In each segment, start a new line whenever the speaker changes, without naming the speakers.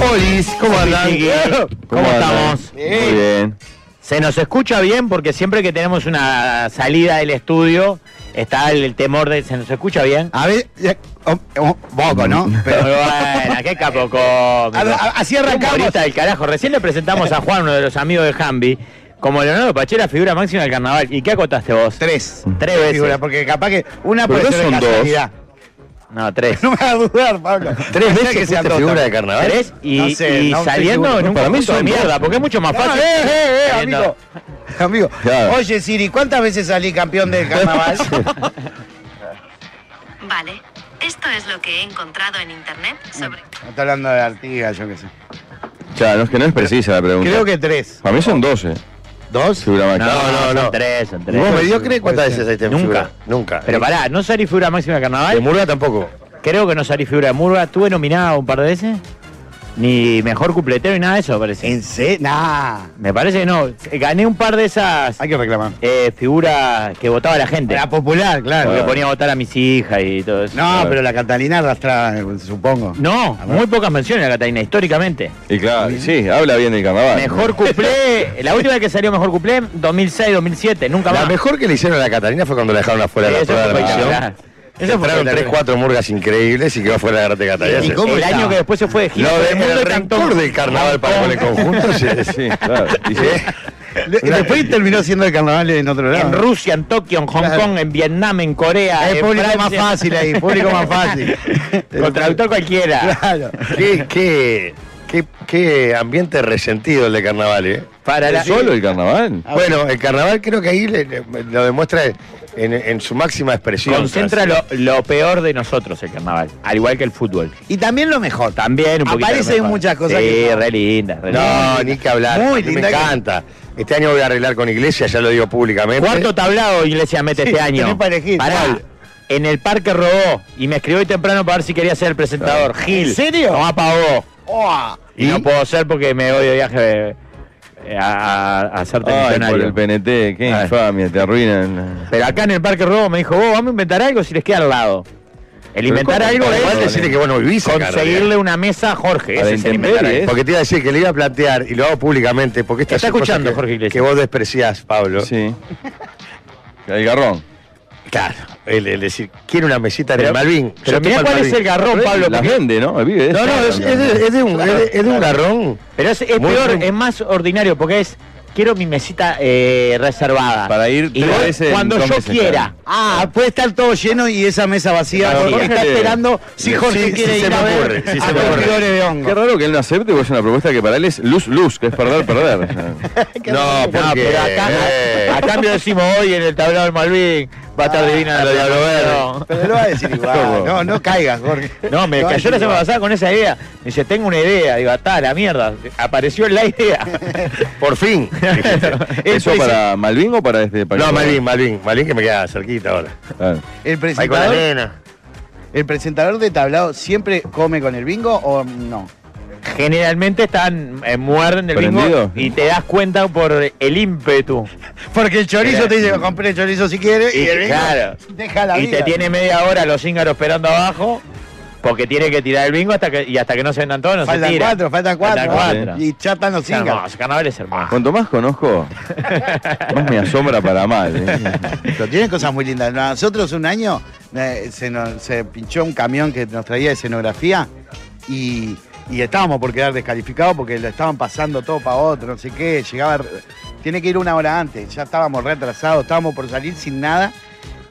Polis, ¿cómo andan? ¿Cómo,
andan?
estamos?
Muy bien.
Se nos escucha bien porque siempre que tenemos una salida del estudio está el, el temor de se nos escucha bien. Mm.
A ver, eh, un- un poco, ¿no?
Pero
Pero,
bueno, qué capo
A ver,
cómico.
a- así arrancamos.
Humorista del carajo. Recién le presentamos a Juan, uno de los amigos de Jambi, como Leonardo Pachera, figura máxima del carnaval. ¿Y qué acotaste vos?
tres.
Tres veces.
Figuras, porque capaz que una
Pero
puede
no
ser de
son dos.
casualidad.
No, tres.
No me vas a dudar, Pablo.
¿Tres
Puede ser
veces que
sean dos
figura de
también.
carnaval?
Tres y,
No sé,
y
no estoy
saliendo
seguro.
en un
Para mí
concurso de
son dos.
mierda, porque es mucho más
No,
fácil.
eh, eh, eh,
Saliendo-
amigo. Amigo.
Claro.
Oye, Siri, ¿cuántas veces salí campeón del carnaval?
Vale, esto es lo que he encontrado en internet sobre...
No está hablando de Artigas, yo qué sé.
Claro, no es que no es precisa la pregunta.
Creo que tres.
Para mí son 12.
¿Dos?
Figura
No,
máxima.
no, no. Son tres, son tres.
¿Vos mediocre cuántas veces saliste en
Nunca. Eh,
figura? Nunca.
Pero pará, ¿no salí figura máxima de
De
carnaval?
Murga tampoco.
Creo que no salí figura de Murga. Tuve nominada un par de veces. Ni mejor cupletero ni nada de eso, parece.
¿En serio? Nah.
Me parece que no. Gané un par de esas
Hay que reclamar.
eh, figuras que votaba la gente.
La popular, claro.
Porque ponía a votar a mis hijas y todo eso.
No, pero la Catalina arrastraba, eh, supongo.
No, muy pocas menciones la Catalina, históricamente.
Y claro, sí, habla bien del carnaval.
Mejor
¿no?
cuplé, la última vez que salió mejor cuplé, 2006, 2007, nunca
La
más.
mejor que le hicieron a la Catalina fue cuando la dejaron afuera de la
Eso
prueba de
fue
admisión.
espectacular. Eso fue
Entraron tres,
espectacular.
cuatro murgas increíbles y quedó fuera de la Grande Catalina.
¿Y
Sí.
cómo
el
estaba?
año que después se fue de gira.
Lo
por
de
el mundo
el
y cantó-
rencor del carnaval para con el conjunto. sí.
Sí, claro. Y sí.
Le- Después terminó siendo el carnaval en otro lado.
En Rusia, en Tokio, en Hong
Claro.
Kong, en Vietnam, en Corea.
Es
en
público más
Francia.
fácil ahí, público más fácil.
Con traductor cualquiera.
Claro.
Qué, qué, qué, qué ambiente resentido el de carnaval, ¿eh?
Para la- Ah,
¿Solo el carnaval?
Bueno, el carnaval creo que ahí le- le- lo demuestra en, en su máxima expresión.
Concentra lo, lo peor de nosotros el carnaval, al igual que el fútbol.
Y también lo mejor.
También un poquito
Aparecen
de mejor.
muchas cosas
Sí,
que no.
re lindas. re lindas.
No, ni que hablar.
Muy
me
linda que-
encanta. Este año voy a arreglar con Iglesia, ya lo digo públicamente.
Cuarto tablado Iglesia mete
Sí,
este año.
tenés para elegir.
Pará.
Ah.
En el parque robó y me escribió hoy temprano para ver si quería ser el presentador. Gil.
¿En serio?
No apagó.
¡Oh!
Y, no puedo ser porque me voy de viaje eh, a, a hacerte
Ay, por
millonario.
el PNT, qué
Ay.
infamia, te arruinan.
Pero acá en el parque robó me dijo, vos vamos a inventar algo si les queda al lado. El inventar
¿cómo?
algo
Pero
Igual
vale.
es
decirle que bueno, vivís acá, en realidad.
conseguirle una mesa a Jorge.
A la
Ese es el
intemperie,
inventar algo.
¿eh?
Porque te iba a decir que le iba a plantear, y lo hago públicamente, porque esta
Está escuchando,
que,
Jorge Iglesias.
que vos despreciás, Pablo.
Sí. El garrón.
Claro. El, el decir, quiero una mesita en
Pero-
el Malvin.
Pero mirá cuál es el garrón, Pablo.
La
porque-
vende, ¿no? El vive de
No,
eso.
no, es, es de- es de un, es de- es de un garrón.
Pero es, es
Muy
peor,
bien.
es más ordinario, porque es quiero mi mesita eh, reservada.
Para ir
Y
tres
voy
veces en
cuando
dos
yo
meses,
quiera.
Ah, puede estar todo lleno y esa mesa vacía
Claro,
porque
Jorge
está
le-
esperando si
le-
Jorge
sí, sí
quiere
se
ir
me
a ver
ocurre, sí se
a
me
los
ocurre.
pibores de
Qué
hongo.
raro que él no acepte, porque es una propuesta que para él es luz, luz, que es perder, perder.
No,
No,
porque...
pero acá,
eh,
a, a cambio decimos hoy en el tablado del Malvin, va a estar divina
lo
la
Diablo Verde.
Ah, No.
Pero lo va a decir igual. No, no caigas, Jorge.
No, me
Lo va a decir
cayó la semana
igual.
pasada con esa idea. Me dice, tengo una idea. Digo, está la mierda. Apareció la idea.
por fin.
¿Eso
Él
para Malvin o para este país?
No, Malvin, Malvin. Malvin que me queda cerquita ahora.
Claro.
¿El
Ahí con la
presentador,
nena.
¿El presentador de tablado siempre come con el bingo o no?
Generalmente están, eh, muerden el bingo
Prendido.
y te das cuenta por el ímpetu.
Porque el chorizo te dice, compré el chorizo si quiere y,
Y-
el bingo
claro.
deja la
y
vida.
te tiene media hora los íngaros esperando abajo porque tiene que tirar el bingo hasta que y hasta que no se vendan todos no se
Faltan
tira.
cuatro, faltan cuatro.
cuatro.
Y chatan los
Es
cinco.
hermoso, carnaval es hermoso.
Cuanto más conozco, más me asombra para mal. ¿eh?
Pero tienen cosas muy lindas. Nosotros un año eh, se, nos, se pinchó un camión que nos traía escenografía y, y estábamos por quedar descalificados porque lo estaban pasando todo para otro, no sé qué. Llegaba. re- Tiene que ir una hora antes. Ya estábamos retrasados, estábamos por salir sin nada.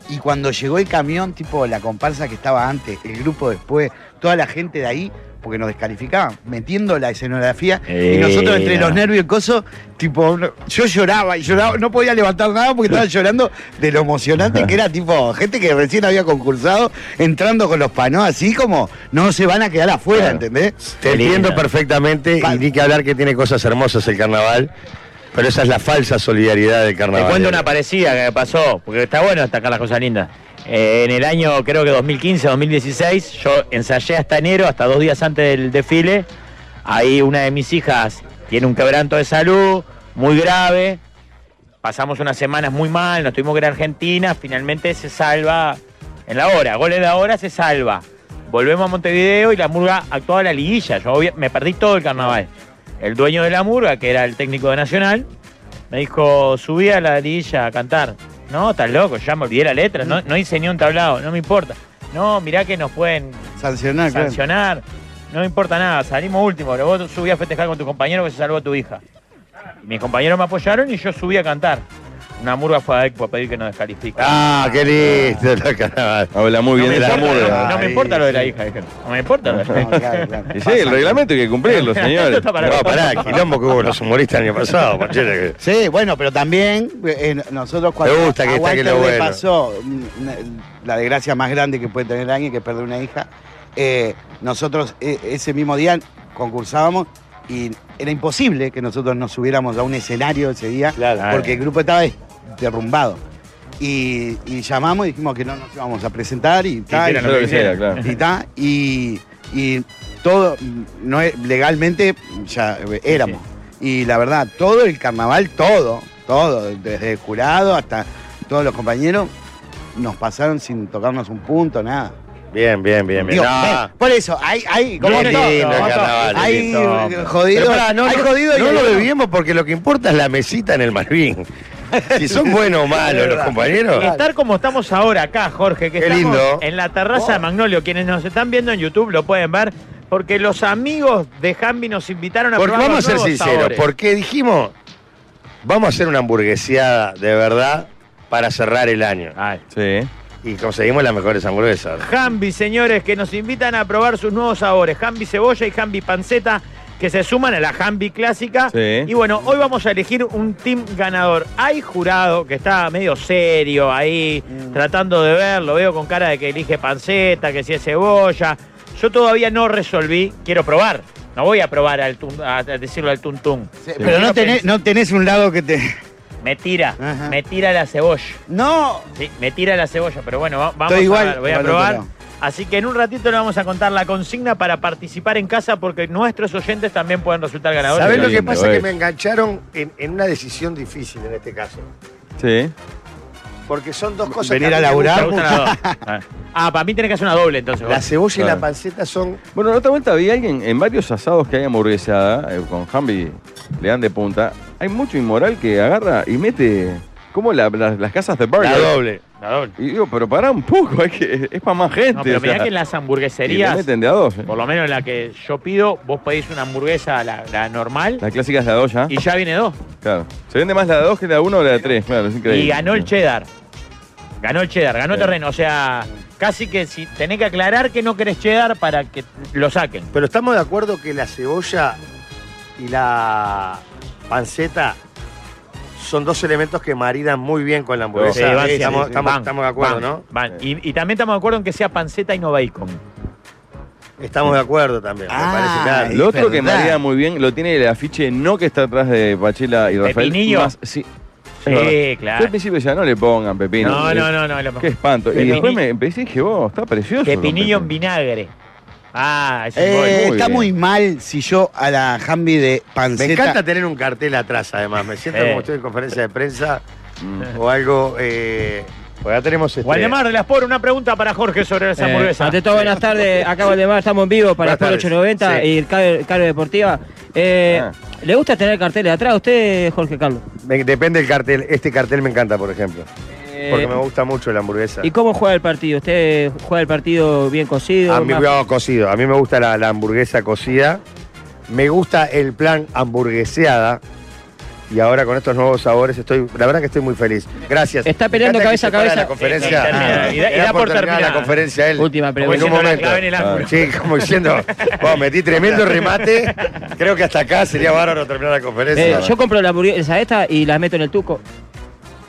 Y cuando llegó el camión, tipo la comparsa que estaba antes, el grupo después, toda la gente de ahí, porque nos descalificaban, metiendo la escenografía. Y nosotros entre
Era.
los nervios y el coso, tipo, no- yo lloraba y lloraba, no podía levantar nada porque estaba llorando de lo emocionante que era, tipo, gente que recién había concursado, entrando con los panos así como, no se van a quedar afuera,
Claro.
¿entendés?
Te
Qué
entiendo
linda.
perfectamente
Pa-
y ni que hablar que tiene cosas hermosas el carnaval, pero esa es la falsa solidaridad del
Te
carnaval.
cuento una parecida que me pasó, porque está bueno destacar las cosas lindas. Eh, en el año, creo que 2015, 2016, yo ensayé hasta enero, hasta dos días antes del desfile. Ahí una de mis hijas tiene un quebranto de salud muy grave. Pasamos unas semanas muy mal, nos tuvimos que ir a Argentina. Finalmente se salva en la hora, goles de la hora se salva. Volvemos a Montevideo y la murga actuaba la liguilla. Yo obvia- me perdí todo el carnaval. El dueño de la murga, que era el técnico de Nacional, me dijo, subí a la liguilla a cantar. No, estás loco, ya me olvidé la letra, no, no hice ni un tablado, no me importa. No, mirá que nos pueden
Sancionar, claro.
sancionar, no me importa nada, salimos último, pero vos subí a festejar con tu compañero que se salvó tu hija. Y mis compañeros me apoyaron y yo subí a cantar. Una murga fue a Expo a pedir que nos descalifiquen.
Ah, qué listo el carnaval.
Habla muy
no,
bien
me
de la
importa,
murga.
no, no me
Ahí,
importa lo de la
sí.
hija, dijeron. No me importa lo de la
No,
hija.
claro, claro.
Y Sí, el reglamento hay que cumplirlo,
Esto
señores.
está para-
No, pará, quilombo que hubo los humoristas el año pasado, Pachela, que-
Sí, bueno, pero también eh, nosotros cuando
Me gusta que
a
está que
Walter
lo
le
bueno.
pasó mm, na- la desgracia más grande que puede tener alguien que es perder una hija, eh, nosotros eh, ese mismo día concursábamos y era imposible que nosotros nos subiéramos a un escenario ese día
Claro.
porque el grupo estaba des- derrumbado. Y, y llamamos y dijimos que no nos íbamos a presentar y tal.
Hicieron
Yo lo que sea, claro.
Y, ta, y, y todo, no, es- legalmente ya éramos. Y la verdad, todo el carnaval, todo, todo, desde el jurado hasta todos los compañeros, nos pasaron sin tocarnos un punto, nada.
Bien, bien, bien, bien.
Digo,
No.
eh, por eso, hay,
Qué
hay,
¿Cómo
lindo
no?
el
¿Cómo no?
carnaval.
Ay,
hay
lindo.
jodido,
Pero pará, no,
hay
no,
jodido y
no
hay
lo
bueno.
bebimos porque lo que importa es la mesita en el Malvin. Si son buenos o malos los compañeros.
Estar como estamos ahora acá, Jorge, que
Qué
estamos
lindo.
en la terraza de Magnolio. Quienes nos están viendo en YouTube lo pueden ver, porque los amigos de Jambi nos invitaron a
Porque
probar
vamos a
los
ser
nuevos
sinceros,
sabores.
porque dijimos, vamos a hacer una hamburgueseada de verdad para cerrar el año.
Ay.
Sí.
Y conseguimos las mejores hamburguesas.
Jambi, señores, que nos invitan a probar sus nuevos sabores. Jambi cebolla y Jambi panceta, que se suman a la Jambi clásica.
Sí.
Y bueno, hoy vamos a elegir un team ganador. Hay jurado que está medio serio ahí, tratando de ver, lo veo con cara de que elige panceta, que si es cebolla. Yo todavía no resolví, quiero probar. No voy a probar al tun- a a decirlo al tuntún.
Sí, Pero no tenés, no tenés un lado que te.
Me tira,
Ajá.
me tira la cebolla.
No.
Sí, me tira la cebolla, pero bueno, va- vamos
Estoy igual,
a ver, voy a
igual
probar.
no
Así que en un ratito le vamos a contar la consigna para participar en casa porque nuestros oyentes también pueden resultar ganadores.
¿Sabés
qué
lo que
lindo,
pasa?
eh.
Que me engancharon en, en una decisión difícil en este caso.
Sí.
Porque son dos cosas
Venir
que
a
mí me
laburar.
¿Te
gustan
gustan
mucho.
las dos? Ah, Ah, para mí tiene que hacer una doble entonces.
La cebolla y
Claro.
la panceta son...
Bueno, la otra vuelta vi a alguien en varios asados que hay hamburguesada, eh, con Jambi le dan de punta. Hay mucho inmoral que agarra y mete como la- la- las casas de burger.
La doble.
La doble.
Y digo, pero pará un poco, hay que, es para más gente.
No, pero
o sea,
mirá que en las
y le
hamburgueserías,
meten de a dos. eh.
por lo menos en la que yo pido, vos pedís una hamburguesa, la, la normal,
La clásica es la dos ya.
y ya viene dos.
Claro. Se vende más la de dos que la de uno o la de tres. Claro, es increíble.
Y ganó el cheddar. Ganó el cheddar, ganó
Sí.
terreno. O sea, casi que si tenés que aclarar que no querés cheddar para que lo saquen.
Pero estamos de acuerdo que la cebolla y la panceta son dos elementos que maridan muy bien con la hamburguesa.
Sí, van, sí,
estamos,
sí, sí.
estamos-
Van,
estamos de acuerdo,
van,
¿no?
van. Y, y también estamos de acuerdo en que sea panceta y no bacon.
Estamos de acuerdo también.
Ah,
me parece claro.
Es
Lo otro que
verdad.
maría muy bien lo tiene el afiche no que está atrás de Pachela y Rafael.
Pepinillo.
más- sí. Es
Sí,
verdad. Yo
claro.
al principio ya no le pongan pepino.
No,
Eh,
no, no, no. lo-
Qué espanto. Y
Pepini-
después me empecé y dije, vos, está precioso. don
Pepinillo en
Pepino.
vinagre. Ah, es un
Eh,
gol.
muy
está
bien.
muy mal si yo a la Jambi de
Me
panceta.
encanta tener un cartel atrás, además. Me siento
Sí.
como estoy en conferencia de prensa
Mm.
o algo. Eh, pues ya tenemos este.
Gualdemar de las Por, una pregunta para Jorge sobre las
Eh,
hamburguesas.
ante todo, buenas tardes. Acá Valdemar, estamos en vivo para
Buenas
Sport
tardes.
890
Sí.
y el Car- Caro Deportiva. Eh,
Ah.
¿Le gusta tener carteles atrás a usted, Jorge Carlos?
me- depende del cartel. Este cartel me encanta, por ejemplo.
Eh,
Porque me gusta mucho la hamburguesa.
¿Y cómo juega el partido? ¿Usted juega el partido bien cocido?
A mí,
más-
no, cocido. A mí me gusta la, la hamburguesa cocida. Me gusta el plan hamburgueseada. Y ahora con estos nuevos sabores estoy, la verdad que estoy muy feliz. Gracias.
Está
Me
peleando
encanta que
cabeza a
se para
cabeza.
La conferencia. Ah,
Sí, sí, termina. Y da- y
Era
da por terminada.
la conferencia él.
Última
Como
pregunta.
en un
diciendo, la
momento.
clave en el ángulo.
Sí, como diciendo, "Wow, metí tremendo remate. Creo que hasta acá sería bárbaro terminar la
Eh,
conferencia.
yo compro la hamburguesa esta y la meto en el tuco.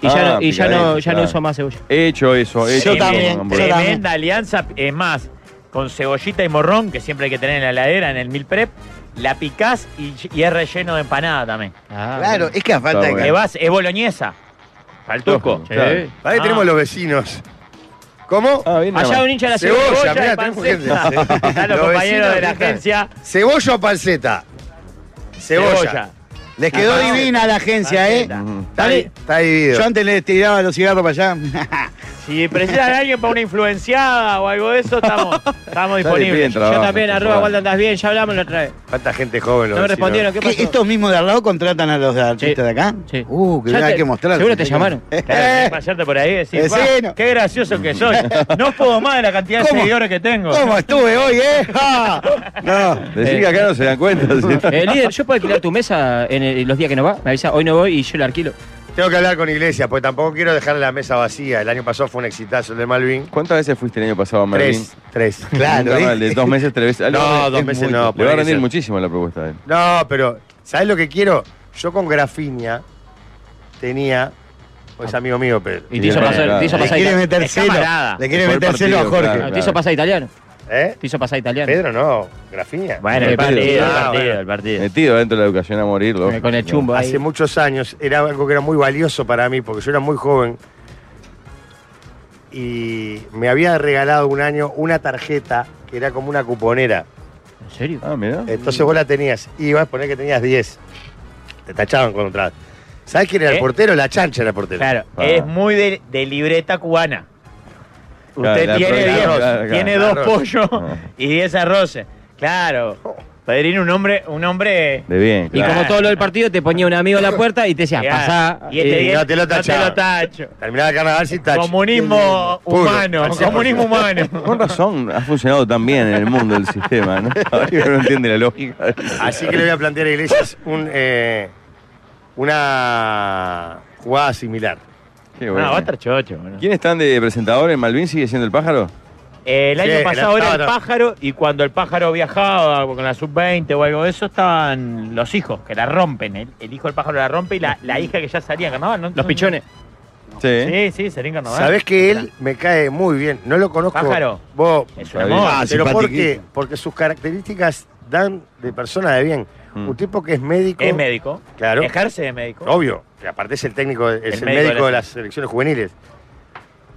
Y ya
Ah,
no, y ya no,
picadita,
ya no
claro.
uso más cebolla.
He hecho eso, he hecho
Yo
eso con
también,
hamburguesas.
yo
Tremenda alianza, es más, con cebollita y morrón, que siempre hay que tener en la heladera, en el mil prep, la picás y, y es relleno de empanada también.
Ah,
Claro, es que a falta
Está
de
bueno.
Le vas, es boloñesa. Al turco.
Claro.
Sí.
Ahí
Ah.
tenemos los vecinos. ¿Cómo?
Ah, bien, nada
Allá
más.
un hincha de la
Cebolla,
cebolla.
mirá,
y
tenemos
panceta.
gente.
Están los
Los
compañeros
vecinos
de la
gritan.
agencia.
¿Cebolla o panceta? Cebolla.
Les quedó divina la agencia, ¿eh?
Panceta.
Ujú.
Está,
Dale.
está dividido.
Yo antes les tiraba los cigarros para allá.
Si precisan a alguien para una influenciada o algo de eso, estamos, estamos
le piden
disponibles.
trabajo,
Yo también,
por
arroba,
favor.
Waldo, andás bien, ya hablamos la otra vez.
¿Cuánta gente joven lo
No me respondieron, ¿qué
¿Qué,
pasó?
¿Estos mismos de al lado contratan a los de artistas de acá?
Sí.
Uh, que
Ya
bien, hay
te-
que mostrar.
seguro te llamaron.
Claro, pasarte por ahí y decir, "Pa,
Vecino.
qué gracioso que soy. No puedo más de la cantidad de
¿Cómo?
seguidores que tengo.
¿Cómo estuve hoy, eh? Ja. No.
Decir que acá no se dan cuenta. ¿sí?
Eh, líder, ¿yo puedo alquilar tu mesa en el- los días que no va? Me avisa, hoy no voy y yo la alquilo.
Tengo que hablar con Iglesias, porque tampoco quiero dejar la mesa vacía. El año pasado fue un exitazo el de Malvin.
¿Cuántas veces fuiste el año pasado a Merlín?
Tres, tres.
Claro,
Nunca
¿eh?
más, de dos meses, tres veces.
No,
Es
dos meses
mucho.
no,
Le va
podría
a rendir
ser.
muchísimo la propuesta a él.
No, pero ¿sabes lo que quiero? Yo con Grafiña tenía, pues
Ah.
es amigo mío, pero...
Y te hizo
Bien,
pasar,
claro.
te hizo
Le
pasar
quiere
italiano.
meter
Es
celo.
camarada.
Le quiere
Fue el
meter celo a
partido,
Jorge.
claro.
Te hizo pasar italiano.
¿Eh?
Te hizo pasar italiano.
Pedro no, Grafiña.
Bueno, el
Eh,
partido, el
pero- Ah,
partido,
bueno.
el partido.
Metido dentro de la educación a morir, loco.
Eh, Con el chumbo ahí.
Hace muchos años era algo que era muy valioso para mí, porque yo era muy joven. Y me había regalado un año una tarjeta que era como una cuponera.
¿En serio?
Ah, mirá.
Entonces vos la tenías, y ibas a poner que tenías 10. Te tachaban con otra. ¿Sabés quién era
¿Eh?
el portero? La chancha era el portero.
Claro,
Ah.
es muy de, de libreta cubana.
Claro,
Usted
la
tiene,
prohibición,
diez-
claro, claro.
tiene
La
dos
arroz.
pollos
Ah.
y diez arroces. Claro. Padrino, un hombre, un hombre.
De bien,
Y
claro.
como todo lo del partido, te ponía un amigo a la puerta y te decía,
Mirá,
pasá.
Y este
eh,
diez-
no te lo tachaba.
tacho.
Terminaba el carnaval sin tacha.
Comunismo
Puro,
humano.
al 100%.
Comunismo humano.
Con razón, ha funcionado tan bien en el mundo el sistema, ¿no? Ahora que no entiende la lógica.
Así que le voy a plantear a Iglesias un, eh, una jugada similar.
Qué
No,
bueno.
va a estar chocho. bueno.
¿Quiénes están de presentador en Malvin? ¿Sigue siendo el pájaro?
El
Sí,
año
el
pasado era el
Tano.
pájaro y cuando el pájaro viajaba con la sub-20 o algo de eso, estaban los hijos que la rompen. El, el hijo del pájaro la rompe y la, la hija que ya salía en carnaval. ¿no?
Los pichones.
Sí.
Sí, sí, salía en carnaval.
Sabés que él me cae muy bien. No lo conozco.
Pájaro.
Vos,
Es una
Está bien.
moda.
Ah,
pero ¿por qué?
simpatiquísimo.
Porque sus características dan de persona de bien.
Mm.
Un tipo que es médico.
Es médico.
Claro.
Ejerce de médico.
Obvio. que aparte es el técnico, es el, médico, de las selecciones juveniles.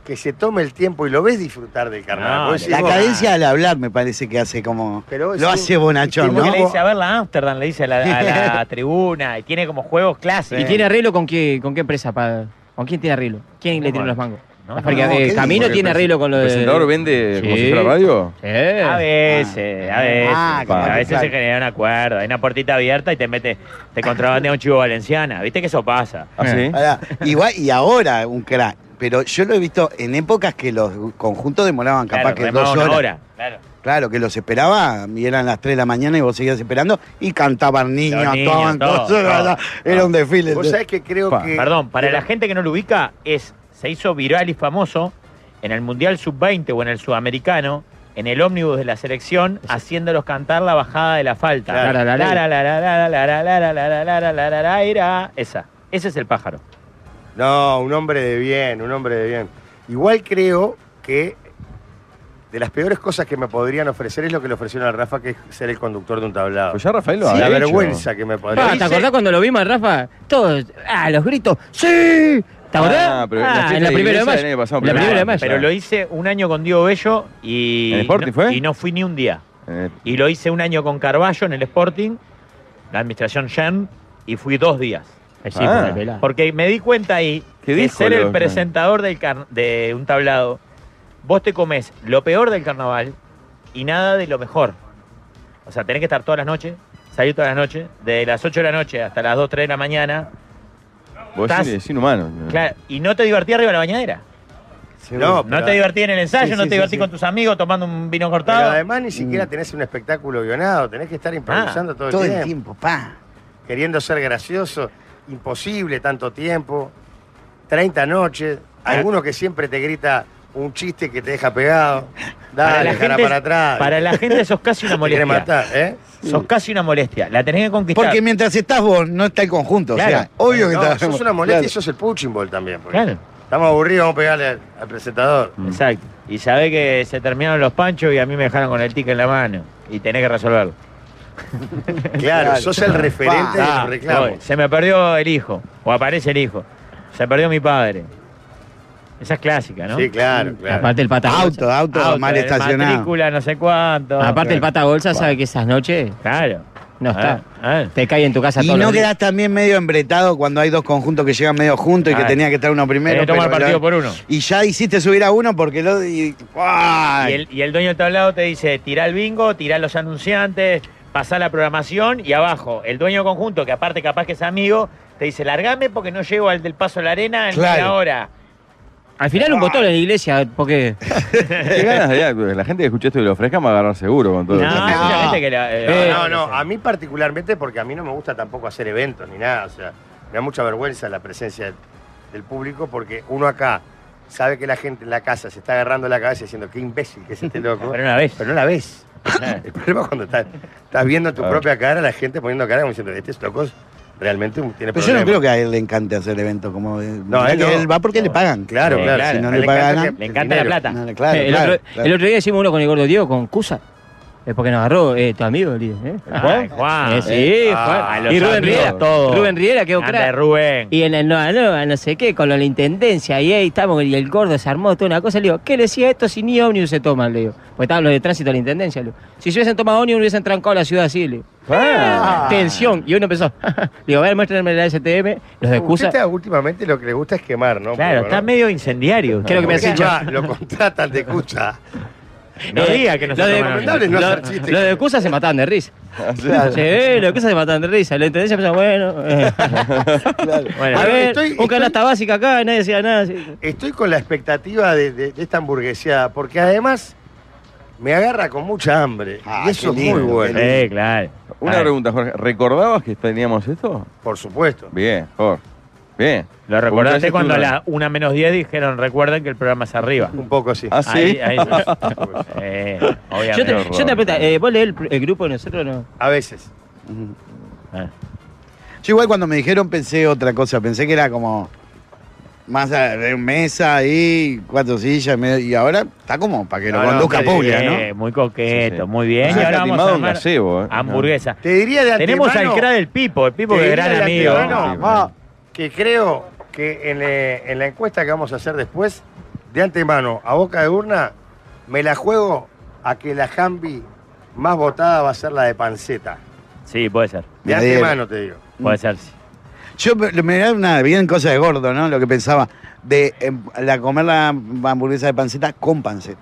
Que se tome el tiempo y lo ves disfrutar del carnaval.
No,
Ah, Vos decís,
La
vos,
cadencia al hablar me parece que hace como.
Pero es
lo
un-
hace bonachón,
Como
¿no?
que le dice a ver la Amsterdam, le dice a la, a la tribuna. Y tiene como juegos clásicos.
¿Y tiene arreglo con qué, con qué empresa? pa- ¿Con quién tiene arreglo? ¿Quién le tiró los mangos?
No,
Las fábricas-
no,
eh,
¿qué
Camino
Porque
tiene
el
arreglo con lo de...
¿El presentador vende como
Sí.
si fuera radio?
Sí.
A veces, a veces.
Ah,
como
a
que
veces
claro.
se genera un acuerdo. Hay una puertita abierta y te mete, te contrabandea un chivo valenciana. ¿Viste que eso pasa?
¿Ah,
Eh.
sí?
Ahora, igual, y ahora un crack. Pero yo lo he visto en épocas que los conjuntos demoraban capaz
Claro,
que
remaba
dos
una
horas.
hora. Claro.
Claro, que los esperaba y eran las 3 de la mañana y vos seguías esperando y cantaban niños,
Los niños,
actuaban
todo,
todo,
todo.
Era un desfile.
Vos sabés que creo
Pa,
que.
Perdón, para la gente que no lo ubica, es se hizo viral y famoso en el Mundial Sub-20 o en el Sudamericano, en el ómnibus de la selección, haciéndolos cantar la bajada de la falta.
Claro.
La, la, la, la, la, la, la, la, la, la, la, la, la, la, la, la, ira. Esa. Ese es el pájaro.
No, un hombre de bien, un hombre de bien. Igual creo que de las peores cosas que me podrían ofrecer es lo que le ofrecieron a Rafa, que es ser el conductor de un tablado.
Pues ya Rafael lo
la
había hecho.
vergüenza que me podría.
Ah, ¿Te acordás cuando lo vimos, Rafa? Todos, ah, los gritos, ¡sí! ¿Te acordás?
Ah, pero en la
Ah,
fiesta
en la
de
primera de
Ibiza
mayo.
del año pasado,
En la
pero-
primera de mayo.
Pero lo hice un año con Diego Bello y.
¿En el Sporting
no-
fue?
Y no fui ni un día.
Eh,
Y lo hice un año con Carballo en el Sporting, la administración Shen, y fui dos días.
Eh, sí,
Ah.
por el pelado.
Porque me di cuenta ahí que
¿Qué dijo,
ser el
loco?
presentador del car- de un tablado, vos te comes lo peor del carnaval y nada de lo mejor. O sea, tenés que estar todas las noches, salir todas las noches, de las 8 de la noche hasta las 2, 3 de la mañana,
vos
Estás-
decís, es inhumano.
claro, y no te divertí arriba de la bañadera.
No,
No te divertí en el ensayo,
Sí,
no
sí,
te divertí
sí, sí.
con tus amigos tomando un
Pero
vino cortado.
además ni
Mm.
siquiera tenés un espectáculo guionado, tenés que estar improvisando todo,
todo
el,
el
tiempo,
tiempo, pa.
queriendo ser gracioso, imposible tanto tiempo, 30 noches, alguno que siempre te grita un chiste que te deja pegado, dale, cara para atrás,
para la gente sos casi una
te quiere
molestia.
matar, ¿eh?
Sos casi una molestia. La tenés que conquistar.
Porque mientras estás vos, no está el conjunto. O sea,
Claro.
obvio que
no,
estás.
sos una molestia
Claro.
y sos el punching ball también. porque
Claro. Mm.
Estamos aburridos, vamos a pegarle al, al presentador.
Exacto. Y sabés que se terminaron los panchos y a mí me dejaron con el ticket en la mano. Y tenés que resolverlo.
Claro, sos el referente de
Ah,
los reclamos.
voy. se me perdió el hijo. O aparece el hijo. Se perdió mi padre. Esa es clásica, ¿no?
Sí, claro, claro.
Aparte el pata
Auto, auto,
Auto,
mal
eh,
estacionado.
Ah,
Matrícula, no sé cuánto.
Aparte el pata bolsa sabe que esas noches
Claro.
No está.
Ah, ah.
Te cae en tu casa
Y
todos
no
los días.
quedás también medio embretado cuando hay dos conjuntos que llegan medio juntos y que
Ah.
tenía que estar uno primero.
Tenés que tomar
pero
partido
lo-
por uno.
Y ya hiciste subir a uno porque lo. Y, ¡guau!
Y el, y el dueño del tablado te dice, tirá el bingo, tirá los anunciantes, pasá la programación y abajo, el dueño del conjunto, que aparte capaz que es amigo, te dice, largame porque no llego al del paso a la arena en
Claro.
una hora.
Al final un botón en la iglesia, porque.
Qué ganas de la gente que escuchó esto y lo ofrezca me va a agarrar seguro con todo
No,
esto.
hay mucha gente que la- eh,
No, no, a mí particularmente porque a mí no me gusta tampoco hacer eventos ni nada. O sea, me da mucha vergüenza la presencia del- del público porque uno acá sabe que la gente en la casa se está agarrando la cabeza diciendo qué imbécil que es este loco.
Pero una vez.
Pero no la ves. El problema es cuando estás, estás viendo en tu
Claro.
propia cara a la gente poniendo cara como diciendo, este loco realmente tiene
Pero
problemas.
yo no creo que a él le encante hacer eventos como. No,
a él
él,
no.
va porque le pagan.
Claro,
Sí,
claro.
claro.
si no
A
le
él le
pagan,
encanta-
que-
le encanta la
dinero.
plata.
No, claro,
Eh, el,
claro,
otro,
claro.
el otro día hicimos uno con el gordo Diego, con Cusa. Es porque nos agarró eh, tu amigo, el líder, ¿eh?
Ay,
Juan.
Juan.
Eh, sí,
Ah, a
Juan.
los
Y Rubén
amigos,
Riera.
todo.
Rubén Riera quedó
Anda,
crack.
Rubén.
Y en el Nueva Nueva, no sé qué, con lo de la intendencia, y ahí estamos, y el gordo se armó toda una cosa. Le digo, ¿qué le decía esto si ni ómnibus se toman? Le digo, porque estaban los de tránsito de la intendencia. Le digo, si se hubiesen tomado ómnibus, hubiesen trancado la ciudad así. Le digo, tensión. Y uno empezó, le digo, a ver, muéstrenme la STM, los de excusa.
Usted, últimamente lo que le gusta es quemar, ¿no?
Claro,
Porque,
está
¿no?
medio incendiario.
Creo que me
Ah, Porque
has dicho.
ya Lo contratan de cucha.
No
Eh,
diga que no se
los de-
toman
Recomendable
aviones.
no
Lo-
hacer chistes.
Los de excusa se mataban de risa. Sí, eh, los de excusa se mataban de risa. La intendencia empezó, bueno. eh.
Bueno,
A ver,
estoy-
un canasta básica acá, nadie decía nada. así.
Estoy con la expectativa de, de- de esta hamburgueseada, porque además me agarra con mucha hambre.
Ah,
y eso
qué
es muy
lindo,
bueno.
qué
sí, claro.
Una
Claro.
pregunta, Jorge. ¿Recordabas que teníamos esto?
Por supuesto.
Bien, Jorge. Bien.
Lo recordaste
Porque
cuando a
ayer
las una menos 10 dijeron, recuerden que el programa es arriba.
Un poco así.
Ah, sí.
Ahí, ahí sí. Eh, obviamente.
Yo te,
horror.
yo te apreto, eh, ¿vos lees el, el grupo de nosotros o no?
A veces.
Ah.
Yo igual cuando me dijeron pensé otra cosa, pensé que era como más eh, de mesa ahí, cuatro sillas, medio- y ahora está como para que lo
No, no,
conduzca
sí,
Puglia, ¿no?
Eh, Muy coqueto,
Sí, sí.
muy bien.
Se
y
ha
ahora vamos
escatimado
a
un
armar
gazebo, eh.
hamburguesa.
Te diría de antemano...
Tenemos al CRA del Pipo, el Pipo
te
que es
diría
gran
de
amigo.
antemano
Ah,
Sí, bueno.
que creo que en, eh, en la encuesta que vamos a hacer después, de antemano, a boca de urna, me la juego a que la jambi más votada va a ser la de panceta.
Sí, puede ser.
De
Nadie- Mm.
antemano te digo.
Puede ser. sí.
Yo me me da una bien cosa de gordo, ¿no? Lo que pensaba, de eh, la, comer la hamburguesa de panceta con panceta.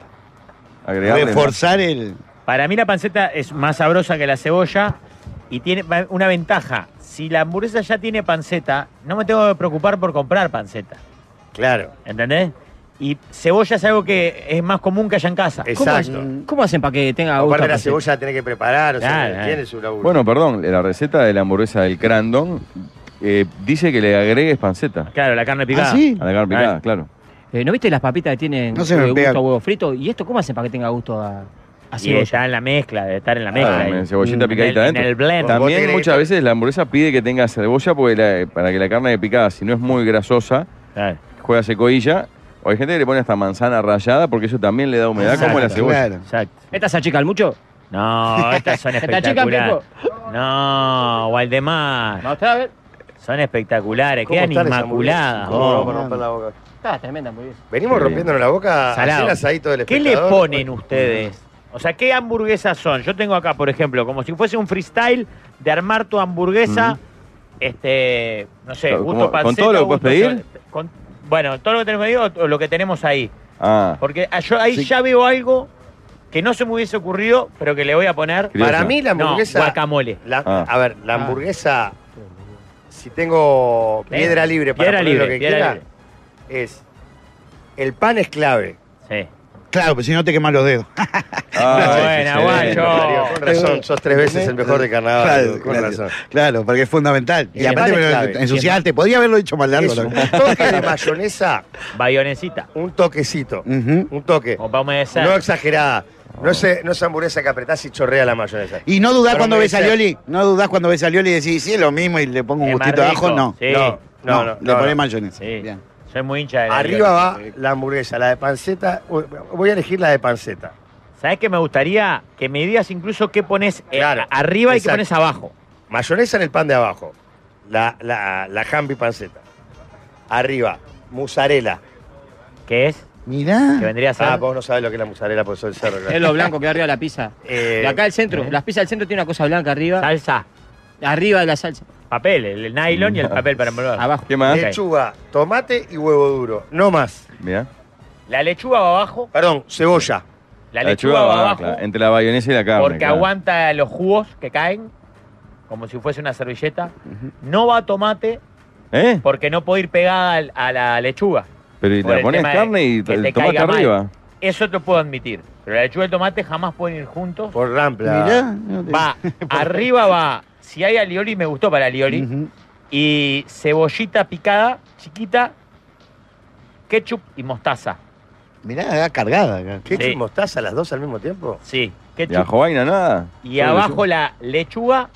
Agregarle
Reforzar el.
Para mí la panceta es más sabrosa que la cebolla y tiene va- una ventaja. Si la hamburguesa ya tiene panceta, no me tengo que preocupar por comprar panceta.
Claro.
¿Entendés? Y cebolla es algo que es más común que haya en casa.
Es-
¿Cómo
Exacto.
hacen- ¿Cómo hacen para que tenga gusto?
Aparte
a
la
pastel?
cebolla la tenés que preparar, o sea,
Claro,
tiene
eh.
su laburo.
Bueno, perdón, la receta de la hamburguesa del Crandon eh, dice que le agregues panceta
Claro, la carne picada.
¿Ah, sí?
a la carne picada,
Ah.
claro.
Eh, ¿No viste las papitas que tienen
No se me
eh, gusto
pega.
a huevo frito? ¿Y esto cómo hacen para que tenga gusto a, a
Y
cebolla?
ya en la mezcla, de estar en la mezcla.
Ah,
ahí.
me- cebollita
En
picadita
el- en
adentro.
el blend.
Vos
También
tenés que-
muchas veces la hamburguesa pide que tenga cebolla porque la- para que la carne de picada, si no es muy grasosa,
Claro.
juega secodilla. O hay gente que le pone hasta manzana rallada porque eso también le da humedad como la
Exacto,
cebolla.
Claro.
Exacto.
¿Estas se achican mucho?
No, estas son
¿Te achican,
espectaculares. No, Waldemar.
a ver.
Son espectaculares,
¿Cómo
quedan
están esas
inmaculadas.
hamburguesas? ¿Cómo
vos.
vamos a romper la boca?
Está tremenda hamburguesa.
Venimos
Qué
rompiéndonos la boca
Salado.
ayer asadito del
¿Qué le
espectador.
ponen ustedes? pues, O sea, ¿qué hamburguesas son? Yo tengo acá, por ejemplo, como si fuese un freestyle de armar tu hamburguesa, este, no sé,
Claro,
gusto
como- ¿con
panceta,
todo lo que
gusto
puedes pedir?
sol- con- bueno, todo lo que tenemos pedido o lo que tenemos ahí.
Ah,
Porque ah, yo ahí
Sí.
ya veo algo que no se me hubiese ocurrido, pero que le voy a poner
Criolla.
Para mí la
No,
hamburguesa...
guacamole.
la-
Ah.
A ver, la hamburguesa, si tengo piedra libre para
Piedra
poner
libre,
lo que
piedra
quiera, es... El pan es clave.
Sí.
Claro, pero si no te quemas los dedos.
Ah,
Buena,
excelente.
guayo.
Mario, Con razón, sos tres veces el mejor de carnaval.
Claro,
boludo, con
claro,
razón.
claro, porque es fundamental. Y
El
aparte
pan es
me lo
clave.
ensuciaste, podría haberlo dicho más largo.
Es
la
un
verdad.
toque de mayonesa,
Bayonesita.
un toquecito.
Ujú.
Un toque.
O para humedecer.
No exagerada. No es, no es hamburguesa que apretás y chorrea la mayonesa.
Y no dudás
Pero
cuando
me
ves a
dice-
Lioli, no dudás cuando ves a Lioli y decís, sí, es lo mismo y le pongo un
Es más
gustito abajo,
rico,
no.
Sí.
No,
No,
no, no.
le
no,
ponés
no.
mayonesa.
Sí.
Bien.
Soy muy hincha de la
Arriba va la hamburguesa, la de panceta. Uy, Voy a elegir la de panceta.
¿Sabes qué me gustaría? Ah, Que me digas incluso qué pones eh,
Claro,
arriba
exacto.
y qué pones abajo.
Mayonesa en el pan de abajo. La, la, la jambi panceta. Arriba, mozzarella.
¿Qué es? que
Mirá.
vendría a ser.
Ah, vos no sabés lo que es la musarela, por eso el cerro.
Es lo blanco que da arriba de la pizza.
Eh,
De acá al centro, las pizzas del centro tiene una cosa blanca arriba,
Salsa,
arriba de la salsa,
papel, el el nylon y el papel para envolver.
abajo.
¿Qué más?
Eh.
Lechuga, tomate y huevo duro. No más.
Mirá.
La lechuga va abajo,
Perdón, cebolla.
la, lechuga, va abajo
claro, entre la bayonesa y la carne.
porque
claro.
aguanta los jugos que caen, como si fuese una servilleta. No va tomate
¿Eh?
porque no puede ir pegada al- a la lechuga.
Pero y
por
la
el
pones
tema de
carne y
que
el
te
tomate
caiga mal.
arriba.
Eso te puedo admitir. Pero la lechuga y el tomate jamás pueden ir juntos.
Por rampla.
Mirá. no te-
Va, arriba va. Si hay alioli, me gustó para alioli.
Ujú.
Y cebollita picada, chiquita, ketchup y mostaza.
Mirá, acá Ah, cargada. acá.
¿Qué
Sí.
mostaza las dos al mismo tiempo?
Sí,
¿Y
ketchup.
ajo vaina nada?
Y
Solo
abajo
lechuga.
la lechuga,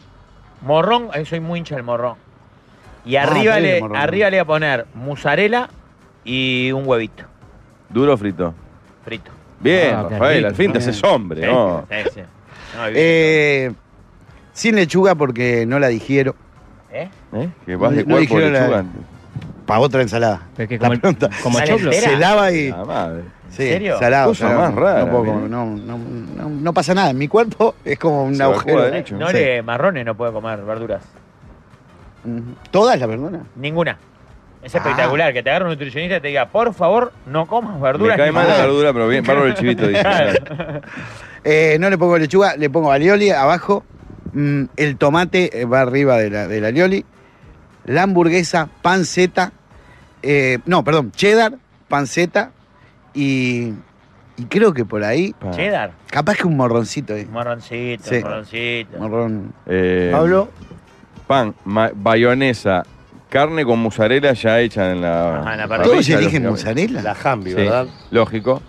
morrón, ahí soy muy hincha del morrón. Y
Ah,
arriba,
está bien el
le,
morrón.
arriba le voy a poner mozzarella y un huevito
Duro frito.
frito.
Bien,
Ah, qué
Rafael,
rico,
al fin te
bien.
haces hombre,
Sí,
¿no?
sí, sí. No, hay bicho,
Eh, sin lechuga porque no la digiero.
¿eh?
¿Eh? Que vas de
No
cuerpo
dijeron la-
lechuga.
Para otra ensalada.
Pero es que
La
como, el-
pregunta.
como
Sale
choclo.
entera.
Se lava y.
La madre.
Sí,
serio?
Salado,
Cosa
salado.
más rara,
No, puedo
mira.
comer, no, no, no- no pasa nada. En mi cuerpo es como un
Se evacúa
agujero.
de leche.
No
Sí.
le marrones no puede comer verduras.
Ujú. ¿Todas las verduras?
Ninguna. Es
Ah.
espectacular que te agarre un nutricionista y te diga, por favor, no comas
Me
verduras.
cae
ni
mal la
nada".
verdura, pero bien, bárbaro el chivito, dice.
Claro.
Eh, no le pongo lechuga, le pongo alioli abajo. Mm, el tomate eh, va arriba de la, del alioli. La hamburguesa, panceta. eh, no, perdón, cheddar, panceta. Y, y creo que por ahí,
Pa.
Cheddar,
capaz que un morroncito ahí.
morroncito,
Sí.
morroncito.
Morrón.
Eh,
Pablo,
Pan, ma- bayonesa, carne con mozzarella ya hecha en la.
Ajá, Ah, en la parrilla.
parrilla,
Todos eligen
lógicamente.
mozzarella.
la jambi,
Sí,
¿verdad?
lógico.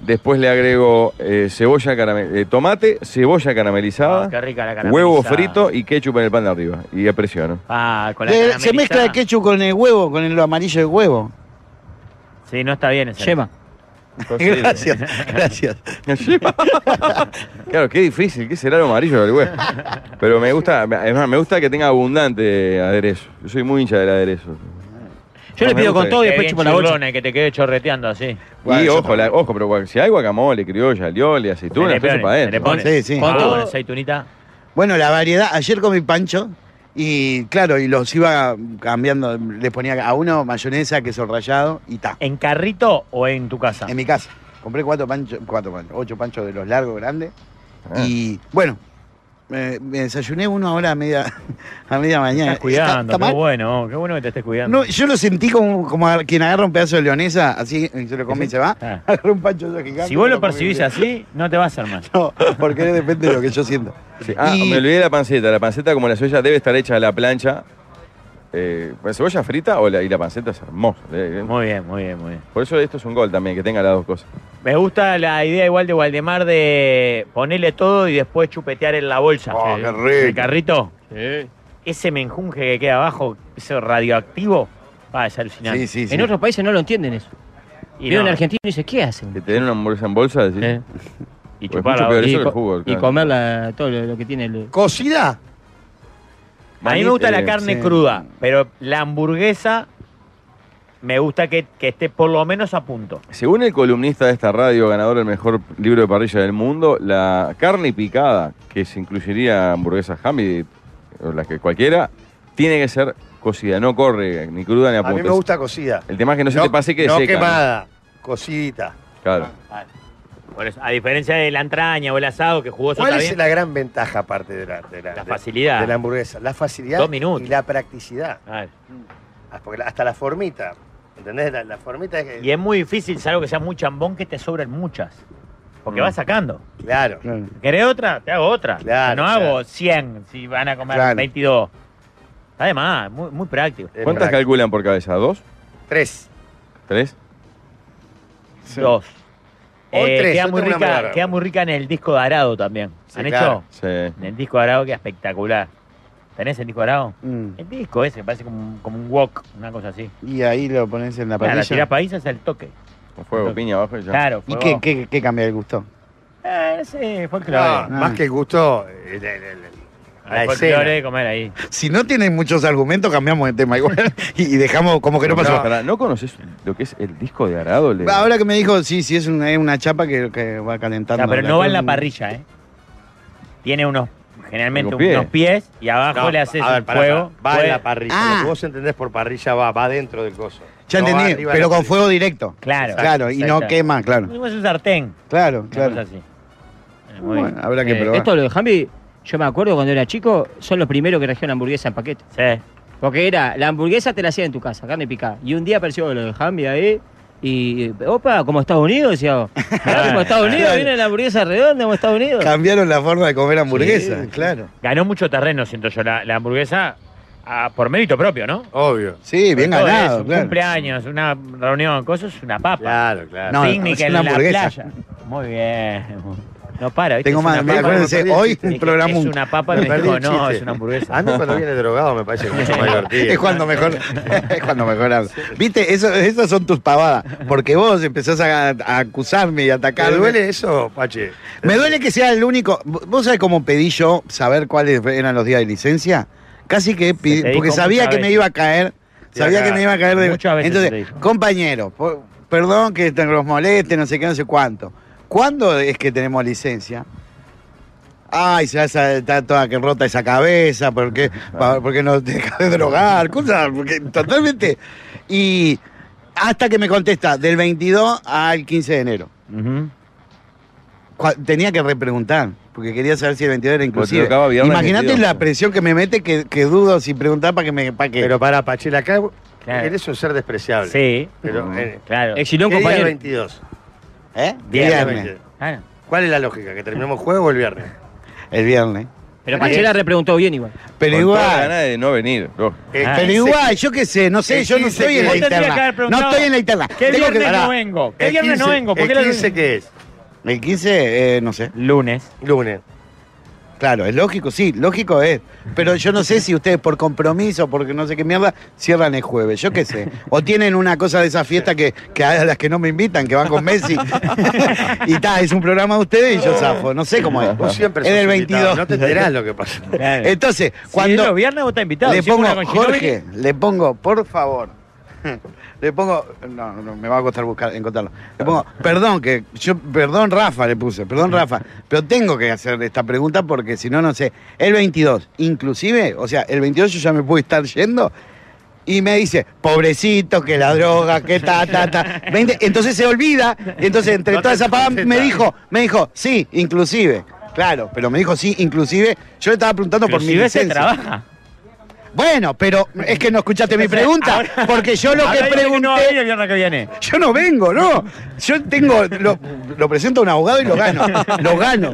Después le agrego eh, cebolla caramel- eh, tomate, cebolla caramelizada,
Ah, qué rica la caramelizada.
huevo frito y ketchup en el pan de arriba. Y a presiono.
Ah, con la
Le- Eh, se
caramelizada.
mezcla el ketchup con el huevo, con el amarillo del huevo.
Sí, no está bien ese.
Yema.
Gracias, gracias.
claro, qué difícil, qué será lo amarillo del huevo. Pero me gusta, es más, me gusta que tenga abundante aderezo. Yo soy muy hincha del aderezo.
Yo
No,
le
me gusta
pido con
que-
todo y
Qué
después
bien
chupo la bolsa.
churrona, que te quede chorreteando así.
Bueno,
y
yo
ojo, la- ojo, pero bueno, si hay guacamole, criolla, lioli, aceituna,
Se le
eso
pone,
para
se le
adentro.
pone.
Sí, sí.
Con
Ah,
todo.
bueno.
aceitunita.
Bueno, la variedad, ayer comí pancho y claro, y los iba cambiando, les ponía a uno mayonesa, queso rallado y ta.
¿En carrito o en tu casa?
En mi casa. Compré cuatro panchos, cuatro panchos, ocho panchos de los largos grandes.
Ah.
Y bueno, me, me desayuné uno ahora a media, a media mañana.
Estás cuidando,
¿Está- está
qué
mal?
bueno, qué bueno que te estés cuidando.
No, yo lo sentí como, como a quien agarra un pedazo de leonesa, así y se lo come y se va.
Ah.
Agarra un pancho de esos gigantes.
Si vos
y
lo
come
percibís
bien.
así, no te va a hacer mal.
No, porque depende de lo que yo siento.
Sí. Ah,
Y-
me olvidé de la panceta. La panceta, como la cebolla, debe estar hecha a la plancha. Eh, pues, cebolla frita o la, y la panceta es hermosa. Eh,
Muy bien, muy bien, muy bien.
Por eso esto es un gol también, que tenga las dos cosas.
Me gusta la idea igual de Waldemar de ponerle todo y después chupetear en la bolsa.
Oh,
Sí.
qué rico.
El carrito. Ese menjunje que queda abajo, ese radioactivo, va, es alucinante.
Sí, sí, sí.
En otros países no lo entienden eso.
Y,
Vienen
no,
en Argentina y dicen, ¿qué hacen?
Que te den una hamburguesa en bolsa, decís.
Eh,
y
Pues
chupar
mucho
la
peor
bolsa.
eso
y,
que
co-
el fútbol,
y
claro.
comerla todo lo, lo que tiene el...
¿Cocida?
A mí me gusta la
Eh,
carne
sí.
cruda, pero la hamburguesa me gusta que, que esté por lo menos a punto.
Según el columnista de esta radio, ganador del mejor libro de parrilla del mundo, la carne picada, que se incluiría hamburguesas Hammy o las que cualquiera, tiene que ser cocida, no corre ni cruda ni a
A mí
punto.
me gusta cocida.
El tema es que no se te pase que
no
seca. ¿no?
quemada, Ah, cocidita.
Claro.
Por eso, a diferencia de la entraña o el asado que jugó
¿Cuál
Sota
es
bien,
la gran ventaja aparte de la, de la,
La
de-
facilidad.
de la hamburguesa? La facilidad
Dos minutos.
y la practicidad.
A ver,
Ah, Porque la- hasta la formita, ¿entendés? La, la formita es que-
Y es muy difícil, salvo que sea muy chambón, que te sobren muchas. Porque
Mm.
vas sacando.
Claro.
Claro.
¿Querés otra? Te hago otra.
Claro,
no
claro.
hago 100 si van a comer
Claro.
22. Además, muy, muy práctico.
Es
¿Cuántas
práctico.
calculan por cabeza? ¿Dos?
Tres.
¿Tres?
Dos.
O tres,
Eh, queda,
yo
muy
tengo una
rica,
morada.
queda muy rica en el disco de Arado también.
Sí,
¿Han
claro.
hecho?
Sí.
En el disco de Arado queda espectacular. ¿Tenés el disco de Arado?
Mm.
El disco ese, parece como un, como un wok, una cosa así.
Y ahí lo pones en la
Claro,
parrilla.
Ah, la tirás para ahí y se hace el toque.
Con fuego, piña abajo y ya.
Claro.
¿Y qué,
fuego.
qué, qué cambia el gusto?
Eh, no sé,
No,
Ah,
folclore.
Más que Eh, el gusto, el- el- el- el- La
Al
escena.
folclore, comer ahí.
Si no tienen muchos argumentos, cambiamos de tema igual. Y y dejamos como que no pasó.
pará, ¿no conoces lo que es el disco de Arado? Le-
Ahora que me dijo, sí, sí, es una, es una chapa que, que va calentando.
Ya, pero no va en la
cosa.
parrilla, ¿eh? Tiene unos, generalmente
Digo, pie.
unos pies y abajo
No,
le haces
a ver,
un
pará,
fuego.
pará. Va en
fuego.
la parrilla.
Ah.
Lo que vos entendés por parrilla va, va dentro del coso.
Ya
No va
entendí,
arriba de
pero
la
con
parrilla.
fuego directo.
Claro.
Claro, y no
Exacto.
quema, claro.
Es un sartén.
Claro,
Claro.
claro.
así. Eh, muy
Bueno, habrá que
Eh,
probar.
Esto lo de Jambi, yo me acuerdo cuando era chico, son los primeros que trajeron hamburguesa en paquete.
bien. Sí.
Porque era, la hamburguesa te la hacía en tu casa, carne picada. Y un día apareció lo de Jambi ahí. Y, opa, como Estados Unidos, decía vos. Mirá como Estados Unidos, viene la hamburguesa redonda como Estados Unidos.
Cambiaron la forma de comer hamburguesa, claro.
Ganó mucho terreno, siento yo, la, la hamburguesa ah, por mérito propio, ¿no?
Obvio.
Sí, bien
Todo
ganado,
eso, Un
claro.
cumpleaños, una reunión, cosas, una papa.
Claro, claro.
No,
Picnic
es
en
una
la
hamburguesa.
playa. Muy bien. No para, ¿viste?
Tengo
Es
más,
una
me
papa.
acuérdense,
me
hoy
perdí
Dije,
un programa...
Es
un-
una papa y
Me
me
perdí
dijo,
el
no,
chiste.
es una hamburguesa.
A mí cuando viene drogado me parece mucho más divertido.
Es cuando mejor, es cuando mejor hablo. Viste, eso, esas son tus pavadas. Porque vos empezás a, a acusarme y
¿Te
atacarme.
duele eso, Pache?
Me duele que sea el único. ¿Vos sabés cómo pedí yo saber cuáles eran los días de licencia? Casi que
Se
pedí,
te dijo
porque sabía
muchas
que me
veces.
iba a caer.
Te
Sabía
iba a
que
cagar.
me iba a caer de.
Muchas veces se te
Entonces,
dijo.
compañero, por- perdón que te- los moleste, no sé qué, no sé cuánto. ¿Cuándo es que tenemos licencia? Ay, se esa, está toda que rota esa cabeza, porque, porque no te dejas de drogar, cosas, porque totalmente. Y hasta que me contesta, del 22 al 15 de enero.
Ujú.
Cua- Tenía que repreguntar, porque quería saber si el 22 era
Porque te
inclusive.
tocaba viernes
Imagínate
22.
la presión que me mete que, que dudo si preguntar para que me pa' que.
Pero para Pache, acá
Claro.
eres un ser despreciable.
Sí, Mm.
Pero, eh,
claro.
Exiló un
¿qué día es
compañero.
22?
¿Eh?
Día
Viernes.
22.
Claro.
¿Cuál es la lógica? ¿Que terminemos el juego o el viernes?
El viernes.
Pero Pachela repreguntó bien igual.
Pero
con toda la
igual.
gana de no venir. bro.
Eh,
Ah.
Pero
quince-
igual, yo qué sé, no sé,
El
yo no
15
estoy en
que-
la
Vos
tendrías que haber
interna. No
preguntado,
estoy en la interna.
¿Qué
Tengo
viernes
que,
no
pará.
vengo? ¿Qué
¿El
viernes no
15
vengo? ¿Por
¿El
qué la-
15 qué es?
El 15, eh, no sé.
Lunes.
Lunes.
Claro, es lógico, sí, lógico es. Pero yo no sé si ustedes por compromiso, porque no sé qué mierda, cierran el jueves, yo qué sé. O tienen una cosa de esa fiesta que, que a las que no me invitan, que van con Messi. y está, es un programa de ustedes y yo zafo, no sé cómo es.
Vos siempre
es
sos
del
invitado,
22.
No te enterás lo que pasa.
Claro.
Entonces,
si
cuando
es los viernes vos estás invitado.
le
Hicimos
pongo,
una con Ginóbili.
Jorge, le pongo, por favor. Le pongo, no, no, me va a costar buscar, encontrarlo. Le pongo, perdón, que yo, perdón Rafa le puse, perdón Rafa, pero tengo que hacer esta pregunta porque si no, no sé. El 22, inclusive, o sea, el 22 yo ya me pude estar yendo y me dice, pobrecito, que la droga, que ta, ta, ta. 20, entonces se olvida, y entonces entre
No
toda
te
esa pava me
contesta.
dijo, me dijo, sí, inclusive. Claro, pero me dijo, sí, inclusive. Yo le estaba preguntando por mi
Inclusive se
licencia.
trabaja.
Bueno, pero es que no escuchaste mi
Entonces,
pregunta,
ahora-
porque yo lo que
Ahora dice
pregunté...
no va a venir el viernes que viene.
Yo no vengo, no. Yo tengo, lo, lo presento a un abogado y lo gano. Lo gano.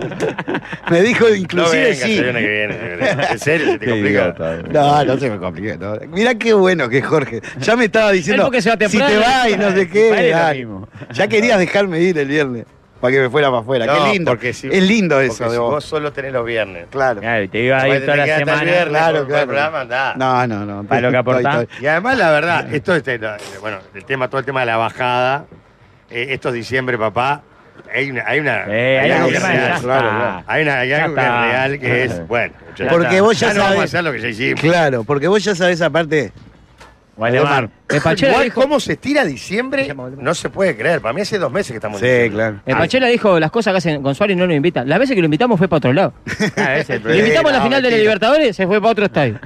Me dijo
No
inclusive
vengas el viernes que
sí.
viene, de verdad. En serio, se te
Qué
complica.
idiota, bro.
No, no se me complique. no. Mirá qué bueno que es Jorge. Ya me estaba
Él
diciendo
porque se va
si
temprano.
te vas y no sé
Vale
qué.
lo
dale.
mismo.
Ya querías dejarme ir el viernes para que me fuera para afuera.
No,
qué lindo.
porque si-
es lindo
porque
eso de
si
vos.
vos solo tenés los viernes.
Claro.
Claro, y te iba a
Capaz
ir
que
toda
te
la
quedás hasta el
semana.
viernes
claro,
por- por
claro.
el programa, andá.
No, no, no.
Para lo que
Estoy-
aportás.
estoy-
Y además, la verdad, esto este, la- bueno, el tema, todo el tema de la bajada, eh, esto es diciembre, papá, hay una, hay una,
Eh,
hay
hay
algo
algo
que
que
es
tema de
real.
gasto. claro, claro.
Hay una- hay
Ya
algo que es
está.
real que es, bueno, ya
Porque
está.
vos ya
no vamos a
sabés.
hacer lo que ya hicimos.
Claro, porque vos ya sabés aparte.
Gualdemar.
El Eh, Pachela
Igual,
dijo,
¿Cómo se estira diciembre? No se puede creer. Para mí hace dos meses que estamos en
Sí,
diciembre.
claro.
el Pachela dijo las cosas que hacen con Suárez no lo invitan. Las veces que lo invitamos fue para otro lado.
Ah, ese es el
Lo
problema.
invitamos a la
no,
final de la
mentira.
Libertadores, se fue para otro estadio.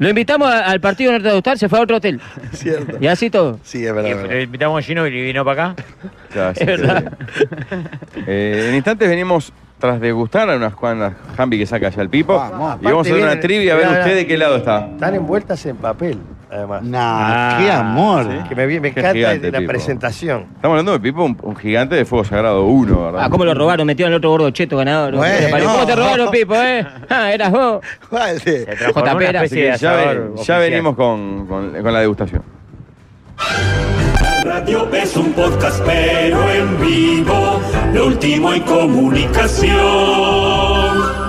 Lo invitamos a- al partido Norte de Gustar, se fue a otro hotel.
Cierto.
Y así todo.
Sí, es verdad. es verdad.
Lo invitamos a Gino y vino para acá.
Ya, sí,
verdad.
sí. Eh, en instantes venimos tras degustar a unas cuantas jambi que saca ya el pipo.
Vamos.
y vamos a hacer una
Aparte
trivia a ver
vienen-
usted de qué lado está.
Están envueltas en papel, además.
No,
Ah,
qué amor.
Que me, me
Qué
encanta
gigante,
la
Pipo.
presentación.
Estamos hablando de pipo, un, un gigante de fuego sagrado, uno, ¿verdad?
Ah, cómo lo robaron, metieron al otro gordo cheto ganador.
Bueno.
Pero, Pali, ¿Cómo te robaron, Pipo, eh? Ah, eras vos.
Vale.
Se transformó en
JP
una
era-
Así
especie
que
de
ya,
asador
ven- ya
oficial.
venimos con, con- con la degustación.
Radio es un podcast pero en vivo, lo último en comunicación.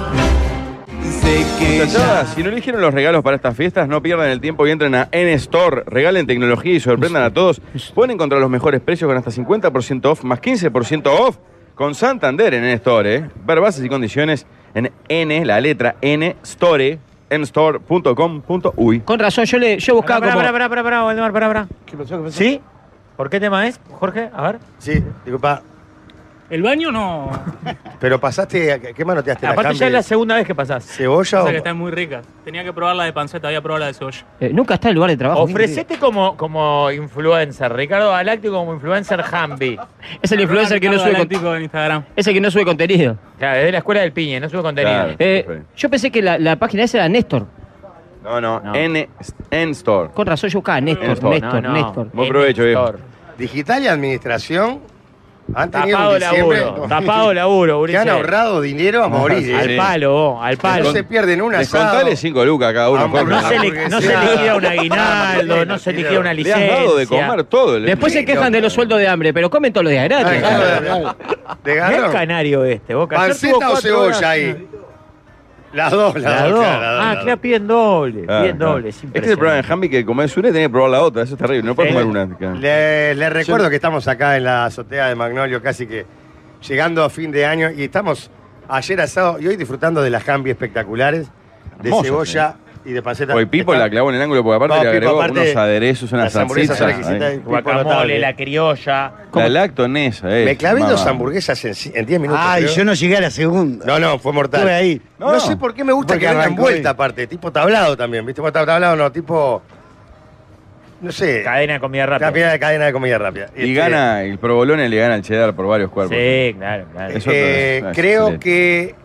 Muchachadas, si no eligieron los regalos para estas fiestas, no pierdan el tiempo y entren a N-Store. Regalen tecnología y sorprendan a todos. Pueden encontrar los mejores precios con hasta 50% off más 15% off con Santander en N-Store. ¿eh? Ver bases y condiciones en N, la letra N, store, nstore.com.uy.
Con razón, yo, le, yo buscaba
Pará,
como...
pará, pará, pará, pará, Valdemar, pará, pará. ¿Sí? ¿Por qué tema es, Jorge? A ver.
Sí, disculpa.
El baño no.
Pero pasaste. a- ¿Qué mano te haste la
Aparte ya
Hambre?
es la segunda vez que pasás.
¿Cebolla
Pasa
o.?
que están muy ricas. Tenía que probar la de panceta, había probado la de cebolla.
Eh, nunca está en el lugar de trabajo.
Ofrecete como, como influencer, Ricardo Galáctico como influencer Hambi.
Es el influencer que no sube
Galáctico
contenido.
en Instagram.
Ese que no sube contenido.
Claro, desde la escuela del piñe, no sube contenido.
Claro.
Eh,
Sí.
yo pensé que la, la página esa era Néstor.
No, no,
No.
N, nstore.
Con razón yo buscaba Néstor,
Néstor,
Néstor,
No,
Néstor.
no.
Buen provecho, viejo.
Store.
Digital y administración han tenido
Tapado
un diciembre
laburo, tapado laburo,
que han
Ulises.
ahorrado dinero a morir.
Al
¿eh?
palo, vos, al
Que
palo.
No se pierden una asado.
Descontale 5 lucas a cada uno.
Vamos,
Jorge.
No se, le, no se le queda un aguinaldo, no se le queda una
Le
licencia.
has dado de comer todo. el- Ah,
Después se
Sí,
quejan
no.
de los sueldos de hambre, pero comen todos los días
Ay,
gratis.
Ah, claro, De
eh, Mirá el
garrón.
canario este, Boca. Ayer tuvo
¿Panceta o
cuatro horas.
cebolla ahí? Las dos, las,
Las dos.
dos. claro, las
Ah,
dos.
claro, piden doble,
Ah,
piden
claro.
doble.
Este es el problema de Hambi que comer una y tenés que probar la otra. Eso es terrible. No puedes
Sí.
comer una. claro.
Le, le recuerdo que estamos acá en la azotea de Magnolio, casi que llegando a fin de año, y estamos ayer asado y hoy disfrutando de las cambi espectaculares, de
Hermoso,
cebolla y de panceta.
Hoy Pipo la clavó en el ángulo porque aparte
No,
le
Pipo,
agregó
aparte,
unos aderezos, unas
las hamburguesas
salsichas. ¿eh?
exquisitas.
ahí.
Guacamole, la criolla.
La lactonesa, eh.
Me clavé
mamá.
dos hamburguesas en, ci- en 10 minutos.
Ay,
creo.
yo no llegué a la segunda.
No, no, fue mortal.
Estuve ahí.
No,
No.
sé por qué me gusta
Porque
que vengan
arrancó
vuelta
ahí.
aparte, tipo tablado también, ¿viste? Tipo tablado, no, tipo. No sé.
Cadena de comida rápida.
Cadena de cadena de comida rápida.
Y
Este,
gana, el provolone le gana al cheddar por varios cuerpos.
Sí, claro, claro.
Es
eh,
otra vez. Ah,
creo
excelente.
que,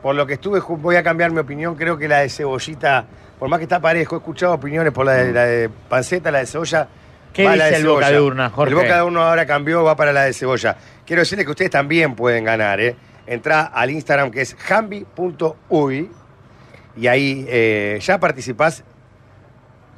por lo que estuve, ju- voy a cambiar mi opinión. Creo que la de cebollita, por más que está parejo, he escuchado opiniones por la de, la de panceta, la de cebolla.
¿Qué
va la
dice
de
el boca
cebolla.
de urna, Jorge?
El boca de urna ahora cambió, va para la de cebolla. Quiero decirles que ustedes también pueden ganar, ¿eh? Entrá al Instagram que es jambi.uy y ahí eh, ya participás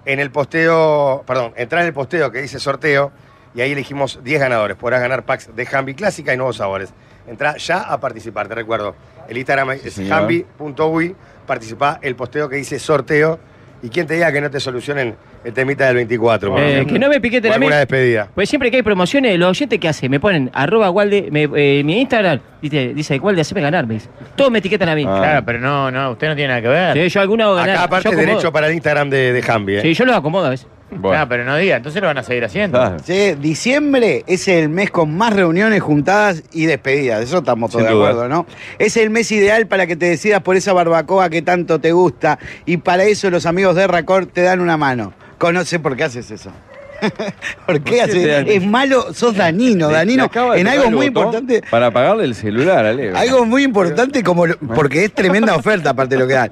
en el posteo, perdón, entrá en el posteo que dice sorteo y ahí elegimos 10 ganadores. Podrás ganar packs de Jambi Clásica y nuevos sabores. Entrá ya a participar, te recuerdo. El Instagram es
señor.
jambi.uy, participá el posteo que dice sorteo y quien te diga que no te solucionen el temita del 24. por
Eh,
ejemplo.
que no me
O
piqueten a mí.
alguna despedida.
Pues siempre que hay promociones, los oyentes que hacen, me ponen arroba Walde, me, eh, mi Instagram, dice, dice Walde, haceme ganar, me dice. Todos me etiquetan a mí.
Ah.
Claro, pero no, no, usted no tiene nada que ver.
Sí, yo alguna hago ganar.
Acá aparte
yo acomodo.
derecho para el Instagram de, de Jambi. ¿eh?
Sí, yo los acomodo a veces.
Bueno.
No, pero no diga, entonces lo van a seguir haciendo.
Claro.
Sí, diciembre es el mes con más reuniones juntadas y despedidas, eso estamos todos
Sin
de
duda.
acuerdo, ¿no? Es el mes ideal para que te decidas por esa barbacoa que tanto te gusta y para eso los amigos de Racor te dan una mano. Conoce por qué haces eso. ¿Por qué
qué
haces?
te dan-
Es malo, sos danino,
Le- le
danino
acaba de
en
tocar
algo
el
muy
botón
importante.
Para pagarle el celular, Ale.
Algo muy importante como lo- porque es tremenda oferta aparte de lo que dan.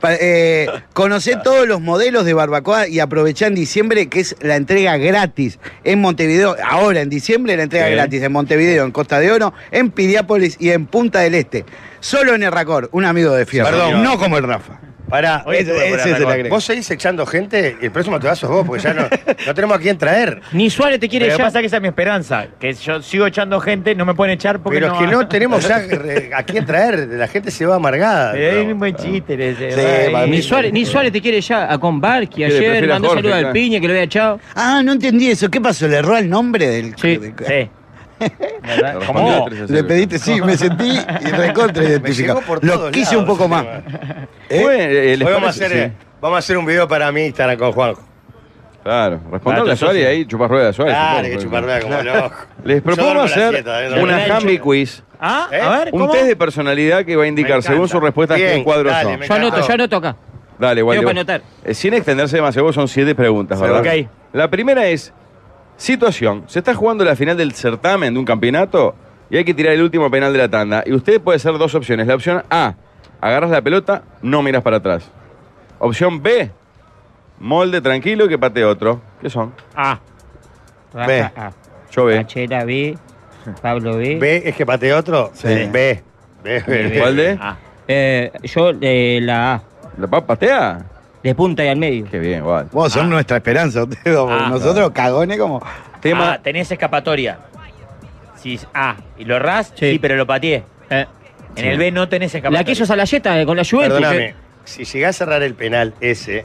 Pa- Eh, conocé todos los modelos de barbacoa y aprovechá en diciembre que es la entrega gratis en Montevideo. Ahora en diciembre la entrega
Sí.
gratis en Montevideo, en Costa de Oro, en Piriápolis y en Punta del Este. Solo en el Racor, un amigo de Fierro.
Perdón.
No como el Rafa.
Pará,
Hoy
Ese-
estuve por
ese
acá
se la
con-
cree.
vos seguís echando gente y el próximo te vas sos vos porque ya no, no tenemos a quién traer.
Ni Suárez te
Pero
quiere
lo que
ya.
pasa es que esa es mi esperanza, que yo sigo echando gente, no me pueden echar porque
Pero
no...
es que no tenemos ya re- a quién traer, la gente se va amargada.
Pero hay
No.
un buen chiste, le dice,
Sí,
ay,
para mí-
Eh, Ni Suárez, ni Suárez te quiere ya a Conbarqui
Quiere,
ayer,
prefiere a
mandó
Jorge,
saludos al
claro.
Piña que lo había echado.
Ah, no entendí eso. ¿Qué pasó? ¿Le erró el nombre del.?
Sí,
del-
Sí. ¿Verdad?
Respondió
¿Cómo?
tres a cero.
Le pediste, sí, me sentí y recontra identificado.
llegó por
Lo
todos
quise
lados,
un poco
ese
más.
tema.
¿Eh?
Bueno, eh, ¿les
Hoy vamos a,
parece?
hacer, eh, vamos a hacer un video para mi Instagram con Juanjo.
Sí. Claro,
Claro,
responderle a Suárez y
yo
ahí chupás rueda a Suárez.
Claro,
supongo.
que chuparme como loco.
Les propongo hacer una Hambi quiz.
Ah,
¿Eh?
a ver,
Un
¿cómo?
test de personalidad que va a indicar según sus respuestas
Bien,
qué cuadros
dale,
son.
me-
Yo anoto,
encantó.
yo anoto acá.
Dale, igual.
Tengo
te-
que anotar.
Eh, Sin extenderse demasiado, vos son siete preguntas, ¿verdad?
Ok.
La primera es, situación, se está jugando la final del certamen de un campeonato y hay que tirar el último penal de la tanda. Y usted puede hacer dos opciones. La opción A, agarras la pelota, no miras para atrás. Opción B, molde tranquilo que patee otro. ¿Qué son?
Ah,
Ve.
Ah,
Yo B.
Cachera B, Pablo B.
¿Ve? ¿Es que pateé otro? Sí. Ve. Ve, ve, ve.
¿Cuál de?
ah.
Eh, yo eh, la A.
¿La pa- patea?
De punta y al medio. Ah.
Qué bien, igual.
Vos son nuestra esperanza, ustedes dos, porque
Ah.
nosotros cagones como.
Tema
Ah, tenés escapatoria. Si es A y lo errás, sí,
Sí.
pero lo pateé.
Eh,
En el B no tenés
la
escapatoria.
que hizo Salayeta eh, con la Juventus.
Perdóname,
que-
si llegás a cerrar el penal ese,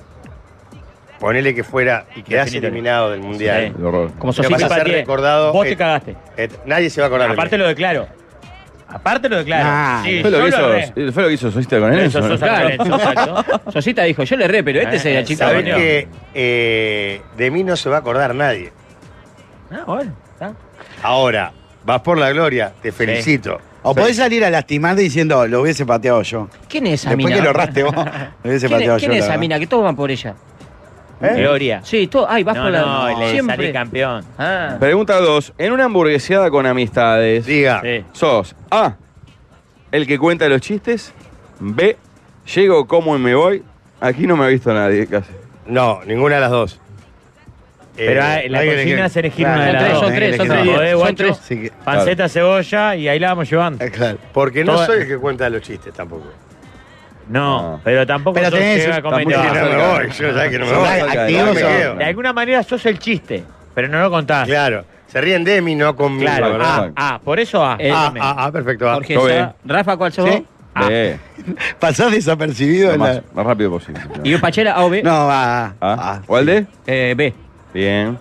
ponele que fuera y quedás
Definitorio.
eliminado del Mundial.
Sí.
el horror.
Como
Lo
sos
que vas a
pateé.
ser recordado
Vos
es-
te cagaste.
Eh, nadie se va a acordar de
Aparte
mí.
lo declaro. Aparte lo declaro.
Nah,
sí,
Ah, Fue lo
yo
que hizo,
lo re.
fue lo que hizo ¿eh? Sosita con él.
Eso, sos
Claro.
exacto, exacto.
Sosita dijo, yo le re, pero este
Eh,
se la chica.
Sabés
Coño.
que eh, de mí no se va a acordar nadie.
Ah, bueno, está.
Ahora, vas por la gloria, te felicito.
O podés salir a lastimar diciendo, lo hubiese pateado yo.
¿Quién es esa
Después
mina?
que lo raste vos, lo hubiese
¿Quién,
pateado
es- quién
yo.
es
la
esa
verdad.
mina? Que todos van por ella.
¿Eh?
Gloria.
Sí, todo. Ay, vas
No,
por la.
no, le salí
siempre.
campeón.
Ah.
Pregunta 2. En una hamburgueseada con amistades,
Diga,
Sí.
sos A. El que cuenta los chistes. B. Llego como y me voy. Aquí no me ha visto nadie casi.
no, ninguna de las dos.
Pero ah,
Eh,
en la
hay que
cocina
elegir.
se elegir
Claro,
una de
son
las
tres,
dos.
son tres, son
Como,
tres.
eh,
son
guacho,
tres.
Así que,
Panceta, cebolla y ahí la vamos llevando.
eh, claro.
Porque no
Toda-
soy el que cuenta los chistes tampoco.
No, pero tampoco
Pero
sos
tenés-
que va a comer y
tampoco
Que
te va.
no
cerca.
me voy, yo sabés que no me
Sos
voy.
activo,
No me
sos.
quedo.
De alguna manera sos el chiste, pero no lo contás. Claro.
Claro, se ríen de mí, no conmigo. ¿verdad?
Ah, ah, por eso A.
Eh,
Ah,
Dame.
ah, ah, perfecto. ah.
Jorge,
Yo
ya-
ve.
Rafa, ¿cuál sos
¿Sí?
vos?
B.
Pasás desapercibido.
Lo
en
más,
la...
más rápido posible.
Y yo, Pachela, A o B.
No, va.
¿Ah?
va.
¿Cuál D?
Eh, B.
Bien.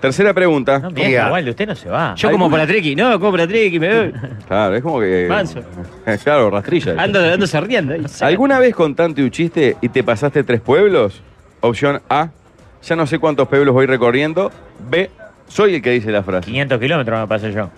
Tercera pregunta.
No, mira,
Diga.
Waldo, usted no se va.
Yo
Hay
como
mucho.
para Treki. No, como para Treki, me voy.
Claro, es como que. eh,
Manso.
claro, rastrilla.
Ando, ando sorriendo. ahí.
¿Alguna vez contaste un chiste y te pasaste tres pueblos? Opción A. Ya no sé cuántos pueblos voy recorriendo. B. Soy el que dice la frase.
500 kilómetros me pasé yo.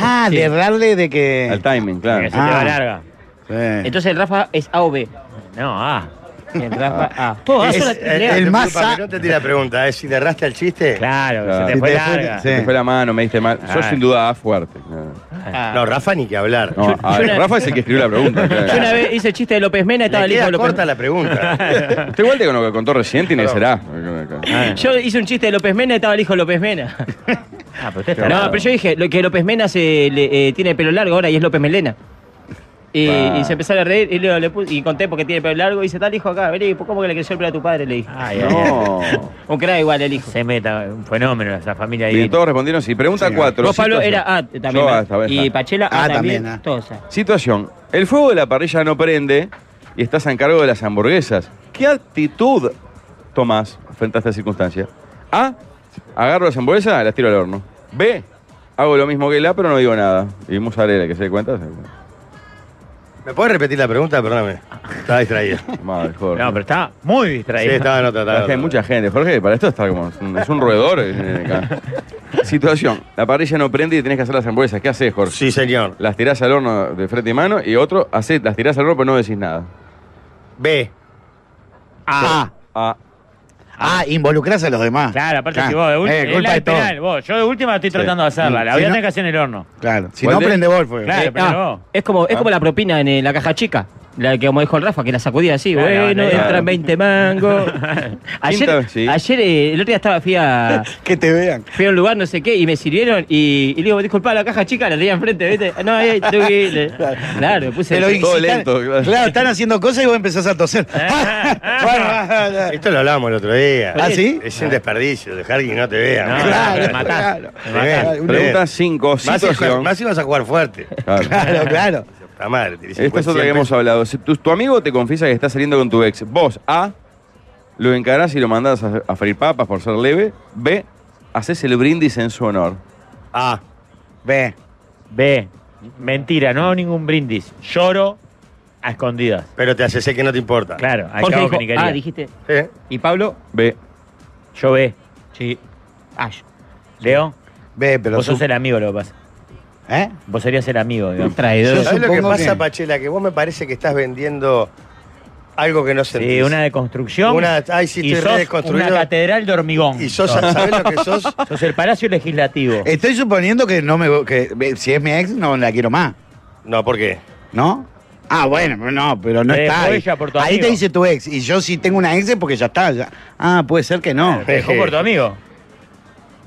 Ah, de errarle de que.
Al timing,
Que
claro.
se te va
Ah.
larga.
Sí.
Entonces el Rafa es A o B.
No, A.
El Rafa A. Todo, ah, A
Es-
sola-
eh,
Lea.
el
disculpa,
masa-
pero No te tira la pregunta, es si te arrastra el chiste.
Claro, que
Claro.
se
Si
te fue
te fue-
larga.
sí.
Me fue la mano, me diste mal. Yo
Ah.
sin duda A fuerte. No,
Ah.
No, Rafa ni que hablar.
No, a
yo
ver,
una-
Rafa es el que escribió la pregunta. claro.
Yo una vez hice el chiste de López Mena, estaba
Le
listo
queda
López
corta
Mena.
la pregunta.
Usted igual de con lo que contó recién tiene que ser
Ah,
A.
Yo hice un chiste de López Mena, estaba el hijo de López Mena.
Ah, pero usted está
No,
Claro.
pero yo dije lo que López Mena se, le- eh, tiene pelo largo ahora y es López Melena. Y,
Ah.
y se empezaron a reír y, luego le puse- y conté porque tiene pelo largo. Y dice, tal hijo acá, vení, ¿cómo que le creció el pelo a tu padre? Le dije.
Ay, ay, ay.
No.
Un crack igual el hijo.
Se meta, un fenómeno esa familia
Bien,
ahí.
todos respondieron sí. Pregunta 4.
Vos, Pablo, era A también.
Yo ah, A
¿no?
esta vez,
y
claro.
Pachela A,
Ah,
también.
también, ah.
todos A.
Situación. El fuego de la parrilla no prende y estás en cargo de las hamburguesas. ¿Qué actitud tomás frente a esta circunstancia? A. Agarro las hamburguesas, las tiro al horno. B. Hago lo mismo que la, pero no digo nada. Y Musarela, que se dé cuenta. se-
¿Me puedes repetir la pregunta? Perdóname. Estaba distraído.
Madre, joder.
No, pero está muy
Sí,
distraído.
estaba en otra. estaba en
Pero es que
otra.
hay mucha gente, Jorge, para esto está como. Es un, es un roedor. eh, acá. Situación. La parrilla no prende y tenés que hacer las hamburguesas. ¿Qué haces, Jorge?
Sí, señor.
Las tirás al horno de frente y mano y otro, hace, las tirás al horno pero no decís nada.
B.
Ah,
A.
ah, involucrás a los demás.
Claro, aparte
Ah,
que vos de última.
eh,
es
culpa
la
de
del
todos.
penal, vos. Yo de última estoy tratando de hacerla. La
Sí,
voy a
no-
tener que hacer en el horno.
Claro. Si
¿Cuál
no,
de-
prende vos el fuego.
Claro, pero no.
Es como,
Ah.
es como la propina en eh, la caja chica. La que como dijo el Rafa, que la sacudía así,
Claro,
bueno,
claro.
entran 20 mangos. Ayer,
Quinta, sí.
ayer eh, el otro día estaba, fui a,
Que te vean.
fui a un lugar, no sé qué, y me sirvieron y, y le digo, disculpa, la caja chica, la tenía enfrente, ¿viste? No, ahí tengo que ir. Claro, puse.
Pero y
Todo
si están-
lento, claro.
claro. están haciendo cosas y vos empezás a toser.
Eh.
Ah, bueno,
Esto lo hablábamos el otro día.
¿Ah, sí?
Es un desperdicio, dejar que no te vean.
No,
Claro,
me matás.
claro.
Me matás.
Bien.
Pregunta 5.
Más, si
Situación.
más si vas a jugar fuerte.
Claro.
claro, claro.
La madre, te dice,
Esta es
pues,
otra que
siempre-
hemos hablado. Si tu, tu amigo te confiesa que está saliendo con tu ex, vos A. Lo encarás y lo mandás a, a freír papas por ser leve. B. Haces el brindis en su honor.
Ah,
Ve.
B. Mentira, no hago ningún brindis. Lloro a escondidas.
pero te hace sé que no te importa.
Claro, ahí
Jorge
cago
dijo,
que ni quería.
ah, dijiste.
¿Eh?
¿Y Pablo?
B.
Yo B.
Sí. Ah, yo-
Leo,
Ve, pero.
vos
su-
sos el amigo lo que pasa.
¿Eh?
Vos serías el amigo, digamos.
Yo
traidor.
¿Sabes lo que
supongo
pasa,
que-
Pachela? Que vos me parece que estás vendiendo algo que no sentís.
Sí, Eh, una deconstrucción.
Una- ay, sí,
y
estoy
sos
redeconstruido.
una catedral de hormigón.
Y sos, ¿sabés lo que sos? Eh,
Sos el Palacio Legislativo.
Estoy suponiendo que no me. Que, si es mi ex, no la quiero más.
No, ¿por qué?
¿No? Ah, bueno, pero no, pero no
Te
está.
dejó
Ahí,
Eh, ella por tu
Ahí
amigo.
te dice tu ex. Y yo si tengo una ex es porque ya está. ya- Ah, puede ser que no.
Te dejó
eh,
por tu amigo.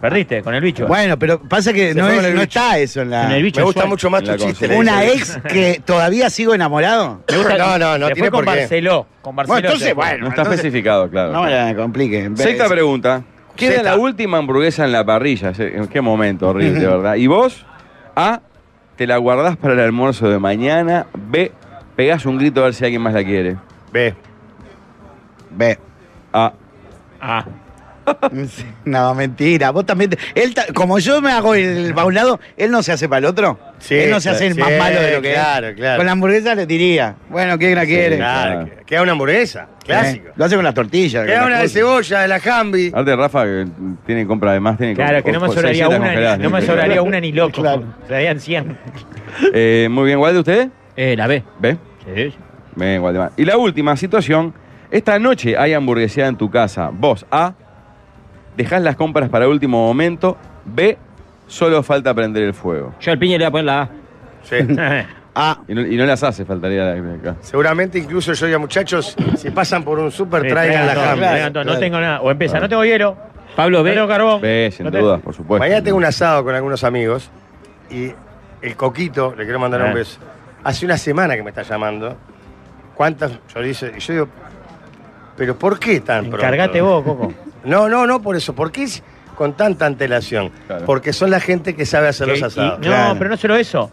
Perdiste con el bicho.
Bueno, pero pasa que
Se
no,
fue
es-
con el
no
bicho.
está eso en la.
Con el bicho
Me gusta
suelto.
mucho más
en
tu
la
chiste.
consola.
le
Una
dice.
ex que todavía sigo enamorado.
No, no, no
Se
tiene
fue con
por qué.
Barceló. Con Barceló.
Bueno, entonces,
se fue.
bueno.
No está
entonces-
especificado, claro.
No me la compliquen.
Sexta
Es-
pregunta. Queda
Sexta.
la última hamburguesa en la parrilla. Se- En qué momento horrible, ¿verdad? Y vos, A, te la guardás para el almuerzo de mañana. B, pegás un grito a ver si alguien más la quiere.
Ve.
Ve.
A.
Ah,
Sí, No, mentira. Vos también. te- Él, ta- como yo me hago el para un lado, él no se hace para el otro.
Sí,
él no se hace el
sí,
más malo de lo que
claro,
es.
claro.
Con la hamburguesa le diría, bueno, ¿qué la quiere? Ah.
Claro,
claro.
que- queda una hamburguesa, clásico.
Eh, Lo hace con las tortillas.
Queda
con
una
las
de
cosas.
cebolla, de la jambi.
Arte Rafa que tiene compra de más, tiene
Claro, que no me
por- por
sobraría
seis
una,
congeladas,
ni- no
ni-
me sobraría una ni loco.
Claro.
Serían 100.
Eh, muy bien, Walde, ¿usted?
Eh, la B.
¿Ve? Bien, Waldemar. Y la última situación. Esta noche hay hamburgueseada en tu casa. Vos, A, dejás las compras para último momento. B, solo falta prender el fuego.
Yo al piña le voy a poner la A.
Sí.
Ah,
Y no, y no las hace, faltaría la- la- acá.
Seguramente incluso yo diría, muchachos, si pasan por un súper,
Eh,
traigan la
todo,
jambi.
traigan todo. No tengo nada. O empieza, no tengo hielo,
Pablo
no
B.
tengo carbón.
B, sin
no tengo-
duda, por supuesto.
Mañana tengo un asado con algunos amigos y el coquito, le quiero mandar
Ah.
un beso. Hace una semana que me está llamando. ¿Cuántas? Yo le hice- y yo digo, ¿pero por qué tan pronto?
Encargate vos, Coco.
No, no, no, por eso. ¿Por qué es con tanta antelación?
Claro.
Porque son la gente que sabe hacer los
Que- y-
asados.
no, pero no solo eso.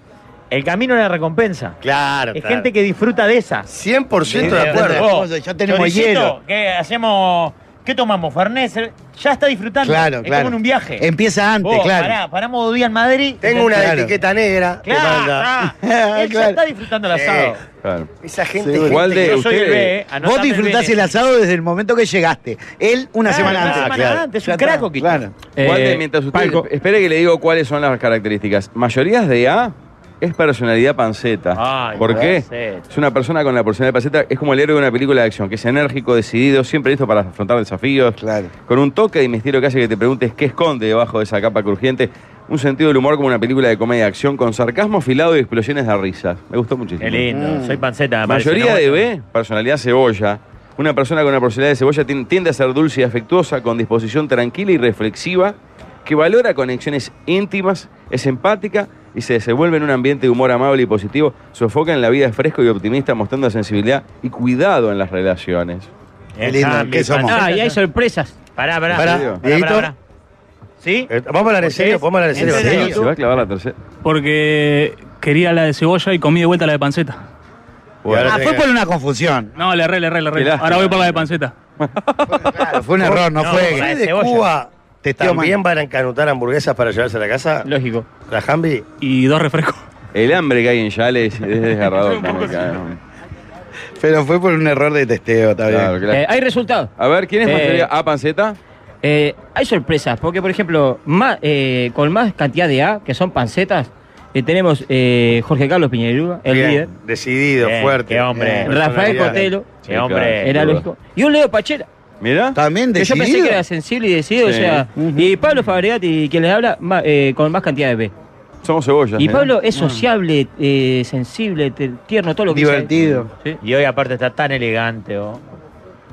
El camino a la recompensa.
Claro,
Es
claro.
gente que disfruta de esa.
100% de
Eh,
acuerdo.
vos,
cosas, ya tenemos
choricito,
hielo.
¿Qué hacemos? ¿Qué tomamos? Fernet. cer- Ya está disfrutando.
claro,
es
claro.
como en un viaje.
Empieza antes,
Vos,
claro.
pará, paramos dos días en Madrid.
Tengo una
Claro.
de etiqueta negra. te manda.
Claro, ah, él ya
Claro.
está disfrutando el asado.
Sí.
Claro.
Esa gente.
Seguro.
gente
Igual de-
que-
Yo soy el
usted-
B, eh, anotame
Vos disfrutás el
B.
asado desde el momento que llegaste. Él una
Claro,
semana
una
antes.
semana antes, es
Ya
un
está,
crack, Coquito.
Claro.
Walde,
Eh,
mientras usted.
Palco.
Espere que le digo cuáles son las características. Mayorías de A es personalidad panceta.
Ay,
¿Por qué?
panceta.
Es una persona con la personalidad panceta, es como el héroe de una película de acción, que es enérgico, decidido, siempre listo para afrontar desafíos.
Claro.
Con un toque de misterio que hace que te preguntes qué esconde debajo de esa capa crujiente. Un sentido del humor como una película de comedia de acción, con sarcasmo afilado y explosiones de risas. Me gustó muchísimo.
Qué lindo.
Mm.
Soy panceta. me parece,
Mayoría
¿no?
de B, personalidad cebolla. Una persona con una personalidad de cebolla tien- tiende a ser dulce y afectuosa, con disposición tranquila y reflexiva, que valora conexiones íntimas, es empática y se desenvuelve en un ambiente de humor amable y positivo. Su enfoque en la vida es fresco y optimista, mostrando sensibilidad y cuidado en las relaciones.
El
Qué lindo,
Hambi,
¿qué somos?
panceta,
Ah, y hay sorpresas.
Pará, pará.
Pará,
Pará,
Dieguito.
pará, pará. ¿Sí?
Eh, Vamos a hablar en serio, podemos hablar en serio.
¿En
Martín?
serio?
Se va a clavar la tercera.
Porque quería la de cebolla y comí de vuelta la de panceta.
Y ahora
Ah,
tenés
fue
que-
por una confusión.
No, le erré, le erré, le
Qué
erré.
lástima.
Ahora voy por la de panceta.
Claro, fue un error, no,
No,
fue.
la
¿Ustedes
de
de
cebolla.
Cuba
Te estoy
también van a encanutar hamburguesas para llevarse a la casa?
Lógico.
¿La jambi?
Y dos refrescos.
El hambre que hay en Yales es desgarrador también, claro.
Pero fue por un error de testeo, está bien.
Claro, claro.
Eh, hay resultados.
A ver, ¿quién es
eh,
mayoría A, panceta?
Eh, hay sorpresas, porque por ejemplo, más, eh, con más cantidad de A, que son pancetas, eh, tenemos eh, Jorge Carlos Piñeruga, el
Bien,
líder.
Decidido,
Bien,
fuerte.
qué hombre.
Bien,
Rafael
personalidad.
Cotelo,
Sí, hombre.
era lógico. Y un Leo Pachera,
Mira.
También
que yo
decidido.
pensé que era sensible y decidido,
Sí.
o sea.
Ujú.
Y Pablo Fabregati, quien les habla, ma- eh, con más cantidad de B.
Somos cebollas.
Y
¿eh?
mirá.
Pablo
Mm.
Mm.
es sociable, eh, sensible, te- tierno, todo lo que sea.
Divertido.
Sí.
Y hoy aparte está tan elegante, vos. Eh,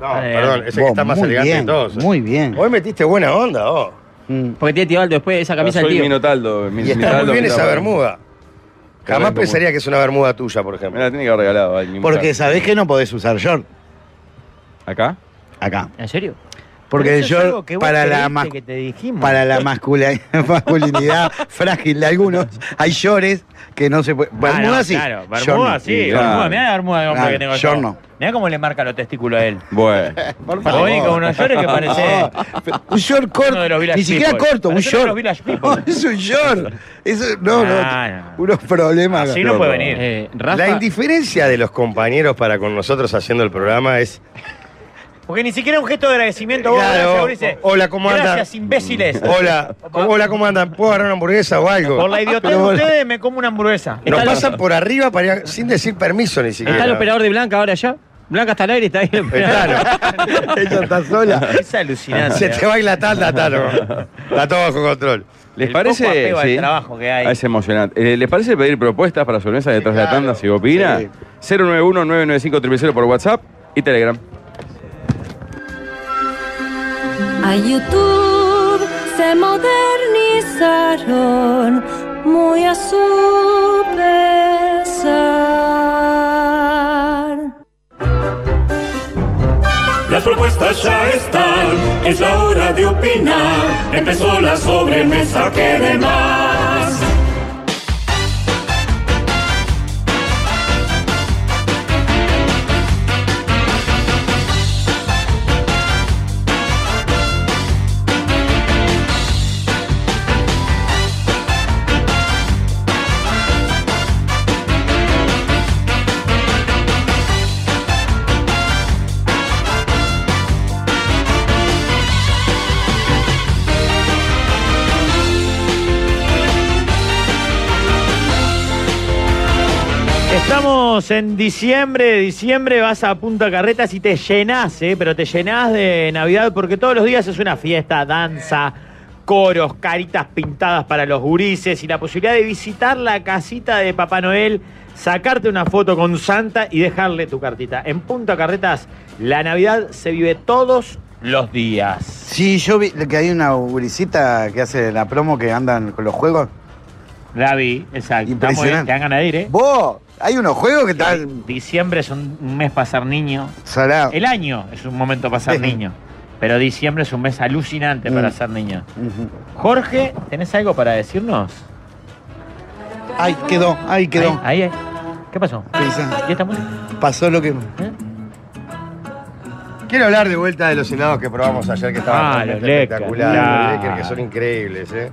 No,
Ah, Eh,
perdón, ese que
Vos,
está más
muy
elegante
bien,
de todos.
Muy bien.
Hoy metiste buena onda, vos.
Mm.
Porque tiene Tibaldo después de esa camisa del
Soy
tío.
Minotaldo. mi-
Y está
Minotaldo,
muy bien
mirá,
esa
bueno.
bermuda. Jamás
Correcto,
pensaría que es una bermuda tuya, por
Me
ejemplo.
la tiene que haber regalado. alguien.
Porque sabés que no podés usar short
¿Acá?
acá.
¿En serio?
Porque el
Eso es algo
short
que vos
para la,
creíste
mas-
que te dijimos.
para la mascula- masculinidad frágil de algunos, hay shorts que no se puede.
Ah,
Bermuda
no,
sí.
Claro,
Short
Bermuda
no.
sí.
Claro.
Bermuda, mirá la Bermuda de hombre
Claro,
que tengo yo.
short no.
Mirá cómo le marca los testículos a él.
Bueno.
Por favor.
Hoy con unos llores que parece
Un short corto.
uno de los Village
Ni siquiera
People.
corto, un
Parece uno de los
short.
Village
No,
People.
es un short. Eso, no,
Ah,
no. Unos
Ah,
problemas.
Así no puede
Claro.
venir.
Eh, Rafa,
La indiferencia de los compañeros para con nosotros haciendo el programa es.
Porque ni siquiera un gesto de agradecimiento. vos,
Claro.
gracias, vos dices,
Hola, ¿cómo anda?
Gracias, imbéciles.
Hola, hola, ¿cómo andan? ¿Puedo agarrar una hamburguesa o algo?
Por la idiotez de ustedes me como una hamburguesa.
Nos
Está-
pasan por arriba para ir- sin decir permiso ni siquiera.
está el operador de Blanca ahora ya. Blanca está al aire, está ahí. el operador.
Ella está sola.
Es alucinante. ¿eh?
Se te va a ir la tanda, Tano. Está todo bajo control.
¿Les
El
parece?
poco apego al trabajo que hay.
Ah, Es emocionante. Eh, ¿Les parece pedir propuestas para sobremesa detrás de la
claro.
tanda si opina?
Sí.
091-995-300 por WhatsApp y Telegram.
A YouTube se modernizaron muy a su pesar.
Las propuestas ya están, es la hora de opinar. Empezó la sobremesa que de más.
Estamos en diciembre, diciembre vas a Punta Carretas y te llenás, ¿eh? pero te llenás de Navidad porque todos los días es una fiesta, danza, coros, caritas pintadas para los gurises y la posibilidad de visitar la casita de Papá Noel, sacarte una foto con Santa y dejarle tu cartita. En Punta Carretas la Navidad se vive todos los días.
Sí, yo vi que hay una gurisita que hace la promo que andan con los juegos.
David, exacto.
Impresionante.
Te dan ganas de ir, ¿eh?
¡Vos! Hay unos juegos que están
Diciembre es un mes para ser niño.
salados.
El año es un momento para ser
Sí.
niño. Pero diciembre es un mes alucinante para
Mm.
ser niño.
Ujú.
Jorge, ¿tenés algo para decirnos?
Ay, quedó, ay, quedó.
Ahí, ahí. ¿Qué pasó?
Pensá,
¿Y esta música?
Pasó lo que.
Quiero hablar de vuelta de los helados que probamos ayer, que estaban
Ah,
realmente
los Lecker,
espectaculares.
claro.
Los Lecker, que son increíbles, ¿eh?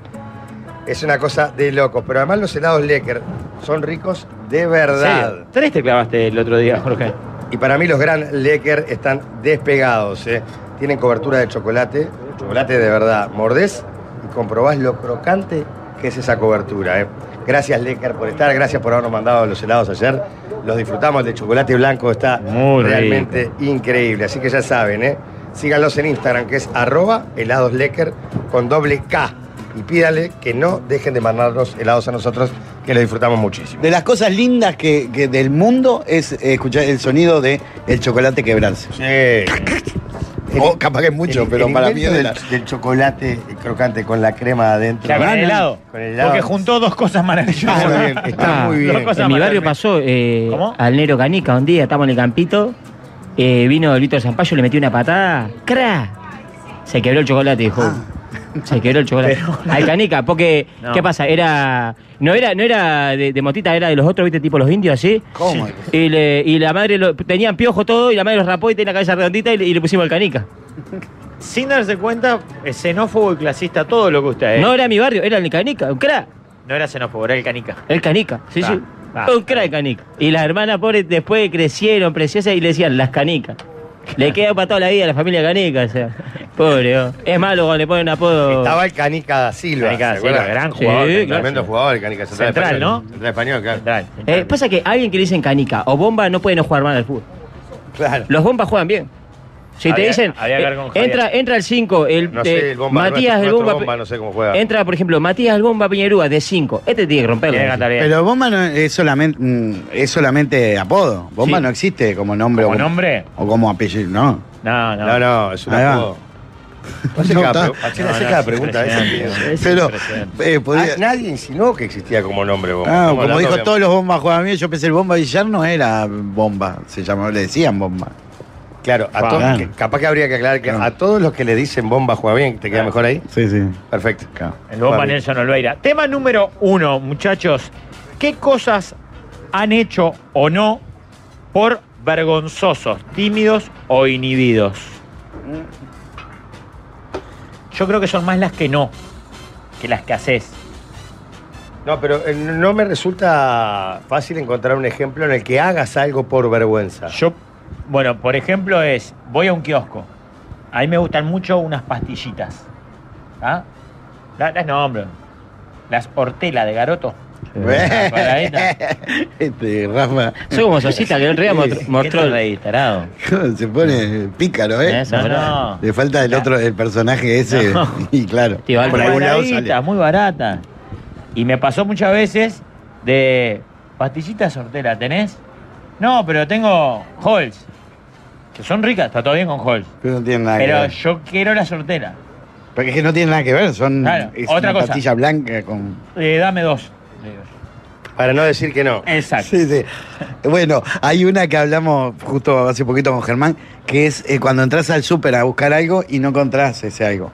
Es una cosa de locos. Pero además los helados Lecker son ricos de
¿En
verdad.
serio? Tres te clavaste el otro día, Jorge.
Y para mí los Gran Lecker están despegados, ¿eh? Tienen cobertura de chocolate, chocolate de verdad. Mordés y comprobás lo crocante que es esa cobertura, ¿eh? Gracias Lecker por estar, gracias por habernos mandado los helados ayer. Los disfrutamos, el de chocolate blanco está
Muy rico.
realmente increíble. Así que ya saben, ¿eh? Síganlos en Instagram, que es arroba heladoslecker con doble K. Y pídale que no dejen de mandarnos helados a nosotros, que los disfrutamos muchísimo.
De las cosas lindas que, que del mundo es eh, escuchar el sonido de el chocolate quebrarse. O Oh, capaz que es mucho,
Eh, El-
pero
el
para mí
invento
es de
del, del chocolate crocante con la crema adentro.
Ya, con el helado.
Con el helado.
Porque juntó dos cosas maravillosas.
Está muy bien, está
Ah,
muy
dos
bien.
cosas
En mi barrio
maravillosas.
pasó eh,
¿Cómo?
al Nero Canica un día, estamos en el campito, eh, vino el Víctor Zampayo, le metió una patada, ¡cra! Se quebró el chocolate, dijo. Se quebró el chocolate. Al Canica, porque,
No.
¿qué pasa? Era, no era, no era de, de motita, era de los otros, viste, tipo los indios así.
¿Cómo?
Y, le- y la madre, lo- tenían piojo todo, y la madre los rapó y tenía la cabeza redondita y le, y le pusimos al Canica.
Sin darse cuenta, es xenófobo y clasista todo lo que usted es.
No era mi barrio, era el Canica, un cra.
No era xenófobo, era el canica.
El canica, sí,
Ah,
sí.
ah.
un crack canica. Y las hermanas pobres después crecieron preciosas y le decían las canicas. Le queda para toda la vida a la familia canica, o sea. Pobre, oh. Es malo cuando le ponen apodo.
Estaba el Canica da Silva.
Canica da
¿se
Silva,
acuerdan?
gran
Sí,
jugador.
claro.
Tremendo jugador el Canica.
Central,
español.
¿no?
Central español, claro.
Central.
Eh, pasa que alguien que le dicen canica o bomba no puede no jugar mal al fútbol.
Claro.
Los bombas juegan bien. Si te
Había-
dicen,
había que ver con
eh,
Javier.
entra, entra el 5, el,
No sé,
eh,
el bomba.
Matías
nuestro-
el
nuestro
bomba,
no sé cómo juega.
entra por ejemplo Matías el bomba Piñerúa de 5, este tiene que romperlo.
Tiene que cantar bien.
Pero Bomba no es solamente, mm, es solamente apodo. Bomba
Sí.
no existe como nombre
¿Como
o, como,
nombre?
o como apellido, ¿no?
No, no.
No, no, es un
Ahí va.
apodo. Hace
No,
cada
está.
pre- hace- hace cada pregunta. esa, tío.
Pero eh, podía-
Ah, Nadie insinuó que existía como nombre bomba.
Ah,
Estamos
como
hablando
dijo
que-
todos los bombas juegan bien, yo pensé el bomba Villar no era bomba, se llamaba, le decían bomba.
Claro, a
Ah,
todos-
claro.
que- capaz que habría que aclarar que
Claro.
a todos los que le dicen bomba juega bien, ¿te queda
Claro.
mejor ahí?
Sí, sí.
Perfecto.
El bomba
Vale.
Nelson Olveira. Tema número uno, muchachos. ¿Qué cosas han hecho o no por vergonzosos, tímidos o inhibidos? Yo creo que son más las que no que las que haces.
No, pero eh, no me resulta fácil encontrar un ejemplo en el que hagas algo por vergüenza.
Yo, bueno, por ejemplo, es, voy a un kiosco. A mí me gustan mucho unas pastillitas. ¿Ah? La- Las nombro. Las hortelas de garoto.
Ah,
este, Rafa,
Soy como Sosita, que el otro día mostr- mostró
Mostró el tarado.
se pone pícaro, ¿eh?
Eso,
No,
¿verdad?
no.
Le falta el otro, el personaje ese.
No.
Y claro,
Tío, algo
por algún lado
Baratita,
sale.
muy barata. Y me pasó muchas veces de pastillitas sortera, ¿tenés? No, pero tengo Halls. Que son ricas, está todo bien con Halls.
Pero no tiene nada que
Pero
ver.
yo quiero la sortera.
Porque es que no tiene nada que ver, son
Claro,
es
otra
una
cosa.
pastilla blanca con.
Eh, dame dos. le digo.
Para no decir que no.
Exacto.
Sí, sí. Bueno, hay una que hablamos justo hace poquito con Germán, que es eh, cuando entras al súper a buscar algo y no encontrás ese algo.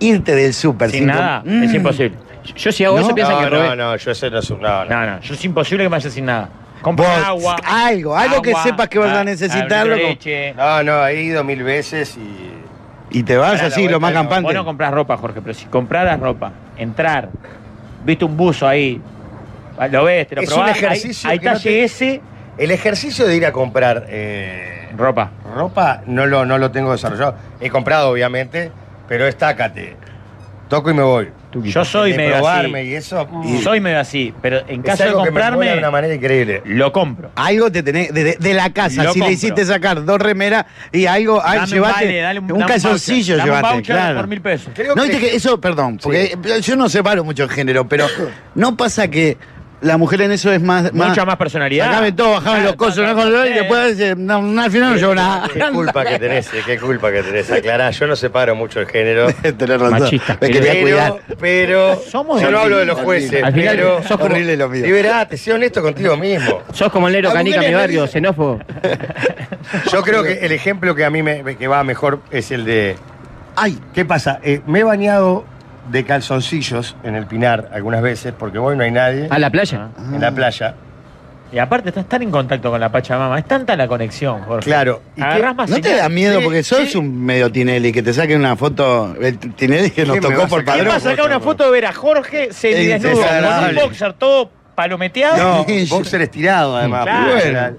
Irte del súper
Sin nada,
com-
es
Mm.
imposible.
Yo si hago
No.
eso piensan
no,
que robé.
no, no, yo eso no soy. No, no.
No, no, yo es imposible que me vaya sin nada. Comprar
Vos,
agua.
algo, algo que sepas que vas a
ah,
necesitarlo,
ah,
como-
leche.
No, no, he ido mil veces y.
Y te vas
Para la
así, lo
vuelta,
más
no.
campante.
Vos no comprás ropa, Jorge, pero si compraras ropa, entrar, viste un buzo ahí, lo ves, te lo
Es un
probás. ahí-
ejercicio
ahí
que no
talle
te-
ese,
El ejercicio de ir a comprar eh,
ropa.
ropa no lo, no lo tengo desarrollado. He comprado, obviamente, pero es tácate. Toco y me voy.
tuki.
Yo soy
de
medio
probarme
así.
y eso. mm,
Soy medio así, pero en
es
caso de
algo que me mueve de
comprarme,
una manera increíble.
lo compro.
Algo te tenés, de, de- de la casa,
Lo
si
compro.
le hiciste sacar dos remeras y algo, ay,
Dame
Ah, llevate
un, vale, dale
un,
dame voucher,
calzoncillo
dame
llevate,
un voucher
claro.
por mil pesos.
Creo
No,
que-
viste que eso, perdón, porque Eh, yo no separo mucho el género, pero no pasa que la mujer en eso es más.
Mucha más personalidad.
Sacame todo, bajame
Claro,
los cosos,
claro,
una cosa,
claro,
y
sí.
después eh, no, no, al final no llevo nada.
Qué culpa que tenés, eh, qué culpa que tenés. Aclará, yo no separo mucho el género.
Tenés razón.
Machista.
Me quería
Pero,
cuidar.
pero.
Somos
yo no
horrible,
hablo de los jueces.
Al final,
pero,
sos como-
Horrible lo mío.
Liberate, sé honesto contigo mismo.
Sos como el Nero
Las
Canica, mi
mujeres
barrio,
me dicen-
xenófobo.
Yo creo que el ejemplo que a mí me que va mejor es el de.
Ay,
¿Qué pasa? Eh, me he bañado de calzoncillos en el Pinar algunas veces porque hoy no hay nadie
A la playa.
en la playa.
Y aparte estás tan en contacto con la Pachamama, es tanta la conexión, Jorge.
Claro. ¿Y qué-
Agarrás más
¿no te
señal.
da miedo? Porque
Sí,
sos
sí.
un medio Tinelli, que te saquen una foto. El Tinelli que nos
¿Qué me vas
tocó
a
por
sacar?
¿Qué
padrón.
pasa acá una foto de ver a Jorge semidesnudo con un
Desagradable.
boxer todo palometeado?
No, boxer estirado además.
Claro.
porque
Bueno.
era-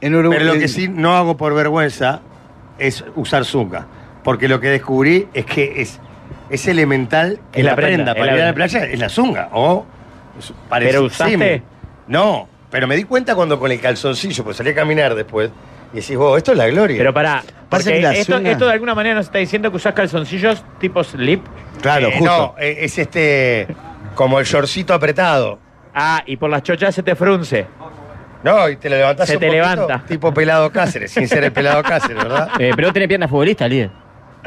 En Uruguay.
Pero lo que sí no hago por vergüenza es usar zunga. Porque lo que descubrí es que es, es elemental que
Es la
la prenda,
prenda, es
para
la
ir a la
prenda.
playa es la zunga. O es- parece
¿Pero usaste?
símil. No, pero me di cuenta cuando con el calzoncillo, pues salí a caminar después, y decís, vos, esto es la gloria.
Pero pará,
Pasa
porque
que la
esto,
zona-
esto de alguna manera nos está diciendo que usás calzoncillos tipo slip.
Claro,
Eh, No,
justo.
eh, es este. como el shortcito apretado.
Ah, y por las chochas se te frunce.
No, y te lo levantás
Se
un
te
poquito,
levanta.
Tipo pelado Cáceres, sin ser el pelado Cáceres, ¿verdad?
Eh, pero vos tenés piernas futbolistas, líder.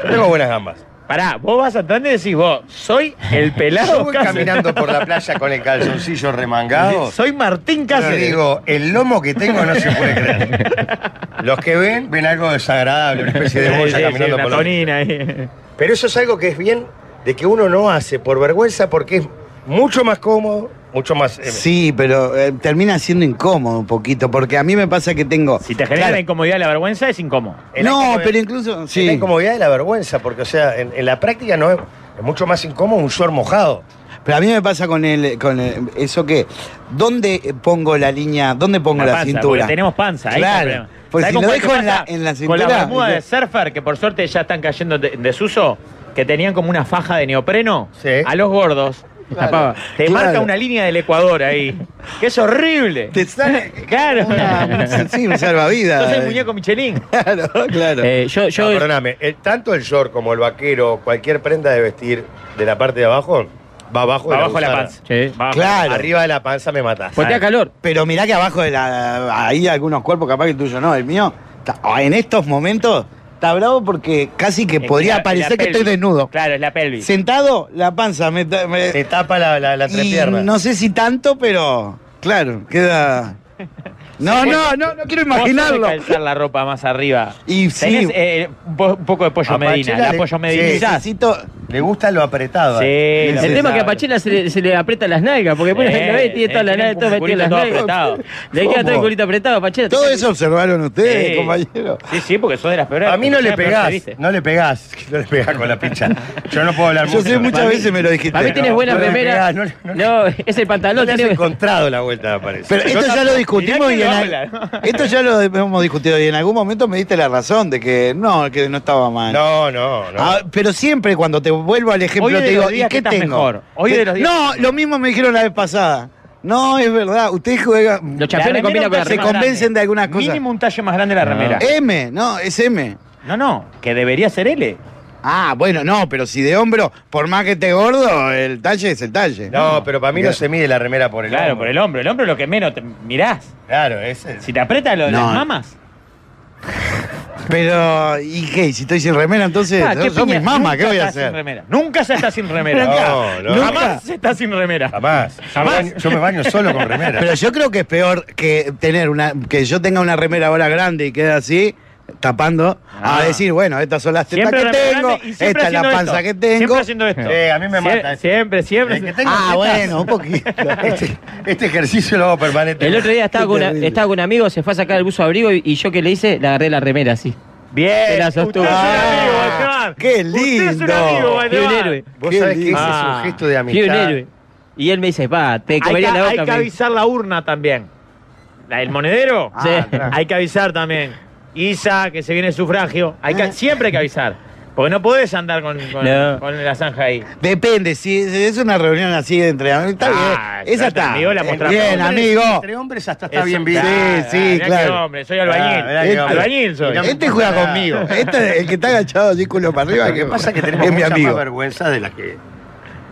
Yo tengo buenas gambas.
Pará, vos vas a Tandil y decís vos, soy el pelado
Yo voy
Cáceres.
caminando por la playa con el calzoncillo remangado.
Soy Martín
Pero
Cáceres.
digo, el lomo que tengo no se puede creer. Los que ven, ven algo desagradable, una especie de
Sí, sí,
boya
sí,
caminando
una
por la...
tonina ahí.
Pero eso es algo que es bien de que uno no hace por vergüenza porque es mucho más cómodo, mucho más... eh,
Sí, pero eh, termina siendo incómodo un poquito, porque a mí me pasa que tengo.
Si te genera
Claro.
la incomodidad y la vergüenza, es incómodo.
el
No,
incómodo-
pero incluso.
es La
Sí.
incomodidad de la vergüenza, porque, o sea, en, en la práctica no es, es mucho más incómodo un short mojado.
Pero a mí me pasa con el, con el- eh, eso que, ¿dónde pongo la línea, dónde pongo la,
panza,
cintura?
porque tenemos panza, ahí está el
Claro.
problema.
Pues
¿Sabés
si
con
lo
cuál te
dejo en la,
pasa?
en la
Con la
cintura.
bermuda de surfer, que por suerte ya están cayendo de- en desuso, que tenían como una faja de neopreno,
Sí.
a los gordos. tapaba. Te
Claro.
marca una línea del Ecuador ahí. Que es horrible.
te sale
Claro.
una, sí, un
Entonces
salvavidas.
el muñeco Michelin.
Claro, claro.
Eh, yo,
No,
yo,
perdóname, el- tanto el short como el vaquero, cualquier prenda de vestir de la parte de abajo, va abajo
Va
de
abajo de la
gusana.
panza.
Sí.
Va abajo.
Claro.
Arriba de la panza me matás.
porque te da calor.
Ah, Pero mirá que abajo de la. Ahí algunos cuerpos, capaz que el tuyo no, el mío. está- en estos momentos está bravo porque casi que
Es
podría
la-
parecer
la
que estoy
pelvis.
Ah.
desnudo. Claro, es la pelvis.
Sentado, la panza me. Ah, me-
Te tapa la, la, la
y
entrepierna.
no sé si tanto, pero. Claro, queda. No, no, no, no quiero
Vos
imaginarlo.
sabés calzar la ropa más arriba.
Y sí.
Tenés eh, un po- un poco de pollo
Apachela
medina, la
le-
pollo medinizás. Sí,
Necesito.
Le gusta lo
Ah,
apretado. eh.
la
el tema es que a
verdad.
Pachela se le, se le aprieta las nalgas, porque pone
Eh,
la ve y tiene todas
eh,
las
tiene
nalgas,
un
todas metidas
culito
las
todo apretado.
nalgas. Le queda todo el
¿Cómo?
culito apretado, Pachela.
Todo eso observaron ustedes,
Sí.
compañero.
Sí, sí, porque sos de las peores.
A mí no
porque
le
sos de las
pegás.
peores, ¿viste?
No le pegás. No le pegás con la pincha. Yo no puedo hablar
Yo sé muchas
Para mí-
veces me lo dijiste.
Para mí tienes
No,
buena
no le
remera.
pegás, no le- no le-
No, es el
No
pantalón.
le has
tiene-
encontrado la vuelta, me parece.
Pero esto ya lo discutimos
que
y en
lo
al-
habla.
esto ya lo hemos discutido y en algún momento me diste la razón de que no, que no estaba mal.
No, no, no.
Ah, pero siempre cuando te vuelvo al
Hoy
ejemplo
de
te
los
digo, ¿y
días que
qué
estás
tengo?
mejor. Hoy de los días-
No, lo mismo me dijeron la vez pasada. No, es verdad, usted juega
Los campeones
remera
combinan con la
un talle
se
remera.
más
convencen de algunas cosas. Ah. Eh.
Mínimo un talle más grande la remera.
M, no, es M.
No, no, que debería ser L.
Ah, bueno, no, pero si de hombro, por más que esté gordo, el talle es el talle.
No, pero para mí no se mide la remera por el
Claro,
hombro.
por el hombro. El hombro es lo que menos te mirás.
Claro, ese.
Si te aprieta lo,
No.
las mamas.
Pero, ¿y qué? Y Si estoy sin remera, entonces
Ah, qué
son
piña.
mis mamas, ¿qué
Nunca
voy a
estás sin
hacer?
remera. Nunca se está sin remera.
No, no.
Jamás se está sin remera.
Jamás. Yo me
Jamás.
baño- Yo me baño solo con remera.
Pero yo creo que es peor que tener una, que yo tenga una remera ahora grande y quede así, tapando,
Ah.
a decir, bueno, estas son las tetas
Siempre
que tengo,
rememorando y
esta
siempre
es la
haciendo
panza
esto.
que tengo.
Siempre haciendo esto.
Sí, a mí me
Sie-
mata eso.
Siempre, siempre.
El que tenga
ah,
tetas,
bueno, un poquito.
Este, este ejercicio lo hago permanente.
El otro día estaba
Qué
con, una-
terrible.
estaba con un amigo, se fue a sacar el buzo abrigo y, y yo que le hice, le agarré la remera así.
Bien.
Te la
Usted es un
sostuvo.
amigo,
Ah,
Esteban.
qué
Usted es un
lindo.
amigo,
Fui un
Esteban. Ah.
héroe.
Vos
Qué
sabés que ese
lindo.
es un gesto de
Fui un
amistad.
héroe. Y él me dice, va, te
Hay que,
comería la
hay
boca.
que
me dice.
avisar la urna también. La del monedero.
Ah,
Sí.
Ah.
Hay que avisar también. Isa, que se viene el sufragio. Hay que, siempre hay que avisar. Porque no podés andar con, con-
No.
con la zanja ahí.
Depende, si es- es una reunión así entre amigos, está
Ah,
bien.
ya
Esa
está,
está.
amigo, la mostramos.
bien, amigo.
Entre hombres hasta está
Eso-
bien visto.
Ah,
Sí, sí,
mirá qué
claro.
hombre, soy albañil.
Ah, mirá qué
Este-
hombre.
albañil soy.
Mirá,
Este juega conmigo. Este, el que está agachado así culo para arriba,
Lo
que
que pasa es que tenemos
es mi
mucha más
amigo.
vergüenza de las que,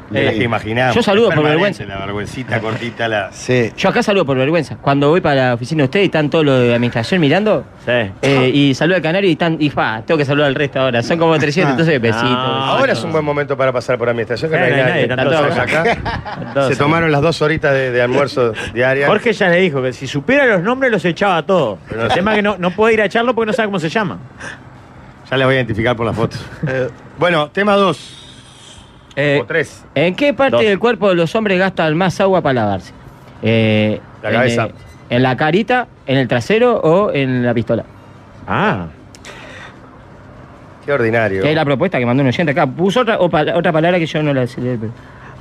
de las
Eh,
que imaginamos.
yo saludo
Es
por
permanente,
vergüenza.
La vergüencita cortita, la...
Sí.
Yo acá saludo por vergüenza. Cuando voy para la oficina de ustedes y están todos los de administración mirando,
Sí.
eh, y saludo al canario y están, y pa, tengo que saludar al resto ahora. Son como 300, entonces besito.
Ah,
Ahora
no.
es un buen momento para pasar por administración, que no hay
Claro, no
nadie.
hay nadie,
Están todos
tanto
acá.
Dos.
Se tomaron las dos horitas de, de almuerzo diaria.
Jorge ya le dijo que si supiera los nombres los echaba a todos.
Pero
el
no-
tema es que no, no puede ir a echarlo porque no sabe cómo se llama.
Ya les voy a identificar por las fotos. Eh, bueno, tema 2
Eh,
o 3.
¿En qué parte
Dos.
del cuerpo de los hombres gastan más agua para lavarse? Eh,
La cabeza.
En, eh, en la carita, en el trasero o en la pistola?
Ah.
Qué ordinario.
Que es la propuesta que mandó un oyente acá. Puso otra, o pa- otra palabra que yo no la sé leer, pero-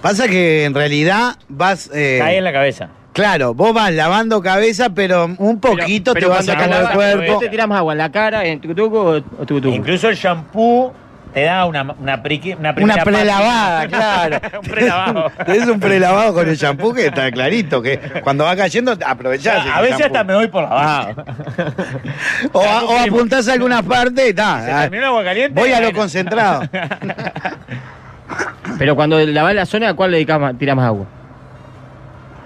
Pasa que en realidad vas. eh,
Cae en la cabeza.
Claro, vos vas lavando cabeza, pero un poquito
pero
te vas
cuando
sacando del
lavas,
cuerpo.
¿Vos
este
te tirás más agua en la cara, en tu tucu o, o tu tucu?
Incluso el shampoo te da una, una, priqui- una primera
Una prelavada,
pata.
claro.
un prelavado.
Es un prelavado con el champú que está clarito, que cuando va cayendo aprovechás.
Ya, a
el
veces
shampoo.
hasta me voy por lavado.
O, a- o apuntás a alguna parte y
Se
ta,
terminó el agua caliente.
Voy a lo
bueno.
concentrado.
Pero cuando lavás la zona, ¿a cuál le dedicás más, tirás más agua?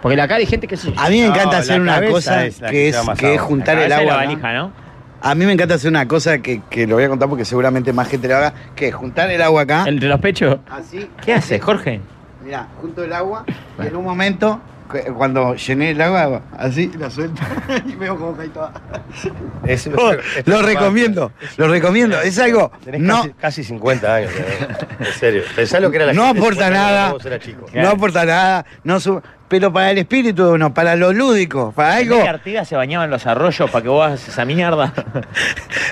Porque la cara hay gente que se...
A mí me
No,
encanta
la
hacer una
cabeza
cosa
es la que
que es,
lleva más
que es
agua.
juntar el
Cabeza y
agua.
la
¿no?
valija, ¿no?
A mí me encanta hacer una cosa que, que lo voy a contar porque seguramente más gente lo haga, que es juntar el agua acá.
¿Entre los pechos?
Así.
¿Qué haces, Jorge?
Mirá, junto el agua y en un momento, cu- cuando llené el agua, así la suelto y veo cómo cae toda.
Es- es-
Oh, Lo recomiendo, lo recomiendo. Es algo,
Tenés
no,
casi, casi 50 años. ¿no? En serio. Pensá lo que era la
No
gente de
aporta
50 años
nada.
cuando vos eras chico.
no aporta nada, no suma- pero para el espíritu de uno, para lo lúdico, para algo.
Enrique Artigas se bañaba en los arroyos para que vos hagas esa mierda.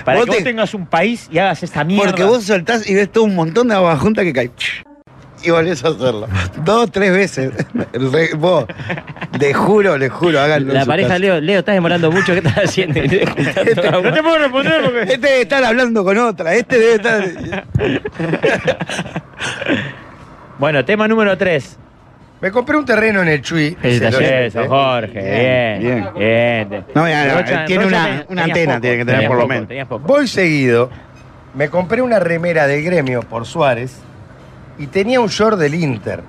para
Vos
que vos
te-
tengas un país y hagas esta mierda.
Porque vos soltás y ves todo un montón de agua junta que cae. Y volvés a hacerlo. Dos, tres veces. Re- vos, le juro, le juro, háganlo. en
La
su
pareja,
casa.
Leo, Leo, estás demorando mucho, ¿qué estás haciendo? Juntando agua.
No te puedo responder porque.
Este debe estar hablando con otra, este debe estar.
Bueno, tema número 3.
Me compré un terreno en el Chuy.
Felicitaciones, San Jorge. Bien. Bien.
Bien. No, mira, mira,
Rocha-
tiene
Rocha
una,
ten-
una
tenías
antena,
poco,
tiene que tener
tenías
por lo
poco,
menos.
tenías poco.
Voy seguido. Me compré una remera del gremio por Suárez y tenía un short del Inter.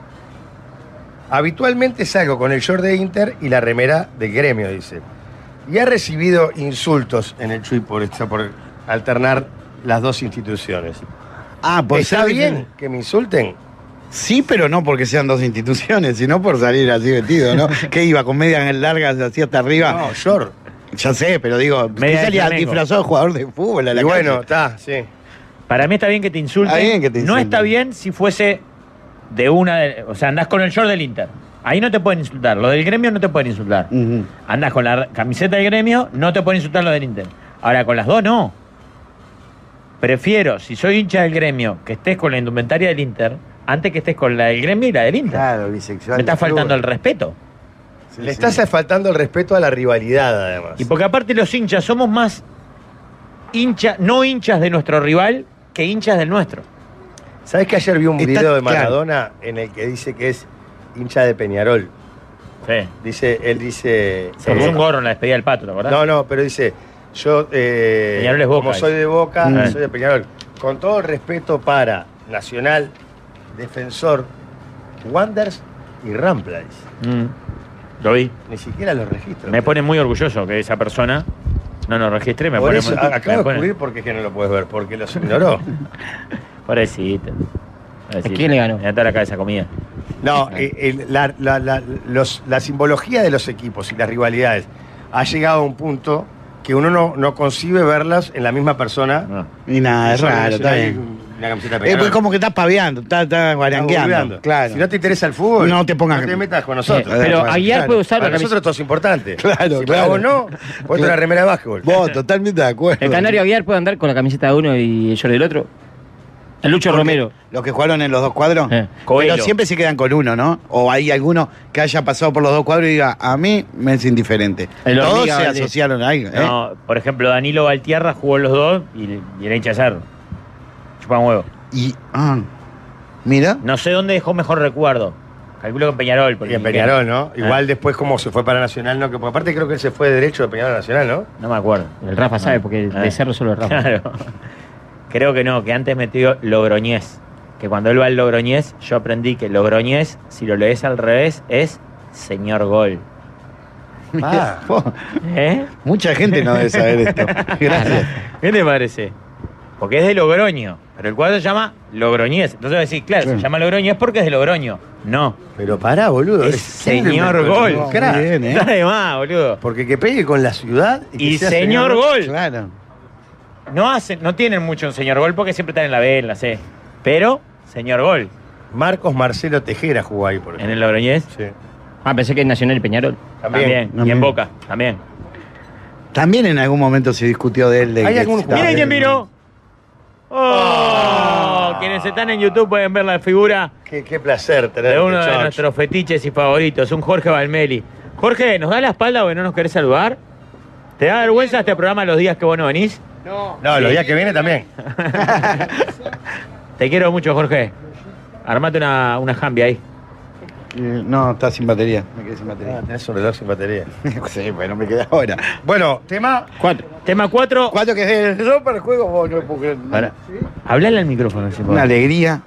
Habitualmente salgo con el short de Inter y la remera del gremio, dice. Y ha recibido insultos en el Chuy por, esto, por alternar las dos instituciones.
Ah, por
¿Está
ser-
bien que me insulten?
Sí, pero no porque sean dos instituciones, sino por salir así vestido, ¿no? que iba con medias largas así hasta arriba.
No, short.
Ya sé, pero digo,
Media de
que salía
flamenco.
disfrazado de jugador de fútbol a la
Y bueno,
bueno,
está, sí.
Para mí está bien que te insulten.
Está bien que te
No
insulten.
está bien si fuese de una. de- o sea, andás con el short del Inter. Ahí no te pueden insultar. Lo del gremio no te pueden insultar. Andás con la camiseta del gremio, no te pueden insultar lo del Inter. Ahora, con las dos, no. Prefiero, si soy hincha del gremio, que estés con la indumentaria del Inter, antes que estés con la del gremio y la del Inter.
Claro, bisexual.
Me está faltando el respeto.
Le estás faltando el respeto a la rivalidad, además.
Y porque aparte los hinchas somos más hinchas, no hinchas de nuestro rival que hinchas del nuestro.
¿Sabes que ayer vi un
Está
video de
claro.
Maradona en el que dice que es hincha de Peñarol?
Sí.
Dice, él dice.
Se
eh,
puso un gorro en la despedida del pato, ¿te acordás?
no, no, pero dice, yo eh,
Peñarol es Boca,
como soy
dice.
de Boca,
Mm.
soy de Peñarol. Con todo el respeto para Nacional, Defensor, Wanders y Rampla, dice.
Mm. Lo vi.
Ni siquiera los registro.
Me pone muy orgulloso que esa persona no nos registre. Me
Por
pone
eso,
muy.
a- acabo
me
de
pone-
descubrir por qué es que no lo puedes ver, porque los ignoró.
Pobrecito. Pobrecito.
¿A quién le ganó?
Me da la cabeza comida. Ah.
No, eh, eh, la, la- la- los- la simbología de los equipos y las rivalidades ha llegado a un punto que uno no, no concibe verlas en la misma persona.
No.
Y nada, es
Solo
raro, está
Nacional y
bien. Eh, pues,
Una camiseta de
Es
Peñarol.
como que estás paveando, estás, estás
Estás
guarangueando.
boludeando.
Claro.
Si no te interesa el fútbol,
No te pongas-
no te metas con
Eh,
nosotros.
pero
Claro,
Aguiar
claro.
puede usar
Para
la camiseta.
nosotros todo es importante.
Claro,
si para
claro.
vos no, ponte una remera de básquetbol.
Vos, totalmente de acuerdo.
El canario Aguiar puede andar con la camiseta de uno y el short del otro. El Lucho
Porque
Romero.
Los que jugaron en los dos cuadros.
Eh,
Coelho.
Pero siempre se quedan con uno, ¿no? O hay alguno que haya pasado por los dos cuadros y diga, a mí me es indiferente.
El
Todos se
hormiga Valdés.
asociaron a alguien. ¿eh?
No, por ejemplo, Danilo Valtierra jugó los dos y, y era hincha de cerro. chupan huevo.
Y. Ah, mira.
No sé dónde dejó mejor recuerdo. Calculo que en Peñarol.
Y en Peñarol, ¿no?
Ah.
Igual después como se fue para Nacional, ¿no? Que, porque aparte creo que él se fue de derecho de Peñarol a Nacional, ¿no?
No me acuerdo.
El Rafa sabe, porque el
Ah.
de Cerro solo es Rafa.
Claro. Creo que no, que antes metió Logroñés. Que cuando él va al Logroñés, yo aprendí que Logroñés, si lo lees al revés, es señor gol.
Ah.
Po,
¿Eh?
Mucha gente no debe saber esto. Gracias.
¿Qué te parece? Porque es de Logroño, pero el cuadro se llama Logroñés. Entonces vas a decir, claro, se
Sí.
llama Logroñés porque es de Logroño. No,
Pero pará, boludo.
es señor gol.
Un crack.
Bien, ¿eh?
Está de más, boludo.
Porque que pegue con la ciudad que
Y
sea
señor gol.
Claro.
No hacen, no tienen mucho en señor gol porque siempre están en la B, en la C. Pero, señor gol,
Marcos Marcelo Tejera jugó ahí, por
en
ejemplo.
el Logroñés,
Sí.
Ah, pensé que es Nacional y Peñarol.
también. Y en
también.
Boca, también.
También en algún momento se discutió de él. De
Hay
que
algún-
estaba-
Miren quién vino. ¡Oh! Quienes están en YouTube pueden ver la figura
Qué, qué placer tener este
de uno de nuestros fetiches y favoritos, un Jorge Valmeli. Jorge, ¿nos da la espalda porque no nos querés saludar? ¿Te da vergüenza este programa los días que vos no venís?
No, los días que viene también.
Te quiero mucho, Jorge. Armate una, una jambia ahí.
Eh, No, está sin batería. Me quedé sin batería.
Ah, Tenés un reloj sin batería.
sí, bueno, me quedé ahora.
Bueno, tema.
Cuatro.
Tema 4.
Cuatro que es el ropa el juego, vos no lo puedo creer.
Pará. Hablale al micrófono. si podés.
Una alegría.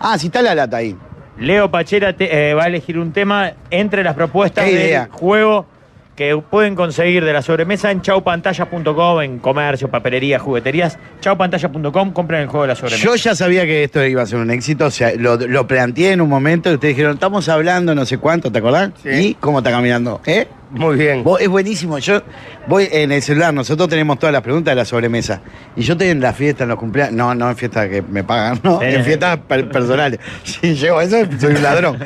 Ah, si está la lata ahí.
Leo Pachera te- eh, va a elegir un tema entre las propuestas
Qué
del
idea.
juego que pueden conseguir de la sobremesa en chaupantallas.com, en comercio, papelería, jugueterías. Chaupantallas.com, compren el juego de la sobremesa.
Yo ya sabía que esto iba a ser un éxito, o sea, lo, lo planteé en un momento y ustedes dijeron, estamos hablando no sé cuánto, ¿te acordás?
Sí.
¿Y cómo está caminando? ¿Eh?
Muy bien.
Vos- es buenísimo, yo voy en el celular, nosotros tenemos todas las preguntas de la sobremesa. Y yo estoy en la fiesta, en los cumpleaños, no, no en fiestas que me pagan, no,
Sí.
en fiestas per- personales. Si llego a eso, soy un ladrón.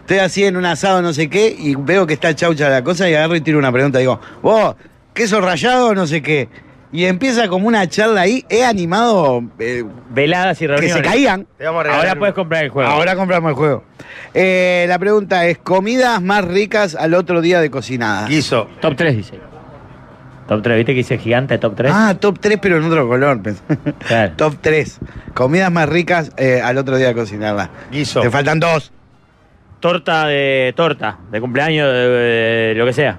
Estoy así en un asado, no sé qué, y veo que está chaucha la cosa y agarro y tiro una pregunta. Digo, vos, queso rallado, no sé qué. Y empieza como una charla ahí, he animado eh,
Veladas y
que
reuniones.
se caían.
Te vamos a regalar
Ahora
un-
puedes comprar el juego.
Ahora compramos el juego. Eh, la pregunta es, comidas más ricas al otro día de cocinadas.
Guiso.
Top 3, dice.
Top 3, ¿viste que dice gigante top 3?
Ah, top 3, pero en otro color. pensé.
Claro.
top 3. Comidas más ricas eh, al otro día de cocinarlas.
Guiso.
Te faltan dos.
Torta de torta, de cumpleaños, de, de- lo que sea.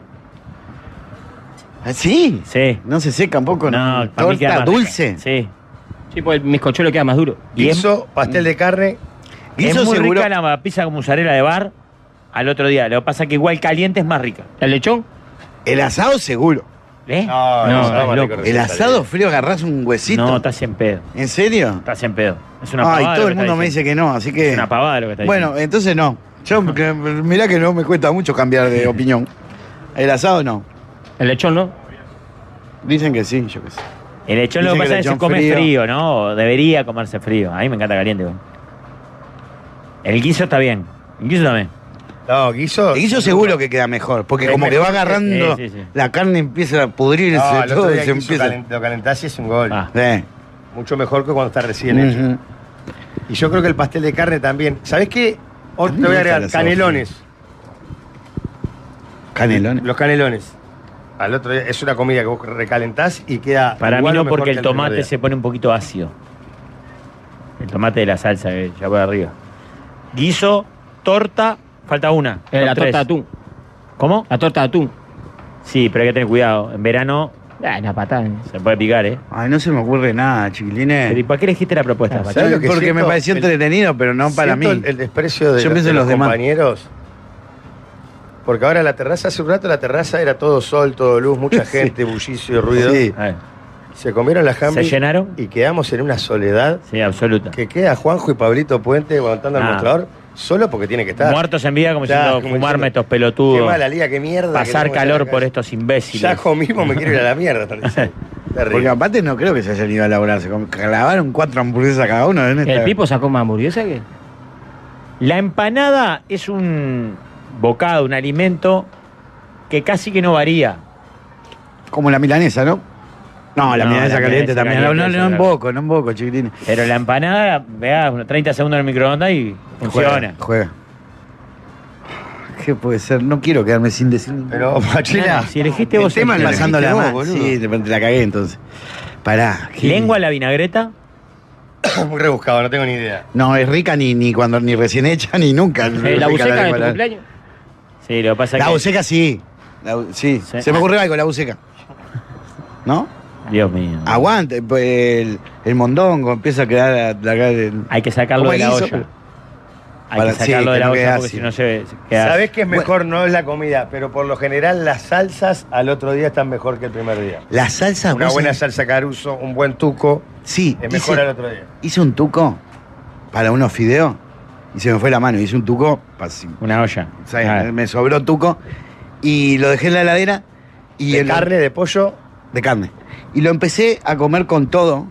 ¿Ah, sí?
Sí.
No se secan poco, ¿no?
para mí queda
Torta
más rica.
dulce.
Sí.
Sí, pues el bizcochuelo queda más duro.
Y es-
Guiso, pastel de carne.
Guiso
es muy
seguro.
rica la pizza con mozzarella de bar al otro día. Lo que pasa es que igual caliente es más rica.
¿El lechón?
El asado seguro.
¿Eh?
No,
está
es
más
loco.
rico que
El
está
asado
bien.
frío agarrás un huesito.
No, estás en pedo.
¿En serio?
Estás en pedo. Es una pavada.
Ay,
lo
todo
que
el mundo
está
me dice
diciendo.
que no, así
Es
que...
una pavada lo que está diciendo.
Bueno, entonces no. Yo, que- mirá que no me cuesta mucho cambiar de opinión. El asado no.
¿El lechón no?
Dicen que sí, yo qué sé.
el lechón
dicen
lo que
que
pasa es que se
lechón
come frío.
frío.
¿no? O debería comerse frío. A mí me encanta caliente, güey. El guiso está bien. El guiso también.
No, guiso.
El guiso seguro que queda mejor, porque
Es
como que va
mejor.
agarrando,
eh, Sí, sí, sí.
la carne empieza a pudrirse,
No, el otro
todo
día
se
guiso
empieza. Eh.
calen- lo calentás y es un gol.
Ah.
Sí.
Mucho mejor que cuando está recién hecho.
Ujú.
Y yo creo que el pastel de carne también. ¿Sabés qué? O-
A mí
te voy
me
a
gusta el
agregar
asado
canelones.
Canelones.
Los canelones. Al otro día es una comida que vos recalentás y queda.
Para mí
igual o
no,
mejor
porque
que
el
primer
tomate
día.
se pone un poquito ácido. El tomate de la salsa, que ya por arriba. Guiso, torta, falta una.
Eh, la
Son tres.
torta de atún.
¿Cómo?
La torta de atún.
Sí, pero hay que tener cuidado. En verano
Ah, una patada. ¿no?
se puede picar, ¿eh?
Ay, no se me ocurre nada,
Pero ¿y
chiquilines.
para qué elegiste la propuesta?
Ah,
Pacho?
¿sabes lo que
Porque me
siento?
pareció
El-
entretenido, pero no para mí.
Siento El, el desprecio de,
Yo
los-
pienso
de
en
los,
los demás.
compañeros. Porque ahora la terraza, hace un rato la terraza era todo sol, todo luz, mucha
Sí.
gente, bullicio, ruido.
Sí.
A ver,
Se comieron las
¿Se
jambas
llenaron?
y quedamos en una soledad
Sí, absoluta.
que queda Juanjo y Pablito Puente aguantando al
Ah.
mostrador solo porque tiene que estar.
Muertos en vida, como
Claro,
diciendo,
como
fumarme
diciendo,
estos
Qué
pelotudos.
mala liga, qué mierda. que
Pasar
tenemos acá en
calor
la
por
calle.
estos imbéciles.
Ya comimos, me quiero ir a la mierda. están diciendo.
Porque
Terrible.
aparte no creo que se hayan ido a laburar, se com- clavaron cuatro hamburguesas cada uno en esta.
¿El Pipo sacó más hamburguesa que...?
La empanada es un bocado, un alimento que casi que no varía.
Como la milanesa, ¿no? No, la
No,
milanesa
la
caliente
milanesa
también.
caliente,
no, no, no
claro.
en boco, no en boco, chiquilines.
Pero la empanada, veas, unos 30 segundos en el microondas y funciona.
Juega. ¿Qué puede ser? No quiero quedarme sin decir ningún-
Pero, Pachela,
Si elegiste
el
vos
tema
el-
lo
pasando la
elegiste
mano.
vos, boludo.
Sí, te te la cagué entonces. Pará. ¿qué?
lengua a la vinagreta,
Muy rebuscado, no tengo ni idea.
No, es rica ni, ni cuando ni recién hecha ni nunca.
Eh,
Rica
Ah,
la buceca de tu
igual.
cumpleaños.
Sí, lo que pasa es
La
que.
buceca sí. La bu- sí.
Sí.
Se me ocurrió algo, la buceca. ¿No?
Dios mío.
Aguante, pues, el, el mondongo empieza a quedar la, la- el-
Hay que sacarlo
¿Cómo
de la
hizo?
olla. Hay
Para-
que
sí,
sacarlo de
que
la
no
olla
quede
porque
ácido.
si no se queda.
Sabés que es mejor, no es la comida, pero por lo general las salsas al otro día están mejor que el primer día.
la salsa.
Una
vos
buena
sabés-
salsa caruso, un buen tuco,
Sí,
es mejor al
hice,
otro día.
hice un tuco para unos fideos y se me fue la mano. Hice un tuco para cinco.
Una olla.
O sea,
Ah,
Me sobró tuco y lo dejé en la heladera. Y
de
el-
carne, de pollo,
de carne. Y lo empecé a comer con todo.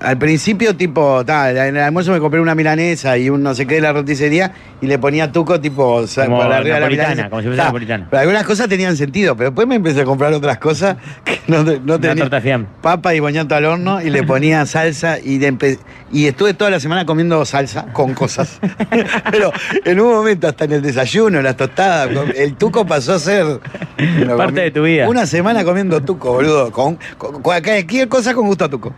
Al principio, tipo, ta, en el almuerzo me compré una milanesa y un no sé qué de la roticería y le ponía tuco, tipo, o sea,
Como
de la
napolitana,
milanesa.
como si fuese
Ta,
napolitana.
Pero algunas cosas tenían sentido, pero después me empecé a comprar otras cosas que no, te- no
Una
tenían.
torta fiam.
Papa y boñato al horno y le ponía salsa y, le empe- y estuve toda la semana comiendo salsa con cosas. Pero en un momento, hasta en el desayuno, las tostadas, con- el tuco pasó a ser. lo
Parte de tu vida.
Una semana comiendo tuco, boludo. Con, con- con cualquier cosa con gusto a tuco.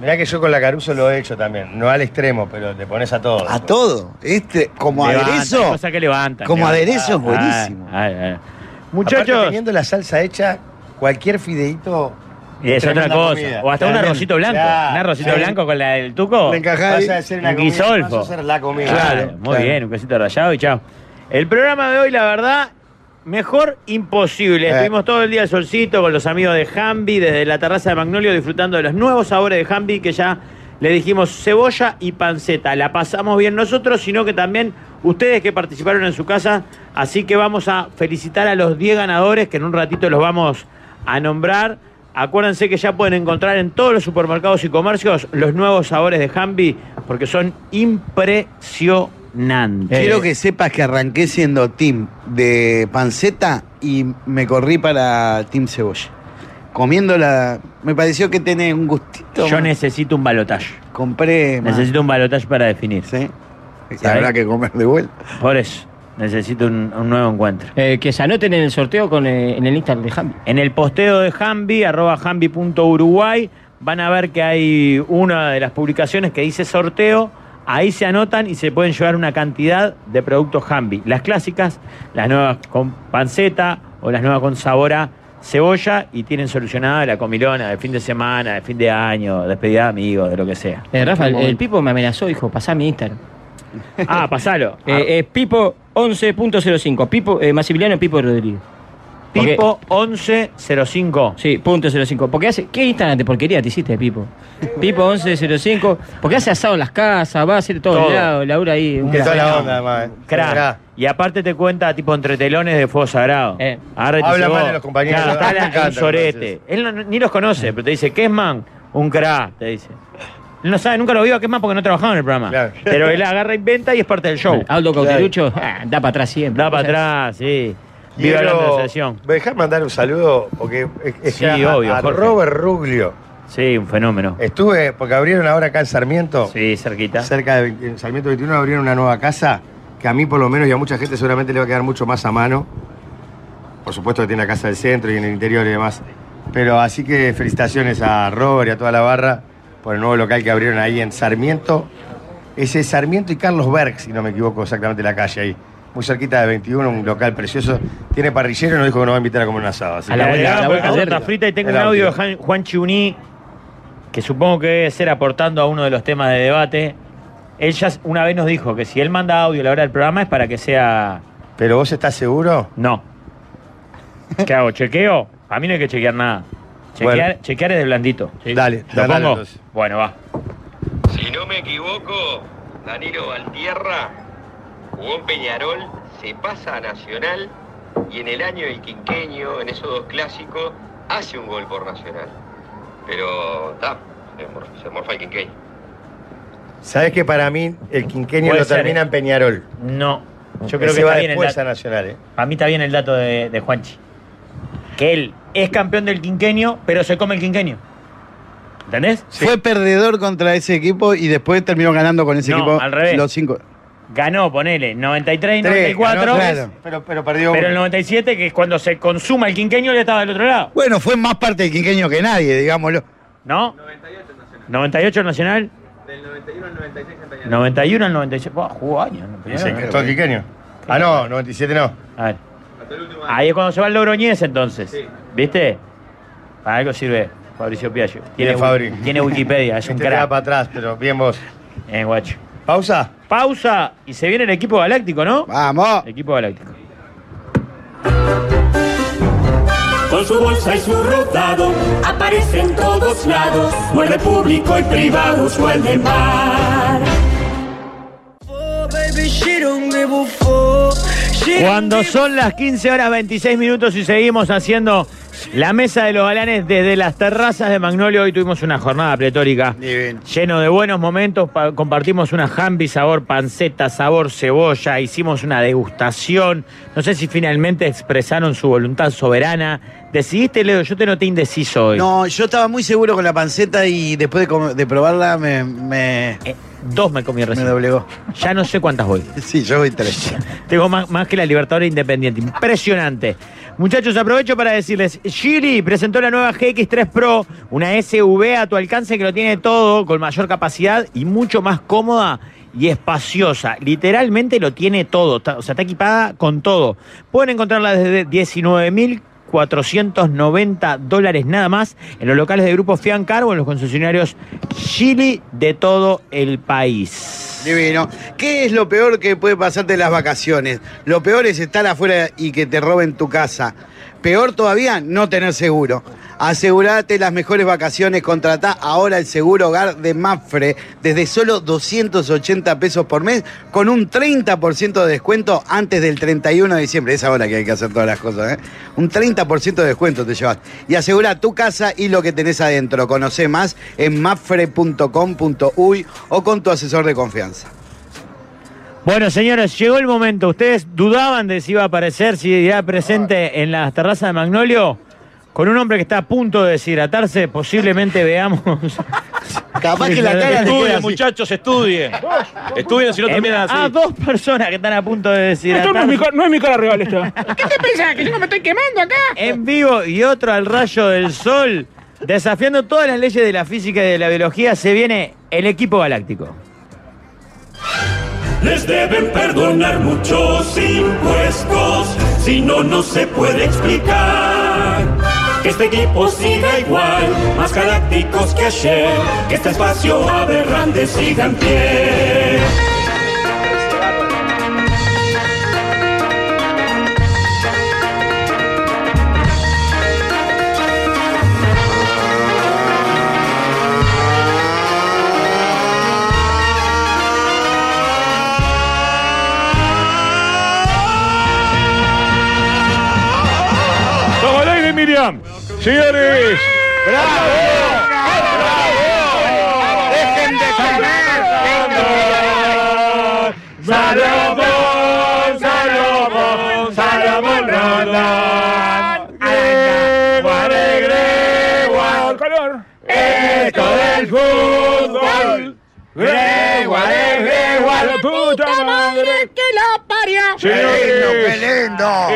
mirá que yo con la caruso lo he hecho también. No al extremo, pero le pones a todo.
A todo. Este, como
levanta, hay
aderezo.
cosas que levantan.
Como
levantan.
aderezo es buenísimo.
Ah, ah, ah.
Muchachos.
Muchachos,
teniendo la salsa hecha, cualquier fideíto.
y es otra
tremenda
cosa.
comida.
O hasta un
Tremendo.
arrocito blanco.
Claro,
un arrocito
sí.
blanco con la del tuco.
Le encajás
Vas a
ahí.
hacer una
Un
comida,
guisolfo.
vas a hacer la comida.
Claro, muy
claro.
bien, un quesito rallado y chao. El programa de hoy, la verdad, mejor imposible.
Eh.
Estuvimos todo el día al solcito con los amigos de Jambi, desde la terraza de Magnolio, disfrutando de los nuevos sabores de Jambi, que ya le dijimos cebolla y panceta. La pasamos bien nosotros, sino que también ustedes que participaron en su casa. Así que vamos a felicitar a los 10 ganadores, que en un ratito los vamos a nombrar. Acuérdense que ya pueden encontrar en todos los supermercados y comercios los nuevos sabores de Jambi porque son impresionantes.
Quiero que sepas que arranqué siendo team de panceta y me corrí para team cebolla. Comiendo la. Me pareció que tiene un gustito.
Yo
más.
necesito un balotaje.
Compré. más.
Necesito un balotaje para definir.
Sí.
¿Sabés?
Y habrá que comer de vuelta.
Por eso, necesito un, un nuevo encuentro.
Eh, que se anoten en el sorteo con, eh, en el Instagram de Jambi.
En el posteo de Jambi, arroba jambi.uruguay, van a ver que hay una de las publicaciones que dice sorteo. Ahí se anotan y se pueden llevar una cantidad de productos Jambi. Las clásicas, las nuevas con panceta o las nuevas con sabor a cebolla y tienen solucionada la comilona de fin de semana, de fin de año, despedida de amigos, de lo que sea.
Eh, Rafa, el, el Pipo me amenazó, dijo, pasá mi Instagram.
Ah, pasalo.
Eh, es Pipo 11.05. Pipo, eh, Maximiliano Pipo Rodríguez. Porque-
Tipo 1105.
Sí, punto 05. Porque hace, ¿Qué Instagram de porquería te hiciste, Pipo? Pipo 1105. Porque hace asado en las casas, va a hacer todo,
Todo.
el lado, Laura ahí. un
Que toda la
crack.
onda, además. eh.
Crack.
Crack.
Y aparte te cuenta, tipo, entre telones de fuego sagrado.
Eh.
Ahora te
Habla
dice
mal
vos,
de los compañeros.
claro, está
Me Eh.
la-
encanta
un sorete.
cuando
Él no- ni los conoce, pero te dice, ¿qué es man? Un cra, te dice. Él no sabe, nunca lo vio a qué es man porque no trabajaba en el programa.
Claro.
Pero él agarra, inventa y es parte del show.
Aldo Cauterucho, ah, da para atrás siempre.
Da para
O sea,
atrás, sí. Viva
Quiero-
la conversación.
¿Me dejás mandar un saludo? Porque es, es
Sí,
que a,
obvio,
a
Jorge.
Robert Ruglio.
Sí, un fenómeno.
Estuve, porque abrieron ahora acá en Sarmiento.
Sí, cerquita.
cerca de 20 en Sarmiento 21 abrieron una nueva casa que a mí por lo menos y a mucha gente seguramente le va a quedar mucho más a mano. Por supuesto que tiene la casa del centro y en el interior y demás. Pero así que felicitaciones a Robert y a toda la barra por el nuevo local que abrieron ahí en Sarmiento. Ese es Sarmiento y Carlos Berg, si no me equivoco exactamente la calle ahí. Muy cerquita de 21, un local precioso. Tiene parrillero y nos dijo que nos va a invitar a comer un asado. así
A
que-
la
La
vuelta,
vuelta, la vuelta.
torta frita y tengo
El
un audio de
audio.
Jan- Juan Chiuní, que supongo que debe ser aportando a uno de los temas de debate. Él ya una vez nos dijo que si él manda audio a la hora del programa es para que sea
Pero vos estás seguro?
no. ¿Qué hago? ¿Chequeo? A mí no hay que chequear nada. Chequear,
Bueno.
chequear es de blandito.
Dale,
¿Lo
dale,
pongo?
entonces.
Bueno, va.
Si no me equivoco, Danilo Valtierra jugó en Peñarol, se pasa a Nacional y en el año del quinqueño, en esos dos clásicos, hace un gol por Nacional. Pero ta, se, mor- se morfa el quinqueño.
Sabes que para mí el quinquenio
Puede
lo
ser,
termina
eh.
en Peñarol.
No. Yo creo
Ese
que
va
está bien el
después
dato.
a Nacional, ¿eh?
A mí está bien el dato de, de Juanchi. Que él es campeón del quinquenio, pero se come el quinquenio. ¿Entendés?
Fue perdedor contra ese equipo y después terminó ganando con ese
No,
equipo.
al revés.
Los cinco.
Ganó, ponele, 93 y
Tres,
94.
ganó tres,
Claro.
pero, pero perdió
Pero el
uno.
97, que es cuando se consuma el quinquenio, él estaba del otro lado.
Bueno, fue más parte del quinqueño que nadie, digámoslo.
¿No? 98 Nacional.
Del 91 al 96 en Peñarol.
91 al 96. Buah, jugó años. en Peñarol,
Dice
¿no?
que todo quiqueño. Ah, no, 97 no.
A ver. Ahí es cuando se va el Logroñez entonces. ¿Viste? Para algo sirve Fabricio Piaggio. Tiene,
Bien, Fabri.
wi- tiene Wikipedia, es un
Este Te queda
crack.
para atrás, pero bien vos.
Eh, guacho.
Pausa.
Pausa y se viene el equipo galáctico, ¿no? Vamos. Equipo galáctico.
Con su bolsa y su rodado aparece en todos lados, muerde público y privado, suele mar.
Cuando son las 15 horas 26 minutos y seguimos haciendo la mesa de los galanes desde las terrazas de Magnolio, hoy tuvimos una jornada pletórica. Lleno de buenos momentos, pa- compartimos una jambi sabor panceta, sabor cebolla, hicimos una degustación. No sé si finalmente expresaron su voluntad soberana. ¿Decidiste, Leo? Yo te noté indeciso hoy.
No, yo estaba muy seguro con la panceta y después de, com- de probarla me. me-
Eh, Dos me comí recién.
Me doblegó.
Ya no sé cuántas voy.
Sí, yo voy tres.
Tengo más, más que la Libertadora Independiente. Impresionante. Muchachos, aprovecho para decirles, Gili presentó la nueva GX3 Pro, una SUV a tu alcance que lo tiene todo, con mayor capacidad y mucho más cómoda y espaciosa. Literalmente lo tiene todo, está- o sea, está equipada con todo. Pueden encontrarla desde 19.000 490 dólares nada más en los locales de Grupo Fiancar o en los concesionarios Gili de todo el país.
Divino. ¿Qué es lo peor que puede pasarte las vacaciones? Lo peor es estar afuera y que te roben tu casa. Peor todavía, no tener seguro. Asegurate las mejores vacaciones. Contratá ahora el seguro hogar de Mafre desde solo 280 pesos por mes con un 30% de descuento antes del 31 de diciembre. Es ahora que hay que hacer todas las cosas. ¿eh? Un 30% de descuento te llevas. Y asegura tu casa y lo que tenés adentro. Conoce más en mafre.com.uy o con tu asesor de confianza.
Bueno, señores, llegó el momento. ¿Ustedes dudaban de si iba a aparecer, si iría presente en las terrazas de Magnolio? Con un hombre que está a punto de deshidratarse, posiblemente veamos.
Capaz que la cara le queda
Estudien,
así.
muchachos, estudien. Estudien si no
Em,
también así.
ah,
A dos personas que están a punto de deshidratarse.
Esto no es mi co-
no es mi cara rival esto.
¿Qué te pensás? ¿Que yo no me estoy quemando acá?
Eh,
en vivo y otro al rayo del sol. Desafiando todas las leyes de la física y de la biología, se viene el equipo galáctico.
Les deben perdonar muchos impuestos, si no, no se puede explicar. Que este equipo siga igual, más galácticos que ayer, que este espacio aberrante siga en pie.
Estamos al aire, Miriam. Señores.
¡Dejen de comer! ¡Salomón, Salomón, Salomón Rondón! ¡Gregua de Gregua!
color!
¡Esto del fútbol! ¡Gregua de Gregua!
¡La puta madre
que la parió! Eh,
Señores,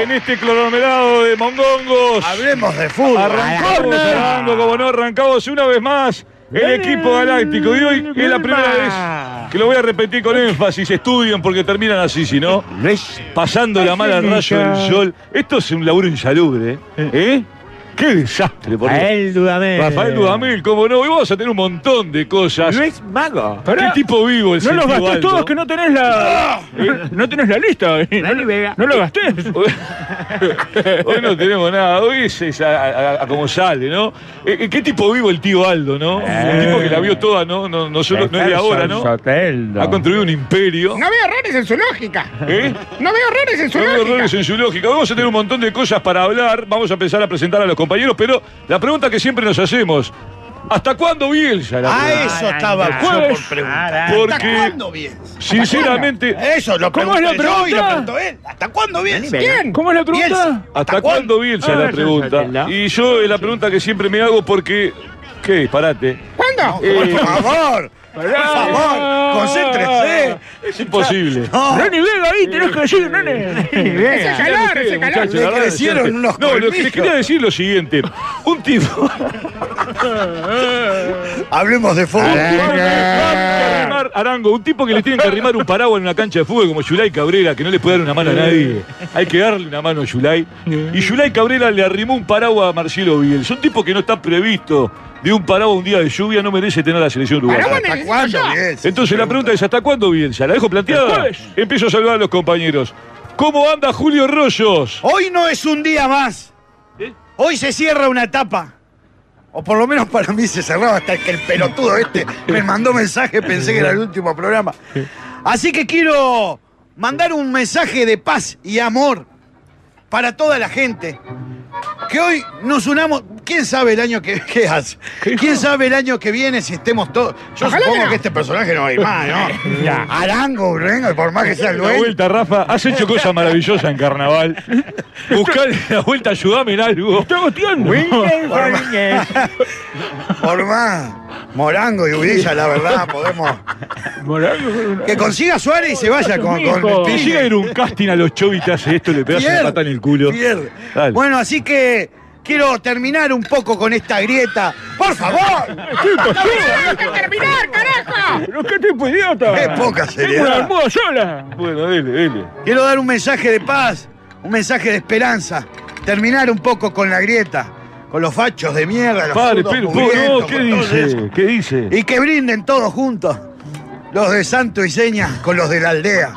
En este clonomerado de mongongos. Hablemos de fútbol. Arrancamos, arrancamos, como no, arrancamos una vez más. El equipo galáctico. Y hoy es la primera vez que lo voy a repetir con énfasis. Estudien porque terminan así, si no. Pasando la mala rayo del sol. Esto es un laburo insalubre. ¿eh? ¿Eh? ¡Qué desastre! por Dios.
Rafael Dudamel.
Rafael Dudamel, cómo no. Y vamos a tener un montón de cosas.
Luis Mago.
¿Qué tipo vivo el
No los
sentido
gastés
alto.
todos que no tenés la. eh, no tenés la lista. eh. No, no lo gastés.
Hoy no tenemos nada, hoy es, es a, a- a como sale, ¿no? Eh, eh, ¿Qué tipo vivo el tío Aldo, no?
Eh.
Un tipo que la vio toda, ¿no? No, no, solo- no es de ahora, ¿no? Ha construido un imperio.
No veo errores en su lógica.
¿Eh?
No veo errores en su
No veo
lógica.
errores en su lógica. Vamos a tener un montón de cosas para hablar. Vamos a empezar a presentar a los compañeros, pero la pregunta que siempre nos hacemos: ¿hasta cuándo Bielsa? La
Ah,
pregunta.
eso estaba yo
¿Cuál
por
es?
preguntar.
Porque,
¿Hasta cuándo Bielsa?
sinceramente.
Eso lo
¿Cómo es la
pregunté yo y lo
pregunta?
preguntó él. ¿Hasta cuándo bien?
¿Quién?
¿Cómo es la pregunta?
¿Hasta cuándo Bielsa es la pregunta? Y yo es la pregunta que siempre me hago porque. ¿Qué disparate?
¿Cuándo?
Eh,
por favor. Por favor.
Concéntrese. Es imposible.
No.
Nene,
Vega ahí, tenés que decir, nene.
Ese calor, ese calor.
Le crecieron unos
No, lo que
colmillos.
les quería decir es lo siguiente. Un tipo...
Hablemos de
fútbol.
Ah.
Arango, un tipo que le tienen que arrimar un paraguas en una cancha de fútbol como Yulay Cabrera, que no le puede dar una mano a nadie. Hay que darle una mano a Yulay. Y Yulay Cabrera le arrimó un paraguas a Marcelo Bielsa. Un tipo que no está previsto de un paraguas un día de lluvia, no merece tener a la selección uruguaya.
Paraguas necesito ¿Hasta cuándo, yo? Bielsa?
Entonces la pregunta es, ¿hasta cuándo Bielsa? ¿La dejo
El
planteada?
jueves.
Empiezo a saludar a los compañeros. ¿Cómo anda Julio ¿Eh? Rollos?
Hoy no es un día más. Hoy se cierra una etapa. O por lo menos para mí se cerraba hasta que el pelotudo este me mandó mensaje, pensé que era el último programa. Así que quiero mandar un mensaje de paz y amor para toda la gente. Que hoy nos unamos, quién sabe el año que ¿qué hace? Quién sabe el año que viene si estemos todos. Yo
Ojalá
supongo
que no.
que este personaje no va a ir más, ¿no?
Ya.
Arango, Urrengo, y por más que sea el
La
dueño.
vuelta, Rafa, has hecho cosas maravillosas en carnaval. Buscale la vuelta, ayudame en algo. Está goteando.
Por más- Por más Morango y Ubilla, la verdad, podemos. Que consiga Suárez y se vaya con, con el
Que
Piña.
llega a ir un casting a los chovitas y esto le pegas una
Pierde,
pata en el culo.
pierde.
Dale.
Bueno, así que quiero terminar un poco con esta grieta. ¡Por favor!
terminar, carajo!
¡Pero qué tipo idiota! ¡Qué poca seriedad!
sola! Bueno, dele, dele.
Quiero dar un mensaje de paz, un mensaje de esperanza. Terminar un poco con la grieta, con los fachos de mierda, los
Padre,
zurdos
pero,
mugrientos,
no, ¿qué
con todo eso.
dice? ¿Qué dice?
Y que brinden todos juntos. Los de Santo y Seña con los de la aldea.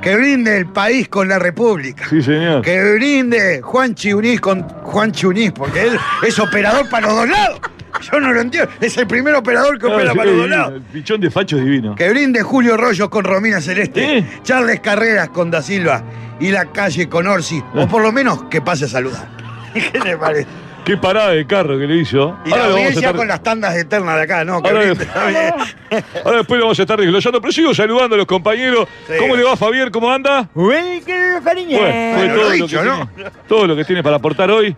Que brinde el país con la República.
Sí, señor.
Que brinde Juan Chiunís con Juan Chiunís, porque él es operador para los dos lados. Yo no lo entiendo. Es el primer operador que opera
Claro,
para los dos
divino,
lados.
Ah, El pichón de facho es divino.
Que brinde Julio Rollos con Romina Celeste. Charles Carreras con Da Silva. Y la calle con Orsi.
Ah.
O por lo menos que pase a saludar. ¿Qué le parece?
Qué parada de carro que le hizo. Ahora
Y
lo
la
vamos a
audiencia
estar-
con las tandas eternas de acá, ¿no? Que
Ahora-
brinde, está bien.
Ahora después lo vamos a estar desglosando, pero sigo saludando a los compañeros. ¿Cómo le va, Fabián? ¿Cómo anda? Bueno, fue
Bueno,
todo,
lo
lo
dicho,
que
¿no?
tiene, todo lo que tiene para aportar hoy.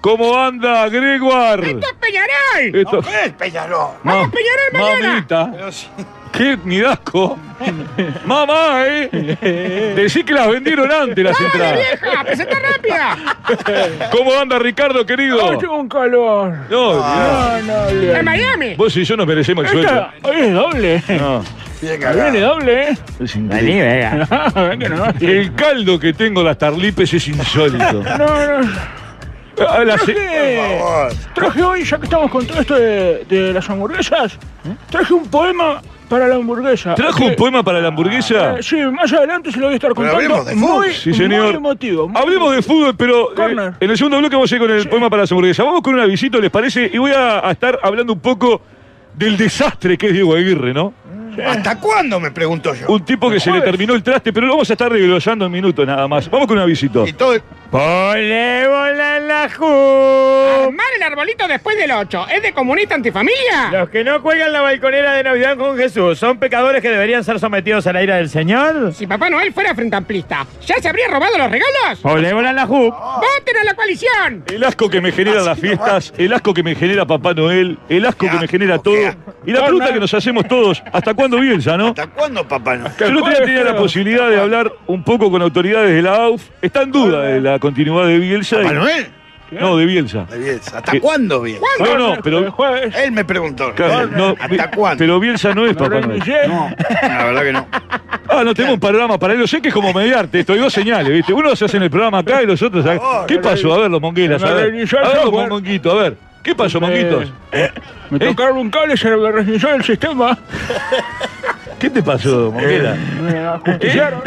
¿Cómo anda, Gregor?
¡Peñarol!
Esto-
No, ¿qué es Peñarol?
Ma-
¡Vamos, Peñarol mañana!
Mamita. ¡Qué midasco! ¡Mamá, eh! Decí que las vendieron antes las
¡Dale,
entradas.
vieja! ¡Presenta rápida!
¿Cómo anda, Ricardo, querido?
Ay, tengo un calor.
No,
No, no, bien.
¡En Miami!
Vos y yo nos merecemos el sueldo.
Esta, hoy es doble.
No.
Hoy viene doble, ¿eh?
increíble.
No, ven que no.
El caldo que tengo las tarlipes es insólito.
No, no.
Ah, la se-
Traje, traje hoy, ya que estamos con todo esto de, de las hamburguesas, traje un poema para la hamburguesa.
¿Eh? ¿Trajo un poema para la hamburguesa?
Eh, sí, más adelante se lo voy a estar
Pero
contando. muy,
Sí, señor.
muy emotivo. muy-
Hablemos de fútbol, pero eh,
Corner.
en el segundo bloque vamos a ir con el poema para las hamburguesas. Vamos con un avisito, ¿les parece? Y voy a, a estar hablando un poco del desastre que es Diego Aguirre, ¿no?
¿Hasta cuándo? Me pregunto yo.
Un tipo que se le terminó el traste, pero lo vamos a estar desglosando en minutos nada más. Vamos con un avisito.
Ponle bola en la
Armar el arbolito después del 8. ¿Es de comunista antifamilia?
Los que no cuelgan la balconera de Navidad con Jesús, ¿son pecadores que deberían ser sometidos a la ira del Señor?
Si Papá Noel fuera frente amplista, ¿ya se habría robado los regalos?
O le volan la jup.
¡Voten a la coalición!
El asco que me generan las fiestas, el asco que me genera Papá Noel, el asco que me genera todo. Y la pregunta que nos hacemos todos, ¿hasta cuándo Bielsa, no? ¿Hasta
cuándo Papá Noel?
Yo no tenía, tenía la posibilidad de hablar un poco con autoridades de la AUF. Está en duda de la continuidad de Bielsa. y-
¿Papá Noel?
No, de Bielsa.
De Bielsa. ¿Hasta
¿Qué?
cuándo Bielsa?
No, no, pero...
Él me preguntó.
claro, no, Bi- Pero Bielsa no es Papá Noel.
No, la verdad que no.
Ah, no tenemos un panorama para ello. Sé que es como mediarte esto. Hay dos señales, ¿viste? Uno se hace en el programa acá y los otros acá. ¿Qué pasó? A ver, los monguelas, a ver. A ver, los monguitos, ¿Eh? a ver. ¿Qué pasó, monguitos?
Me tocaron un cable y se me reiniciar el sistema.
¿Qué te pasó, monguela?
Me ajustillaron.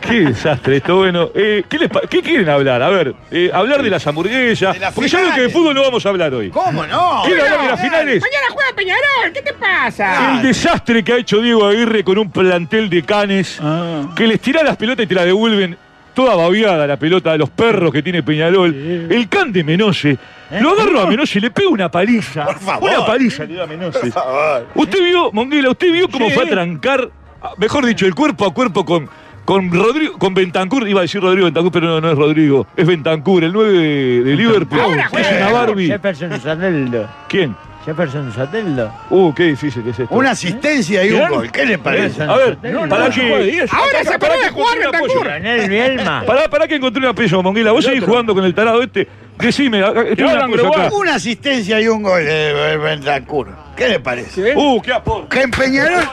Qué desastre esto, bueno. eh, ¿qué, les pa- qué quieren hablar? A ver, eh, hablar de las hamburguesas. porque ya veo que de fútbol no vamos a hablar hoy.
¿Cómo no?
¿Quieren hablar de las finales?
Mañana juega Peñarol, ¿qué te pasa?
El desastre que ha hecho Diego Aguirre con un plantel de canes
Ah.
que les tira las pelotas y te la devuelven toda babiada la pelota a los perros que tiene Peñarol. El can de Menose.
Eh,
Lo agarro a Menose y le pego una paliza. Una paliza. le da Menose. Usted vio, Monguela, usted vio cómo fue a trancar, ah, mejor dicho, el cuerpo a cuerpo con, con Rodrigo, con Bentancur, iba a decir Rodrigo Bentancur, pero no, no es Rodrigo, es Bentancur, el 9 de, de Liverpool, que es una Barbie.
Jefferson Saneldo.
¿Quién?
Jefferson Soteldo.
Uh, qué difícil que es esto.
Una asistencia y un
¿Bien?
gol, ¿qué le parece?
A ver,
No, no,
para
no, joder,
que.
Dios. Ahora se
Eh,
paró de jugar, Bentancur.
Daniel
Leonel Bielma.
Pará, pará que encontré un apoyo, Monguila. Vos seguís jugando con el tarado este. Decime, acá- estoy en apoyo acá.
Una asistencia y un gol de Bentancur. ¿Qué le parece?
Uh, qué aporte.
Que en Peñarol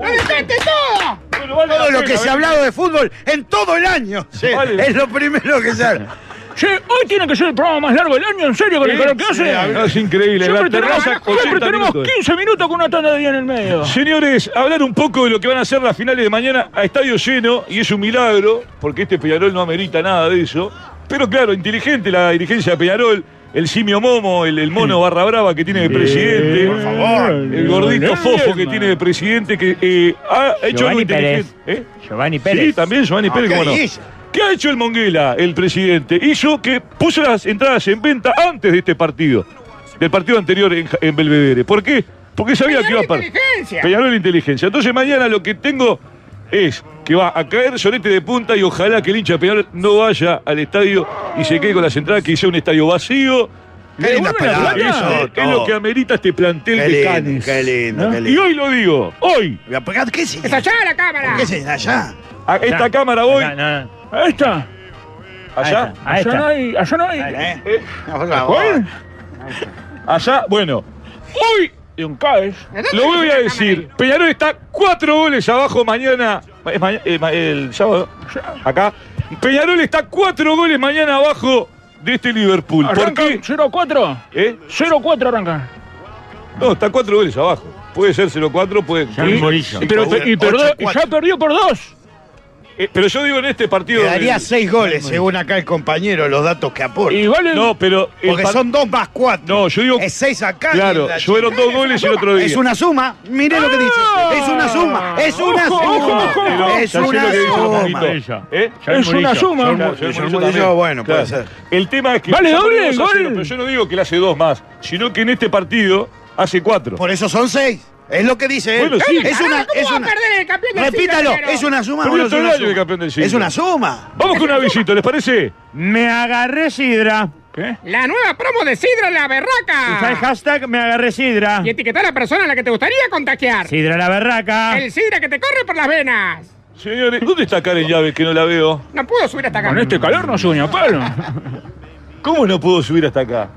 ¡Lo dejaste todo!
todo lo que se ha hablado de fútbol en todo el año. Sí, Es lo primero que se habla.
Che, hoy tiene que ser el programa más largo del año, en serio, con el
Sí,
calor que
sí,
hace.
no, es increíble,
Siempre
la
tenemos,
terraza,
siempre
80
tenemos
minutos.
15 minutos con una tanda de día en el medio.
Señores, hablar un poco de lo que van a hacer las finales de mañana a estadio lleno, y es un milagro, porque este Peñarol no amerita nada de eso. Pero claro, inteligente la dirigencia de Peñarol, el simio Momo, el, el mono barra brava que tiene de presidente. Por favor. El gordito
Leonel
fofo que
Bielma.
tiene de presidente que eh, ha hecho algo
Giovanni
inteligente.
Pérez.
¿Eh?
Giovanni
Sí,
Pérez.
también Giovanni
Ah,
Pérez,
¿qué
cómo no.
dice?
¿Qué ha hecho el Monguela, el presidente? Hizo que puso las entradas en venta antes de este partido, del partido anterior en, Ja- en Belvedere. ¿Por qué? Porque sabía que iba a perder.
inteligencia.
Peñarol inteligencia. Entonces mañana lo que tengo es que va a caer solete de punta y ojalá que el hincha de Peñarol no vaya al estadio y se quede con las entradas, que sea un estadio vacío. Le devuelven la
lindas palabras,
plata,
eso,
es
todo.
lo que amerita este plantel
Qué
de
lindo,
canes.
qué lindo, qué
Y
lindo.
hoy lo digo, hoy.
¿Qué se
¡Es allá la cámara!
¿Qué se allá?
A esta cámara ¿eh? voy.
Ahí está.
Allá.
Allá no hay. Allá no hay.
Eh, ¿Cuál? Allá, bueno. Hoy, de un caes, lo voy a decir. Peñarol está cuatro goles abajo mañana. es ma- eh, ma- el sábado. Acá. Peñarol está cuatro goles mañana abajo de este Liverpool. ¿Por
Arranca
qué?
0-4.
¿Eh?
0-4 arranca.
No, está cuatro goles abajo. Puede ser 0-4, puede.
Y- y pero- y perdió- y ya perdió por dos.
Eh, pero yo digo en este partido.
Quedaría
el-
seis goles, según acá el compañero, los datos que aporta.
No, pero. el
Porque
par-
son dos más cuatro.
No, yo digo.
Es seis acá.
Claro,
y la
fueron
chica.
dos goles y el otro día.
Es una suma. Mire lo que dice. Es una suma. Es una
Ojo,
suma.
ojo, ojo.
Es
Ya sé lo
una
que dice
suma.
Fernandito. ¿Eh?
Ya Es el una Murillo. suma. Ya el
Claro, ya
Murillo
el Murillo
también.
también.
bueno, puede
Claro.
ser.
El tema es que.
Vale,
ya
doble,
ponemos a
gol.
cero, Pero yo no digo que le hace dos más, sino que en este partido hace cuatro.
Por eso son seis. Es lo que dice él.
Bueno, sí.
Es una. Es una
perder el campeón del
repítalo.
siglo, pero-
Es una suma.
Pero
o no
esto es
es, una
el año
suma?
de campeón del siglo.
es una suma.
Vamos con un avisito, ¿les parece?
Me agarré sidra. ¿Qué?
La nueva promo de Sidra en la
Usa el
berraca.
hashtag me agarré sidra.
Y etiquetá a la persona a la que te gustaría contagiar.
Sidra la berraca.
El Sidra que te corre por las venas.
Señores, ¿dónde está Karen Llave que no la veo?
No pudo subir hasta acá.
este
calor no sueña, Pablo. ¿Cómo no pudo subir hasta acá?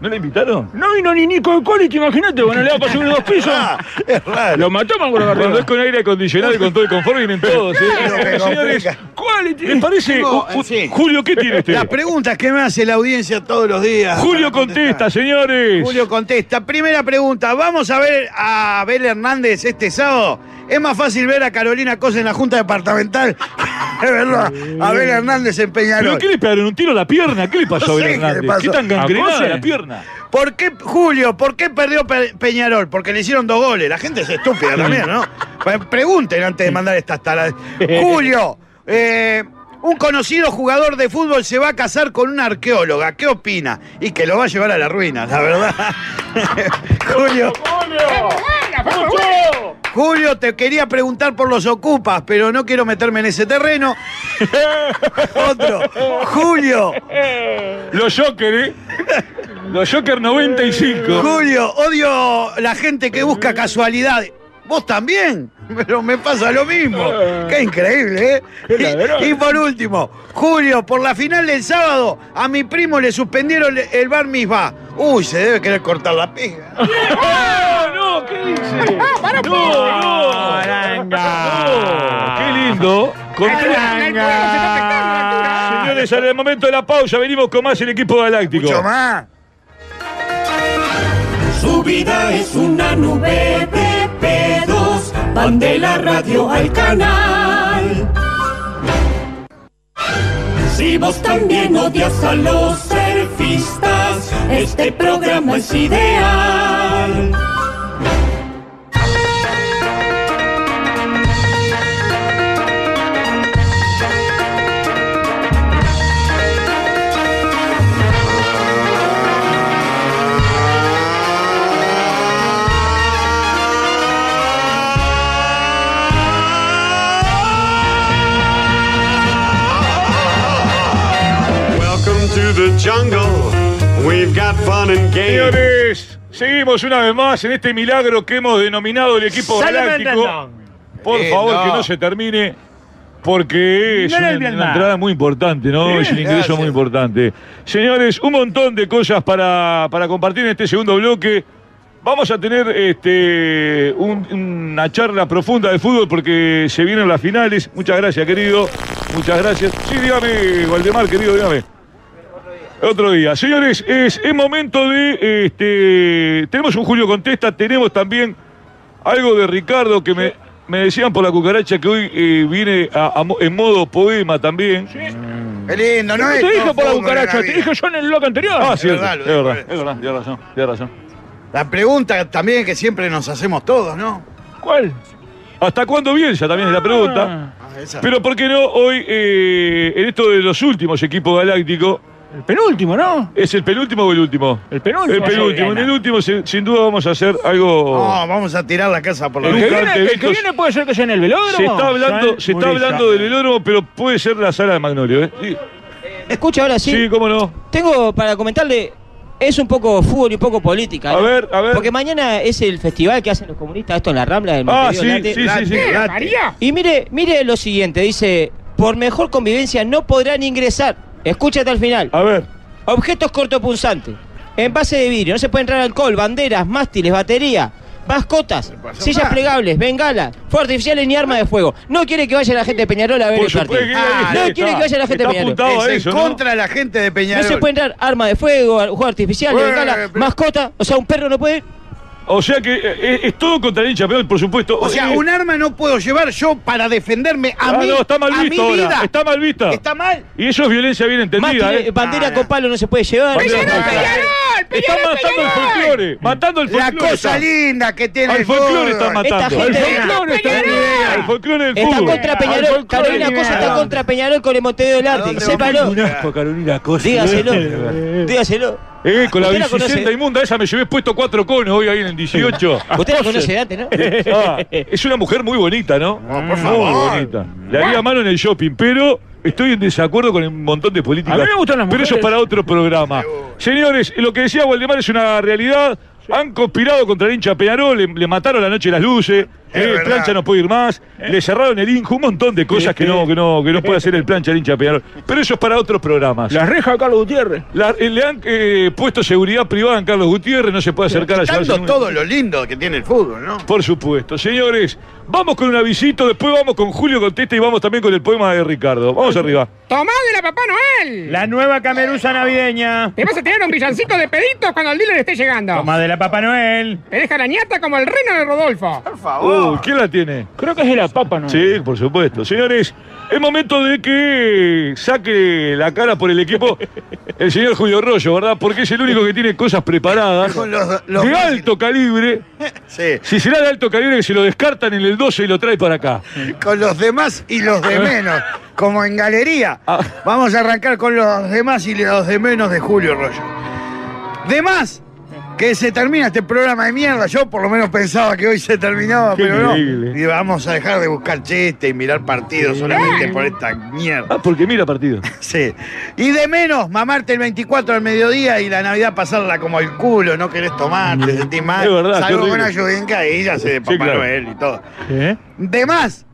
¿No la invitaron?
No vino ni Nico de Colite, imagínate, bueno, le va a pasar unos dos
Ah,
pisos. Lo mató Mangoro Garrido.
Cuando es con aire acondicionado y con todo el confort vienen todos. ¿eh? Señores, ¿cuál ¿les parece?
eh,
Tengo, eh,
Ju- Ju-
sí.
Julio, ¿qué tiene usted?
Las preguntas que me hace la audiencia todos los días.
Julio contesta, señores.
Julio contesta. Primera pregunta. ¿Vamos a ver a Abel Hernández este sábado? Es más fácil ver a Carolina Cosa en la Junta Departamental que verlo a Abel Hernández en
¿Pero
Peñarol.
qué le pegaron? ¿Un tiro a la pierna? ¿Qué le pasó a
No sé
Abel
qué le
Hernández?
pasó.
¿Qué tan gangrenada
¿Acose?
la pierna?
¿Por qué, Julio, por qué perdió Pe- Peñarol? Porque le hicieron dos goles. La gente es estúpida también, ¿no? Pre- Pregunten antes de mandar estas talas. Julio, eh, un conocido jugador de fútbol se va a casar con una arqueóloga. ¿Qué opina? Y que lo va a llevar a la ruina, la verdad. Julio. Julio, te quería preguntar por los ocupas, pero no quiero meterme en ese terreno. Otro. Julio.
Los Joker, ¿eh? Los Joker 95.
Julio, odio la gente que busca casualidades. Vos también, pero me pasa lo mismo. Qué increíble, ¿eh? Y, y por último, Julio, por la final del sábado, a mi primo le suspendieron el- el bar misma. Uy, se debe querer cortar la pija.
¡No, no! ¿Qué dice? ¡No, no! Ah. ¡Qué lindo! Con Señores, en el momento de la pausa venimos con más el equipo galáctico.
Mucho
más.
Su vida es una nube de pedos. Van de la radio al canal. Si vos también odias a los surfistas, este programa es ideal.
Welcome to the jungle. We've got fun and games.
Señores, seguimos una vez más en este milagro que hemos denominado el equipo
Solomon
galáctico. Por
Eh,
favor,
no.
que no se termine. Porque es
No lo
una,
olvides
una
más.
entrada muy importante, ¿no?
Sí,
es un ingreso
gracias.
muy importante. Señores, un montón de cosas para, para compartir en este segundo bloque. Vamos a tener este, un- una charla profunda de fútbol porque se vienen las finales. Muchas gracias, querido. Muchas gracias. Sí, dígame, Valdemar, querido, dígame. Otro día. Señores, es, es momento de. Este, tenemos un Julio Contesta, tenemos también algo de Ricardo que me, me decían por la cucaracha que hoy eh, viene a- a mo- en modo poema también.
Qué lindo,
No
¿no? es
te dije
todo
por la
fútbol
cucaracha,
la
te
vida.
dije yo en el bloque anterior. Ah,
Es
cierto,
verdad,
es
lo
verdad,
dijo
es
él.
verdad, tienes razón, tienes razón.
La pregunta también que siempre nos hacemos todos, ¿no?
¿Cuál? ¿Hasta cuándo Bielsa? También es la pregunta.
Ah,
Pero ¿por qué no hoy, eh, en esto de los últimos equipos galácticos? El penúltimo, ¿no? ¿Es el penúltimo o el último? El
penúltimo.
El penúltimo. En el último, sin, sin duda, vamos a hacer algo...
No, vamos a tirar la casa por la
El que
ventana.
viene- el que viene
puede ser que sea en el velódromo.
Se está hablando, se está hablando del velódromo, pero puede ser la sala de Magnolio, ¿eh? Sí.
Escucha, ahora sí.
Sí, cómo no.
Tengo para comentarle, es un poco fútbol y un poco política. A ver,
a ver.
Porque mañana es el festival que hacen los comunistas, esto en la Rambla del
Ah, sí,
Montevideo Late.
sí, sí, sí.
Late.
Late.
María.
Y mire, mire lo siguiente, dice, por mejor convivencia no podrán ingresar. Escúchate al final.
A ver.
Objetos cortopunzantes, envase de vidrio, no se puede entrar alcohol, banderas, mástiles, batería, mascotas, sillas plegables, bengalas, fuegos artificiales ni armas de fuego. No quiere que vaya la gente de Peñarol a ver
Por
el
supuesto,
partido.
que ahí
Ah, no
está,
quiere que vaya la gente de
está
Peñarol.
apuntado a
Es en
eso, ¿no?
contra de la
gente de Peñarol.
No se puede entrar armas de fuego, al- juegos artificiales,
Bueno, eh,
bengalas, mascotas, o sea, un perro no puede ir.
O sea que eh, es, es todo contra el hincha, pero por supuesto.
O sea,
eh,
un arma no puedo llevar yo para defenderme a
Ah,
mí.
no, está mal
a
visto
mi
ahora.
vida.
Está mal vista.
Está mal.
Y eso es violencia bien entendida,
Mástiles,
¿eh?
bandera con palo no se puede llevar.
Bandera
Peñarol,
con palo. Están matando el folclore. Matando el folclore. están. Al folclore están matando.
Esta gente
al folclore están Al folclore del
Está
fútbol.
contra
Al
Peñarol.
folclore
Carolina
del
Cosa
fútbol.
está contra Peñarol con el Montevideo del Arte. Sépalo.
Carolina
Cosa. Dígaselo. Dígaselo.
Eh, con la
Usted la conoce.
bicicenda inmunda esa me llevé puesto cuatro conos hoy ahí en el 18.
Usted la conoce de antes, ¿no?
Ah, es una mujer muy bonita, ¿no?
por
Muy
favor.
bonita. Le haría mano en el shopping, pero estoy en desacuerdo con un montón de políticas.
A mí me gustan las
Pero eso
mujeres.
es para otro programa. Señores, lo que decía Waldemar es una realidad. Han conspirado contra el hincha Peñarol, le, le mataron la noche las luces, eh, el
verdad.
plancha no puede ir más, le cerraron el Inju, un montón de cosas que no, que no, que no puede hacer el plancha el hincha Peñarol. Pero eso es para otros programas.
Las rejas de Carlos Gutiérrez.
La- eh, le han eh, puesto seguridad privada en Carlos Gutiérrez, no se puede acercar a llevarse
Quitando
ningún-
todo lo lindo que tiene el fútbol, ¿no?
Por supuesto. Señores, vamos con un avisito, después vamos con Julio Contesta y vamos también con el poema de Ricardo. Vamos arriba.
Tomá de la Papá Noel.
La nueva camerusa navideña.
Te vas a tirar un brillancito de peditos cuando el dealer esté llegando.
Toma de la Papá Noel.
Te deja la ñata como el reno de Rodolfo. Por
Ah,
Uh, ¿Quién la tiene? Creo que es de la papa, ¿no? Sí, por supuesto. Señores, es momento de que saque la cara por el equipo el señor Julio Rollo, ¿verdad? Porque es el único que tiene cosas preparadas
Con los- los-
de alto calibre.
Sí.
Si será de alto calibre que se lo descartan en el 12 y lo trae para acá.
¿Eh?
Con los demás y los de menos. Como en galería.
Ah.
Vamos a arrancar con los demás y los de menos de Julio Rollo. Demás, que se termina este programa de mierda. Yo por lo menos pensaba que hoy se terminaba,
Qué
pero
increíble.
no. Y vamos a dejar de buscar chistes y mirar partidos solamente por esta mierda.
Ah, porque mira partido.
Sí. Y de menos, mamarte el 24 al mediodía y la Navidad pasarla como el culo, no querés tomar, Ah, te sentís
Mm.
mal.
Es verdad, qué
Salvo con
horrible.
ayudinca y ya se de
Sí,
Papá
claro.
Noel y todo. De más,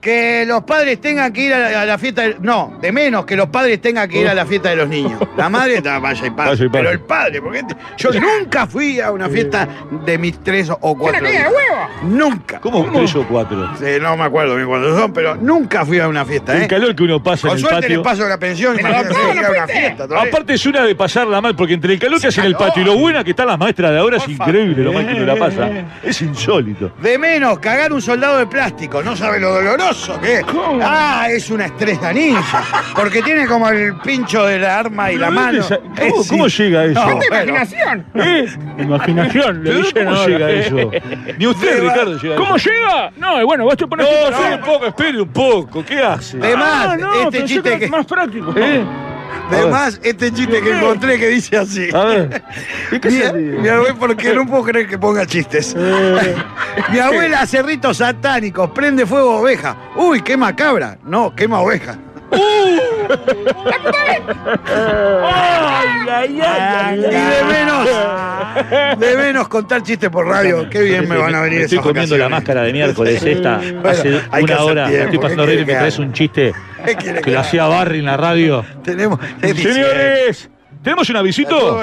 que los padres tengan que ir a la, a la fiesta. del- no, de menos que los padres tengan que ir a la fiesta de los niños. La madre está vaya y pase.
Vaya y pase.
Pero el padre, porque este- yo nunca fui a una fiesta de mis tres o cuatro.
¡Una caída de
hijos.
huevo!
Nunca.
¿Cómo, tres o cuatro?
Sí, no me acuerdo bien cuándo son, pero nunca fui a una fiesta.
El
¿eh?
calor que uno pasa
Con
en el
suerte
patio. Ah,
les paso la pensión y
Pero
mañana
tampoco
se
no
ir a una
fuiste.
fiesta.
¿eh?
todavía.
Aparte es una de pasarla mal, porque entre el calor que hacen en el patio y lo buena que están las maestras de ahora es increíble lo mal que uno la pasa. Es insólito.
De menos, cagar un soldado de plástico. No sabe lo doloroso que es. Ah, es una estrella ninja. Porque tiene como el pincho de la arma y la
¿Pero dónde
mano.
sa- cómo- cómo llega eso?
No,
Falta
bueno.
imaginación.
¿Eh?
Imaginación, le
Pero
dicen
¿Cómo
ahora.
llega eso? Ni usted,
Lleva-
Ricardo, llega a
¿Cómo
eso.
llega? No, y bueno, vos te pones.
No, espere un poco, espere un poco. ¿Qué hace?
De más,
Ah, no,
este
pensé
chiste
que
que.
era más práctico.
¿Eh? A
De
ver.
más, este chiste que encontré que dice así.
A ver. ¿Y qué
Mi-
se ríe?
Mi abuela, porque no puedo creer que ponga chistes.
Eh.
Mi abuela hace ritos satánicos, prende fuego oveja. Uy, quema cabra. No, quema oveja.
¡Uh!
ay,
Ah,
ay! Y de menos, de menos contar chistes por
oh,
radio. Qué bien me van a venir
Me Estoy
esas
comiendo la
vacaciones.
máscara de miércoles esta.
Bueno,
hace
hay que
una
hacer
hora. la
tiempo,
estoy pasando
¿qué quiere
horrible. Me
que
traes un chiste
quiere
que lo hacía Barry en la radio.
Tenemos.
Señores, ¿tenemos un avisito?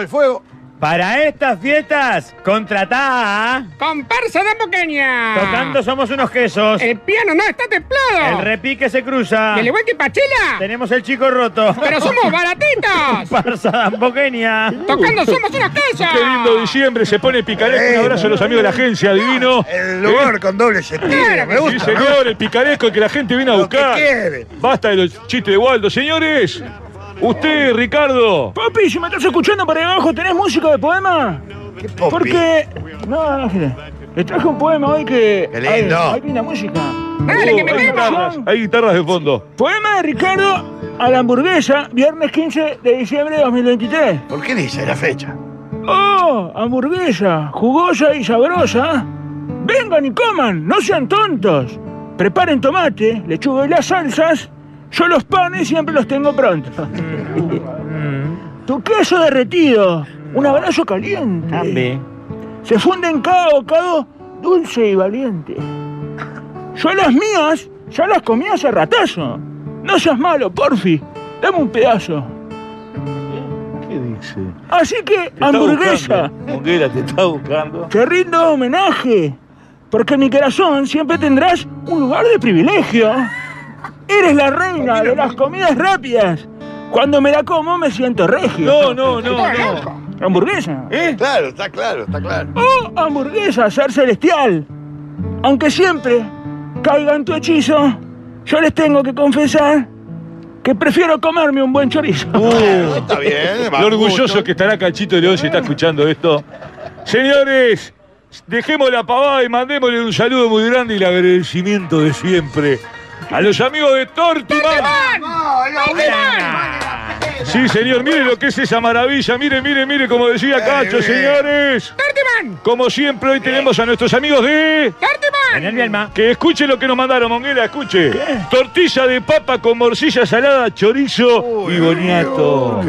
Para estas fiestas, contratá a...
Comparsa da pequeña.
Tocando somos unos quesos.
El piano no está templado.
El repique se cruza.
¿Y el igual que Pachela?
Tenemos el chico roto.
Pero somos baratitos.
Parsa damboqueña.
Uh.
Tocando somos unos quesos.
Qué Uh, lindo diciembre, se pone picaresco. Un abrazo a los amigos de la agencia, divino.
El lugar con doble sentido. Me
Sí,
gusta. me gusta.
señor, el picaresco que la gente viene a buscar.
quiere.
Basta de los chistes de Waldo. Señores, usted, Ricardo.
Papi, si me estás escuchando para ahí abajo, ¿tenés música de poema? Porque. No, no, mire. Le traje un poema hoy que.
Qué lindo.
Hay, hay linda música.
Oh, hay, guitarras, hay guitarras de fondo.
Poema de Ricardo a la hamburguesa, viernes 15 de diciembre de 2023.
¿Por qué dice la fecha?
¡Oh! Hamburguesa, jugosa y sabrosa. Vengan y coman, no sean tontos. Preparen tomate, lechuga y las salsas. Yo los panes siempre los tengo pronto. tu queso derretido, un abrazo caliente. Se funden cada bocado dulce y valiente. Yo las mías ya las comí hace ratazo. No seas malo, porfi. Dame un pedazo.
¿Qué dice?
Así que, hamburguesa,
Monguera, te está buscando.
te rindo homenaje. Porque en mi corazón siempre tendrás un lugar de privilegio. Eres la reina de las comidas rápidas. Cuando me la como me siento regio.
No, no, no, no.
¿Hamburguesa?
¿Eh?
Claro, está claro, está claro.
¡Oh, hamburguesa, ser celestial! Aunque siempre caiga en tu hechizo, yo les tengo que confesar que prefiero comerme un buen chorizo.
Uh.
Está bien, va
Lo orgulloso
mucho.
que estará Cachito León si está escuchando esto. Señores, dejemos la pavada y mandémosle un saludo muy grande y el agradecimiento de siempre a los amigos de Tortimán. Sí, señor, mire lo que es esa maravilla. Mire, mire, mire, como decía Cacho, señores.
¡Tortimán!
Como siempre, hoy tenemos a nuestros amigos de.
¡Tortimán!
Que escuche lo que nos mandaron, Monguera, escuche. Tortilla de papa con morcilla salada, chorizo y boniato.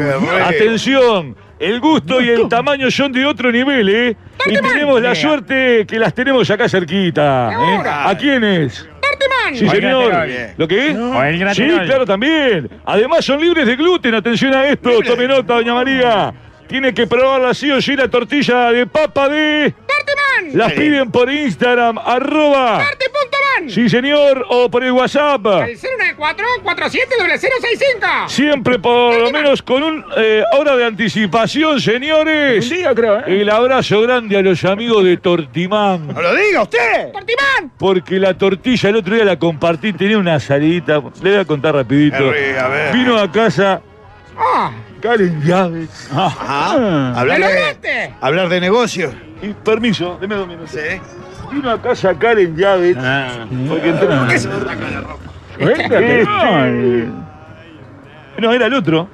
Atención, el gusto y el tamaño son de otro nivel, ¿eh? Y tenemos la suerte que las tenemos acá cerquita. ¿eh? ¿A quiénes? Sí,
O el
señor.
gratinol.
¿Lo que es?
O el
sí,
gratinol.
claro, también. Además, son libres de gluten. Atención a esto. Tome nota, doña María. Tiene que probarla sí o sí la tortilla de papa de...
¡Tortimán!
Las piden por Instagram, arroba...
¡Torti.man!
Sí, señor. O por el WhatsApp.
Al 094-47-0065.
Siempre por lo menos con un eh, hora de anticipación, señores. El abrazo grande a los amigos de Tortimán.
¿eh? ¡No lo diga usted!
¡Tortimán!
Porque la tortilla el otro día la compartí, tenía una salidita. Le voy a contar rapidito.
Qué rica, a ver.
Vino a casa
¡Ah!
Karen Ah. Llaves.
Ajá. Ah,
Ah.
Hablar
¡Me lo
de,
diste!
hablar de negocios.
Y permiso, deme dos minutos. Vino a casa Karen Llaves.
Ah.
Porque entró- Este- No, era el otro.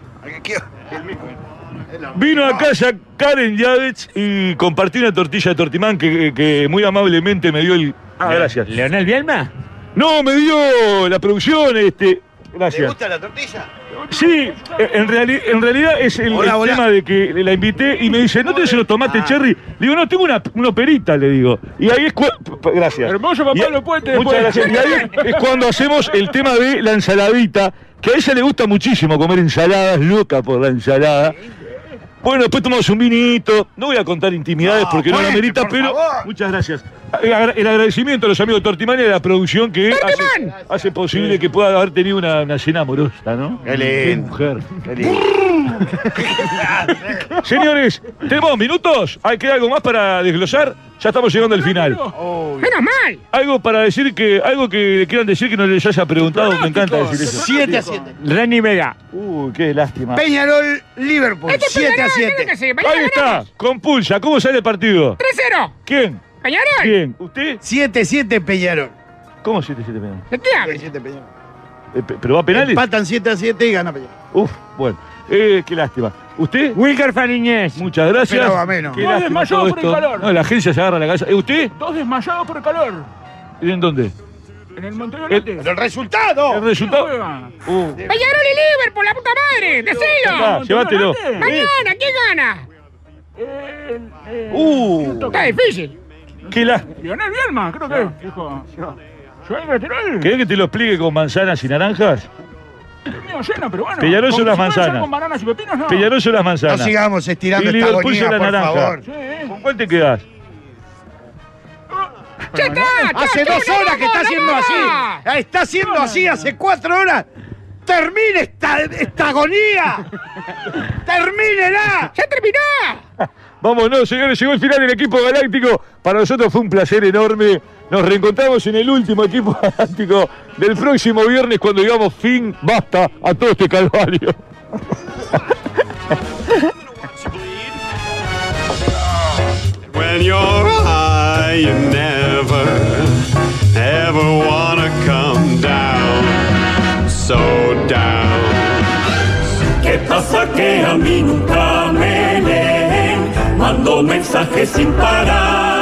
Vino a casa Karen Yavich y compartí una tortilla de tortimán que, que muy amablemente me dio el. Ah, gracias.
¿Leonel Bielma?
No, me dio la producción, este.
¿Te
Gracias.
gusta la tortilla?
Sí, en, reali- en realidad es el,
Hola,
el
hola. Ah.
tema de que la invité y me dice, ¿no tenés unos tomates cherry? Digo, no, tengo una, una operita, le digo. Y ahí es cu- p- Gracias.
Hermoso papá
Y-
lo puente
Muchas gracias. Y ahí es cuando hacemos el tema de la ensaladita, que a ella le gusta muchísimo comer ensaladas, loca por la ensalada. Bueno, después tomamos un vinito. No voy a contar intimidades porque no la
cuente,
merita,
Ah, por
pero
favor.
muchas gracias. El agra- El agradecimiento a los amigos de Tortimán y a la producción que hace, hace posible que pueda haber tenido una, una cena amorosa, ¿no?
Qué lindo.
mujer. Señores, ¿tenemos minutos? ¿Hay que algo más para desglosar? Ya estamos llegando al final.
¡Menos mal!
Algo para decir que, algo que le quieran decir que no les haya preguntado, me encanta decir eso.
7 a 7.
Reni Vega.
Uh, qué lástima.
Peñarol Liverpool,
Este es
7 a
Peñarol, claro
7.
que sí. Mañana
Ahí está,
ganamos.
compulsa, ¿cómo sale el partido?
3-0.
¿Quién?
¡Peñarol!
¿Quién? ¿Usted?
7 a 7 Peñarol.
¿Cómo 7-7 penales?
¿De qué hablas?
7 Peñarol.
Eh, pe- ¿Pero va a penales?
Empatan 7 a 7 y gana Peñarol.
Uf, bueno. Eh, qué lástima. ¿Usted?
Wilker Fariñez.
Muchas gracias.
Esperaba menos.
Qué
No,
lástima
desmayado
todo
por el
esto.
calor.
No, la agencia se agarra la cabeza. ¿Eh, ¿Usted?
Dos desmayados por calor.
¿En dónde?
En el Montelote.
¡El resultado!
El resultado. Uh.
Peñarol y Liverpool, la puta madre.
Acá,
Decilo.
llévatelo.
Mañana, ¿quién gana?
Uh.
Está difícil.
Qué la-
Leonel Bielma, creo que. Dijo. Joel Beterol.
¿Querés que te lo explique con manzanas y naranjas?
Mío lleno, pero bueno.
Peñarol
Como
son
si fuera
las manzanas.
sal Con bananas y pepinos, no.
Peñarol son las manzanas.
No sigamos estirando
y
esta
Liverpool
agonía,
son la
por
naranja.
favor.
¿Con cuál te quedás?
¡Ya está!
Hace dos horas que está haciendo así. Está haciendo así hace cuatro horas. ¡Termine esta, esta agonía! ¡Termínela!
¡Ya terminó!
Vámonos, señores, llegó el final del equipo galáctico. Para nosotros fue un placer enorme. Nos reencontramos en el último equipo galáctico del próximo viernes cuando digamos fin, basta a todo este calvario.
When you're high, you never ever wanna come down. So down.
¿Qué pasa que a mí nunca me leen? Mando mensajes sin parar.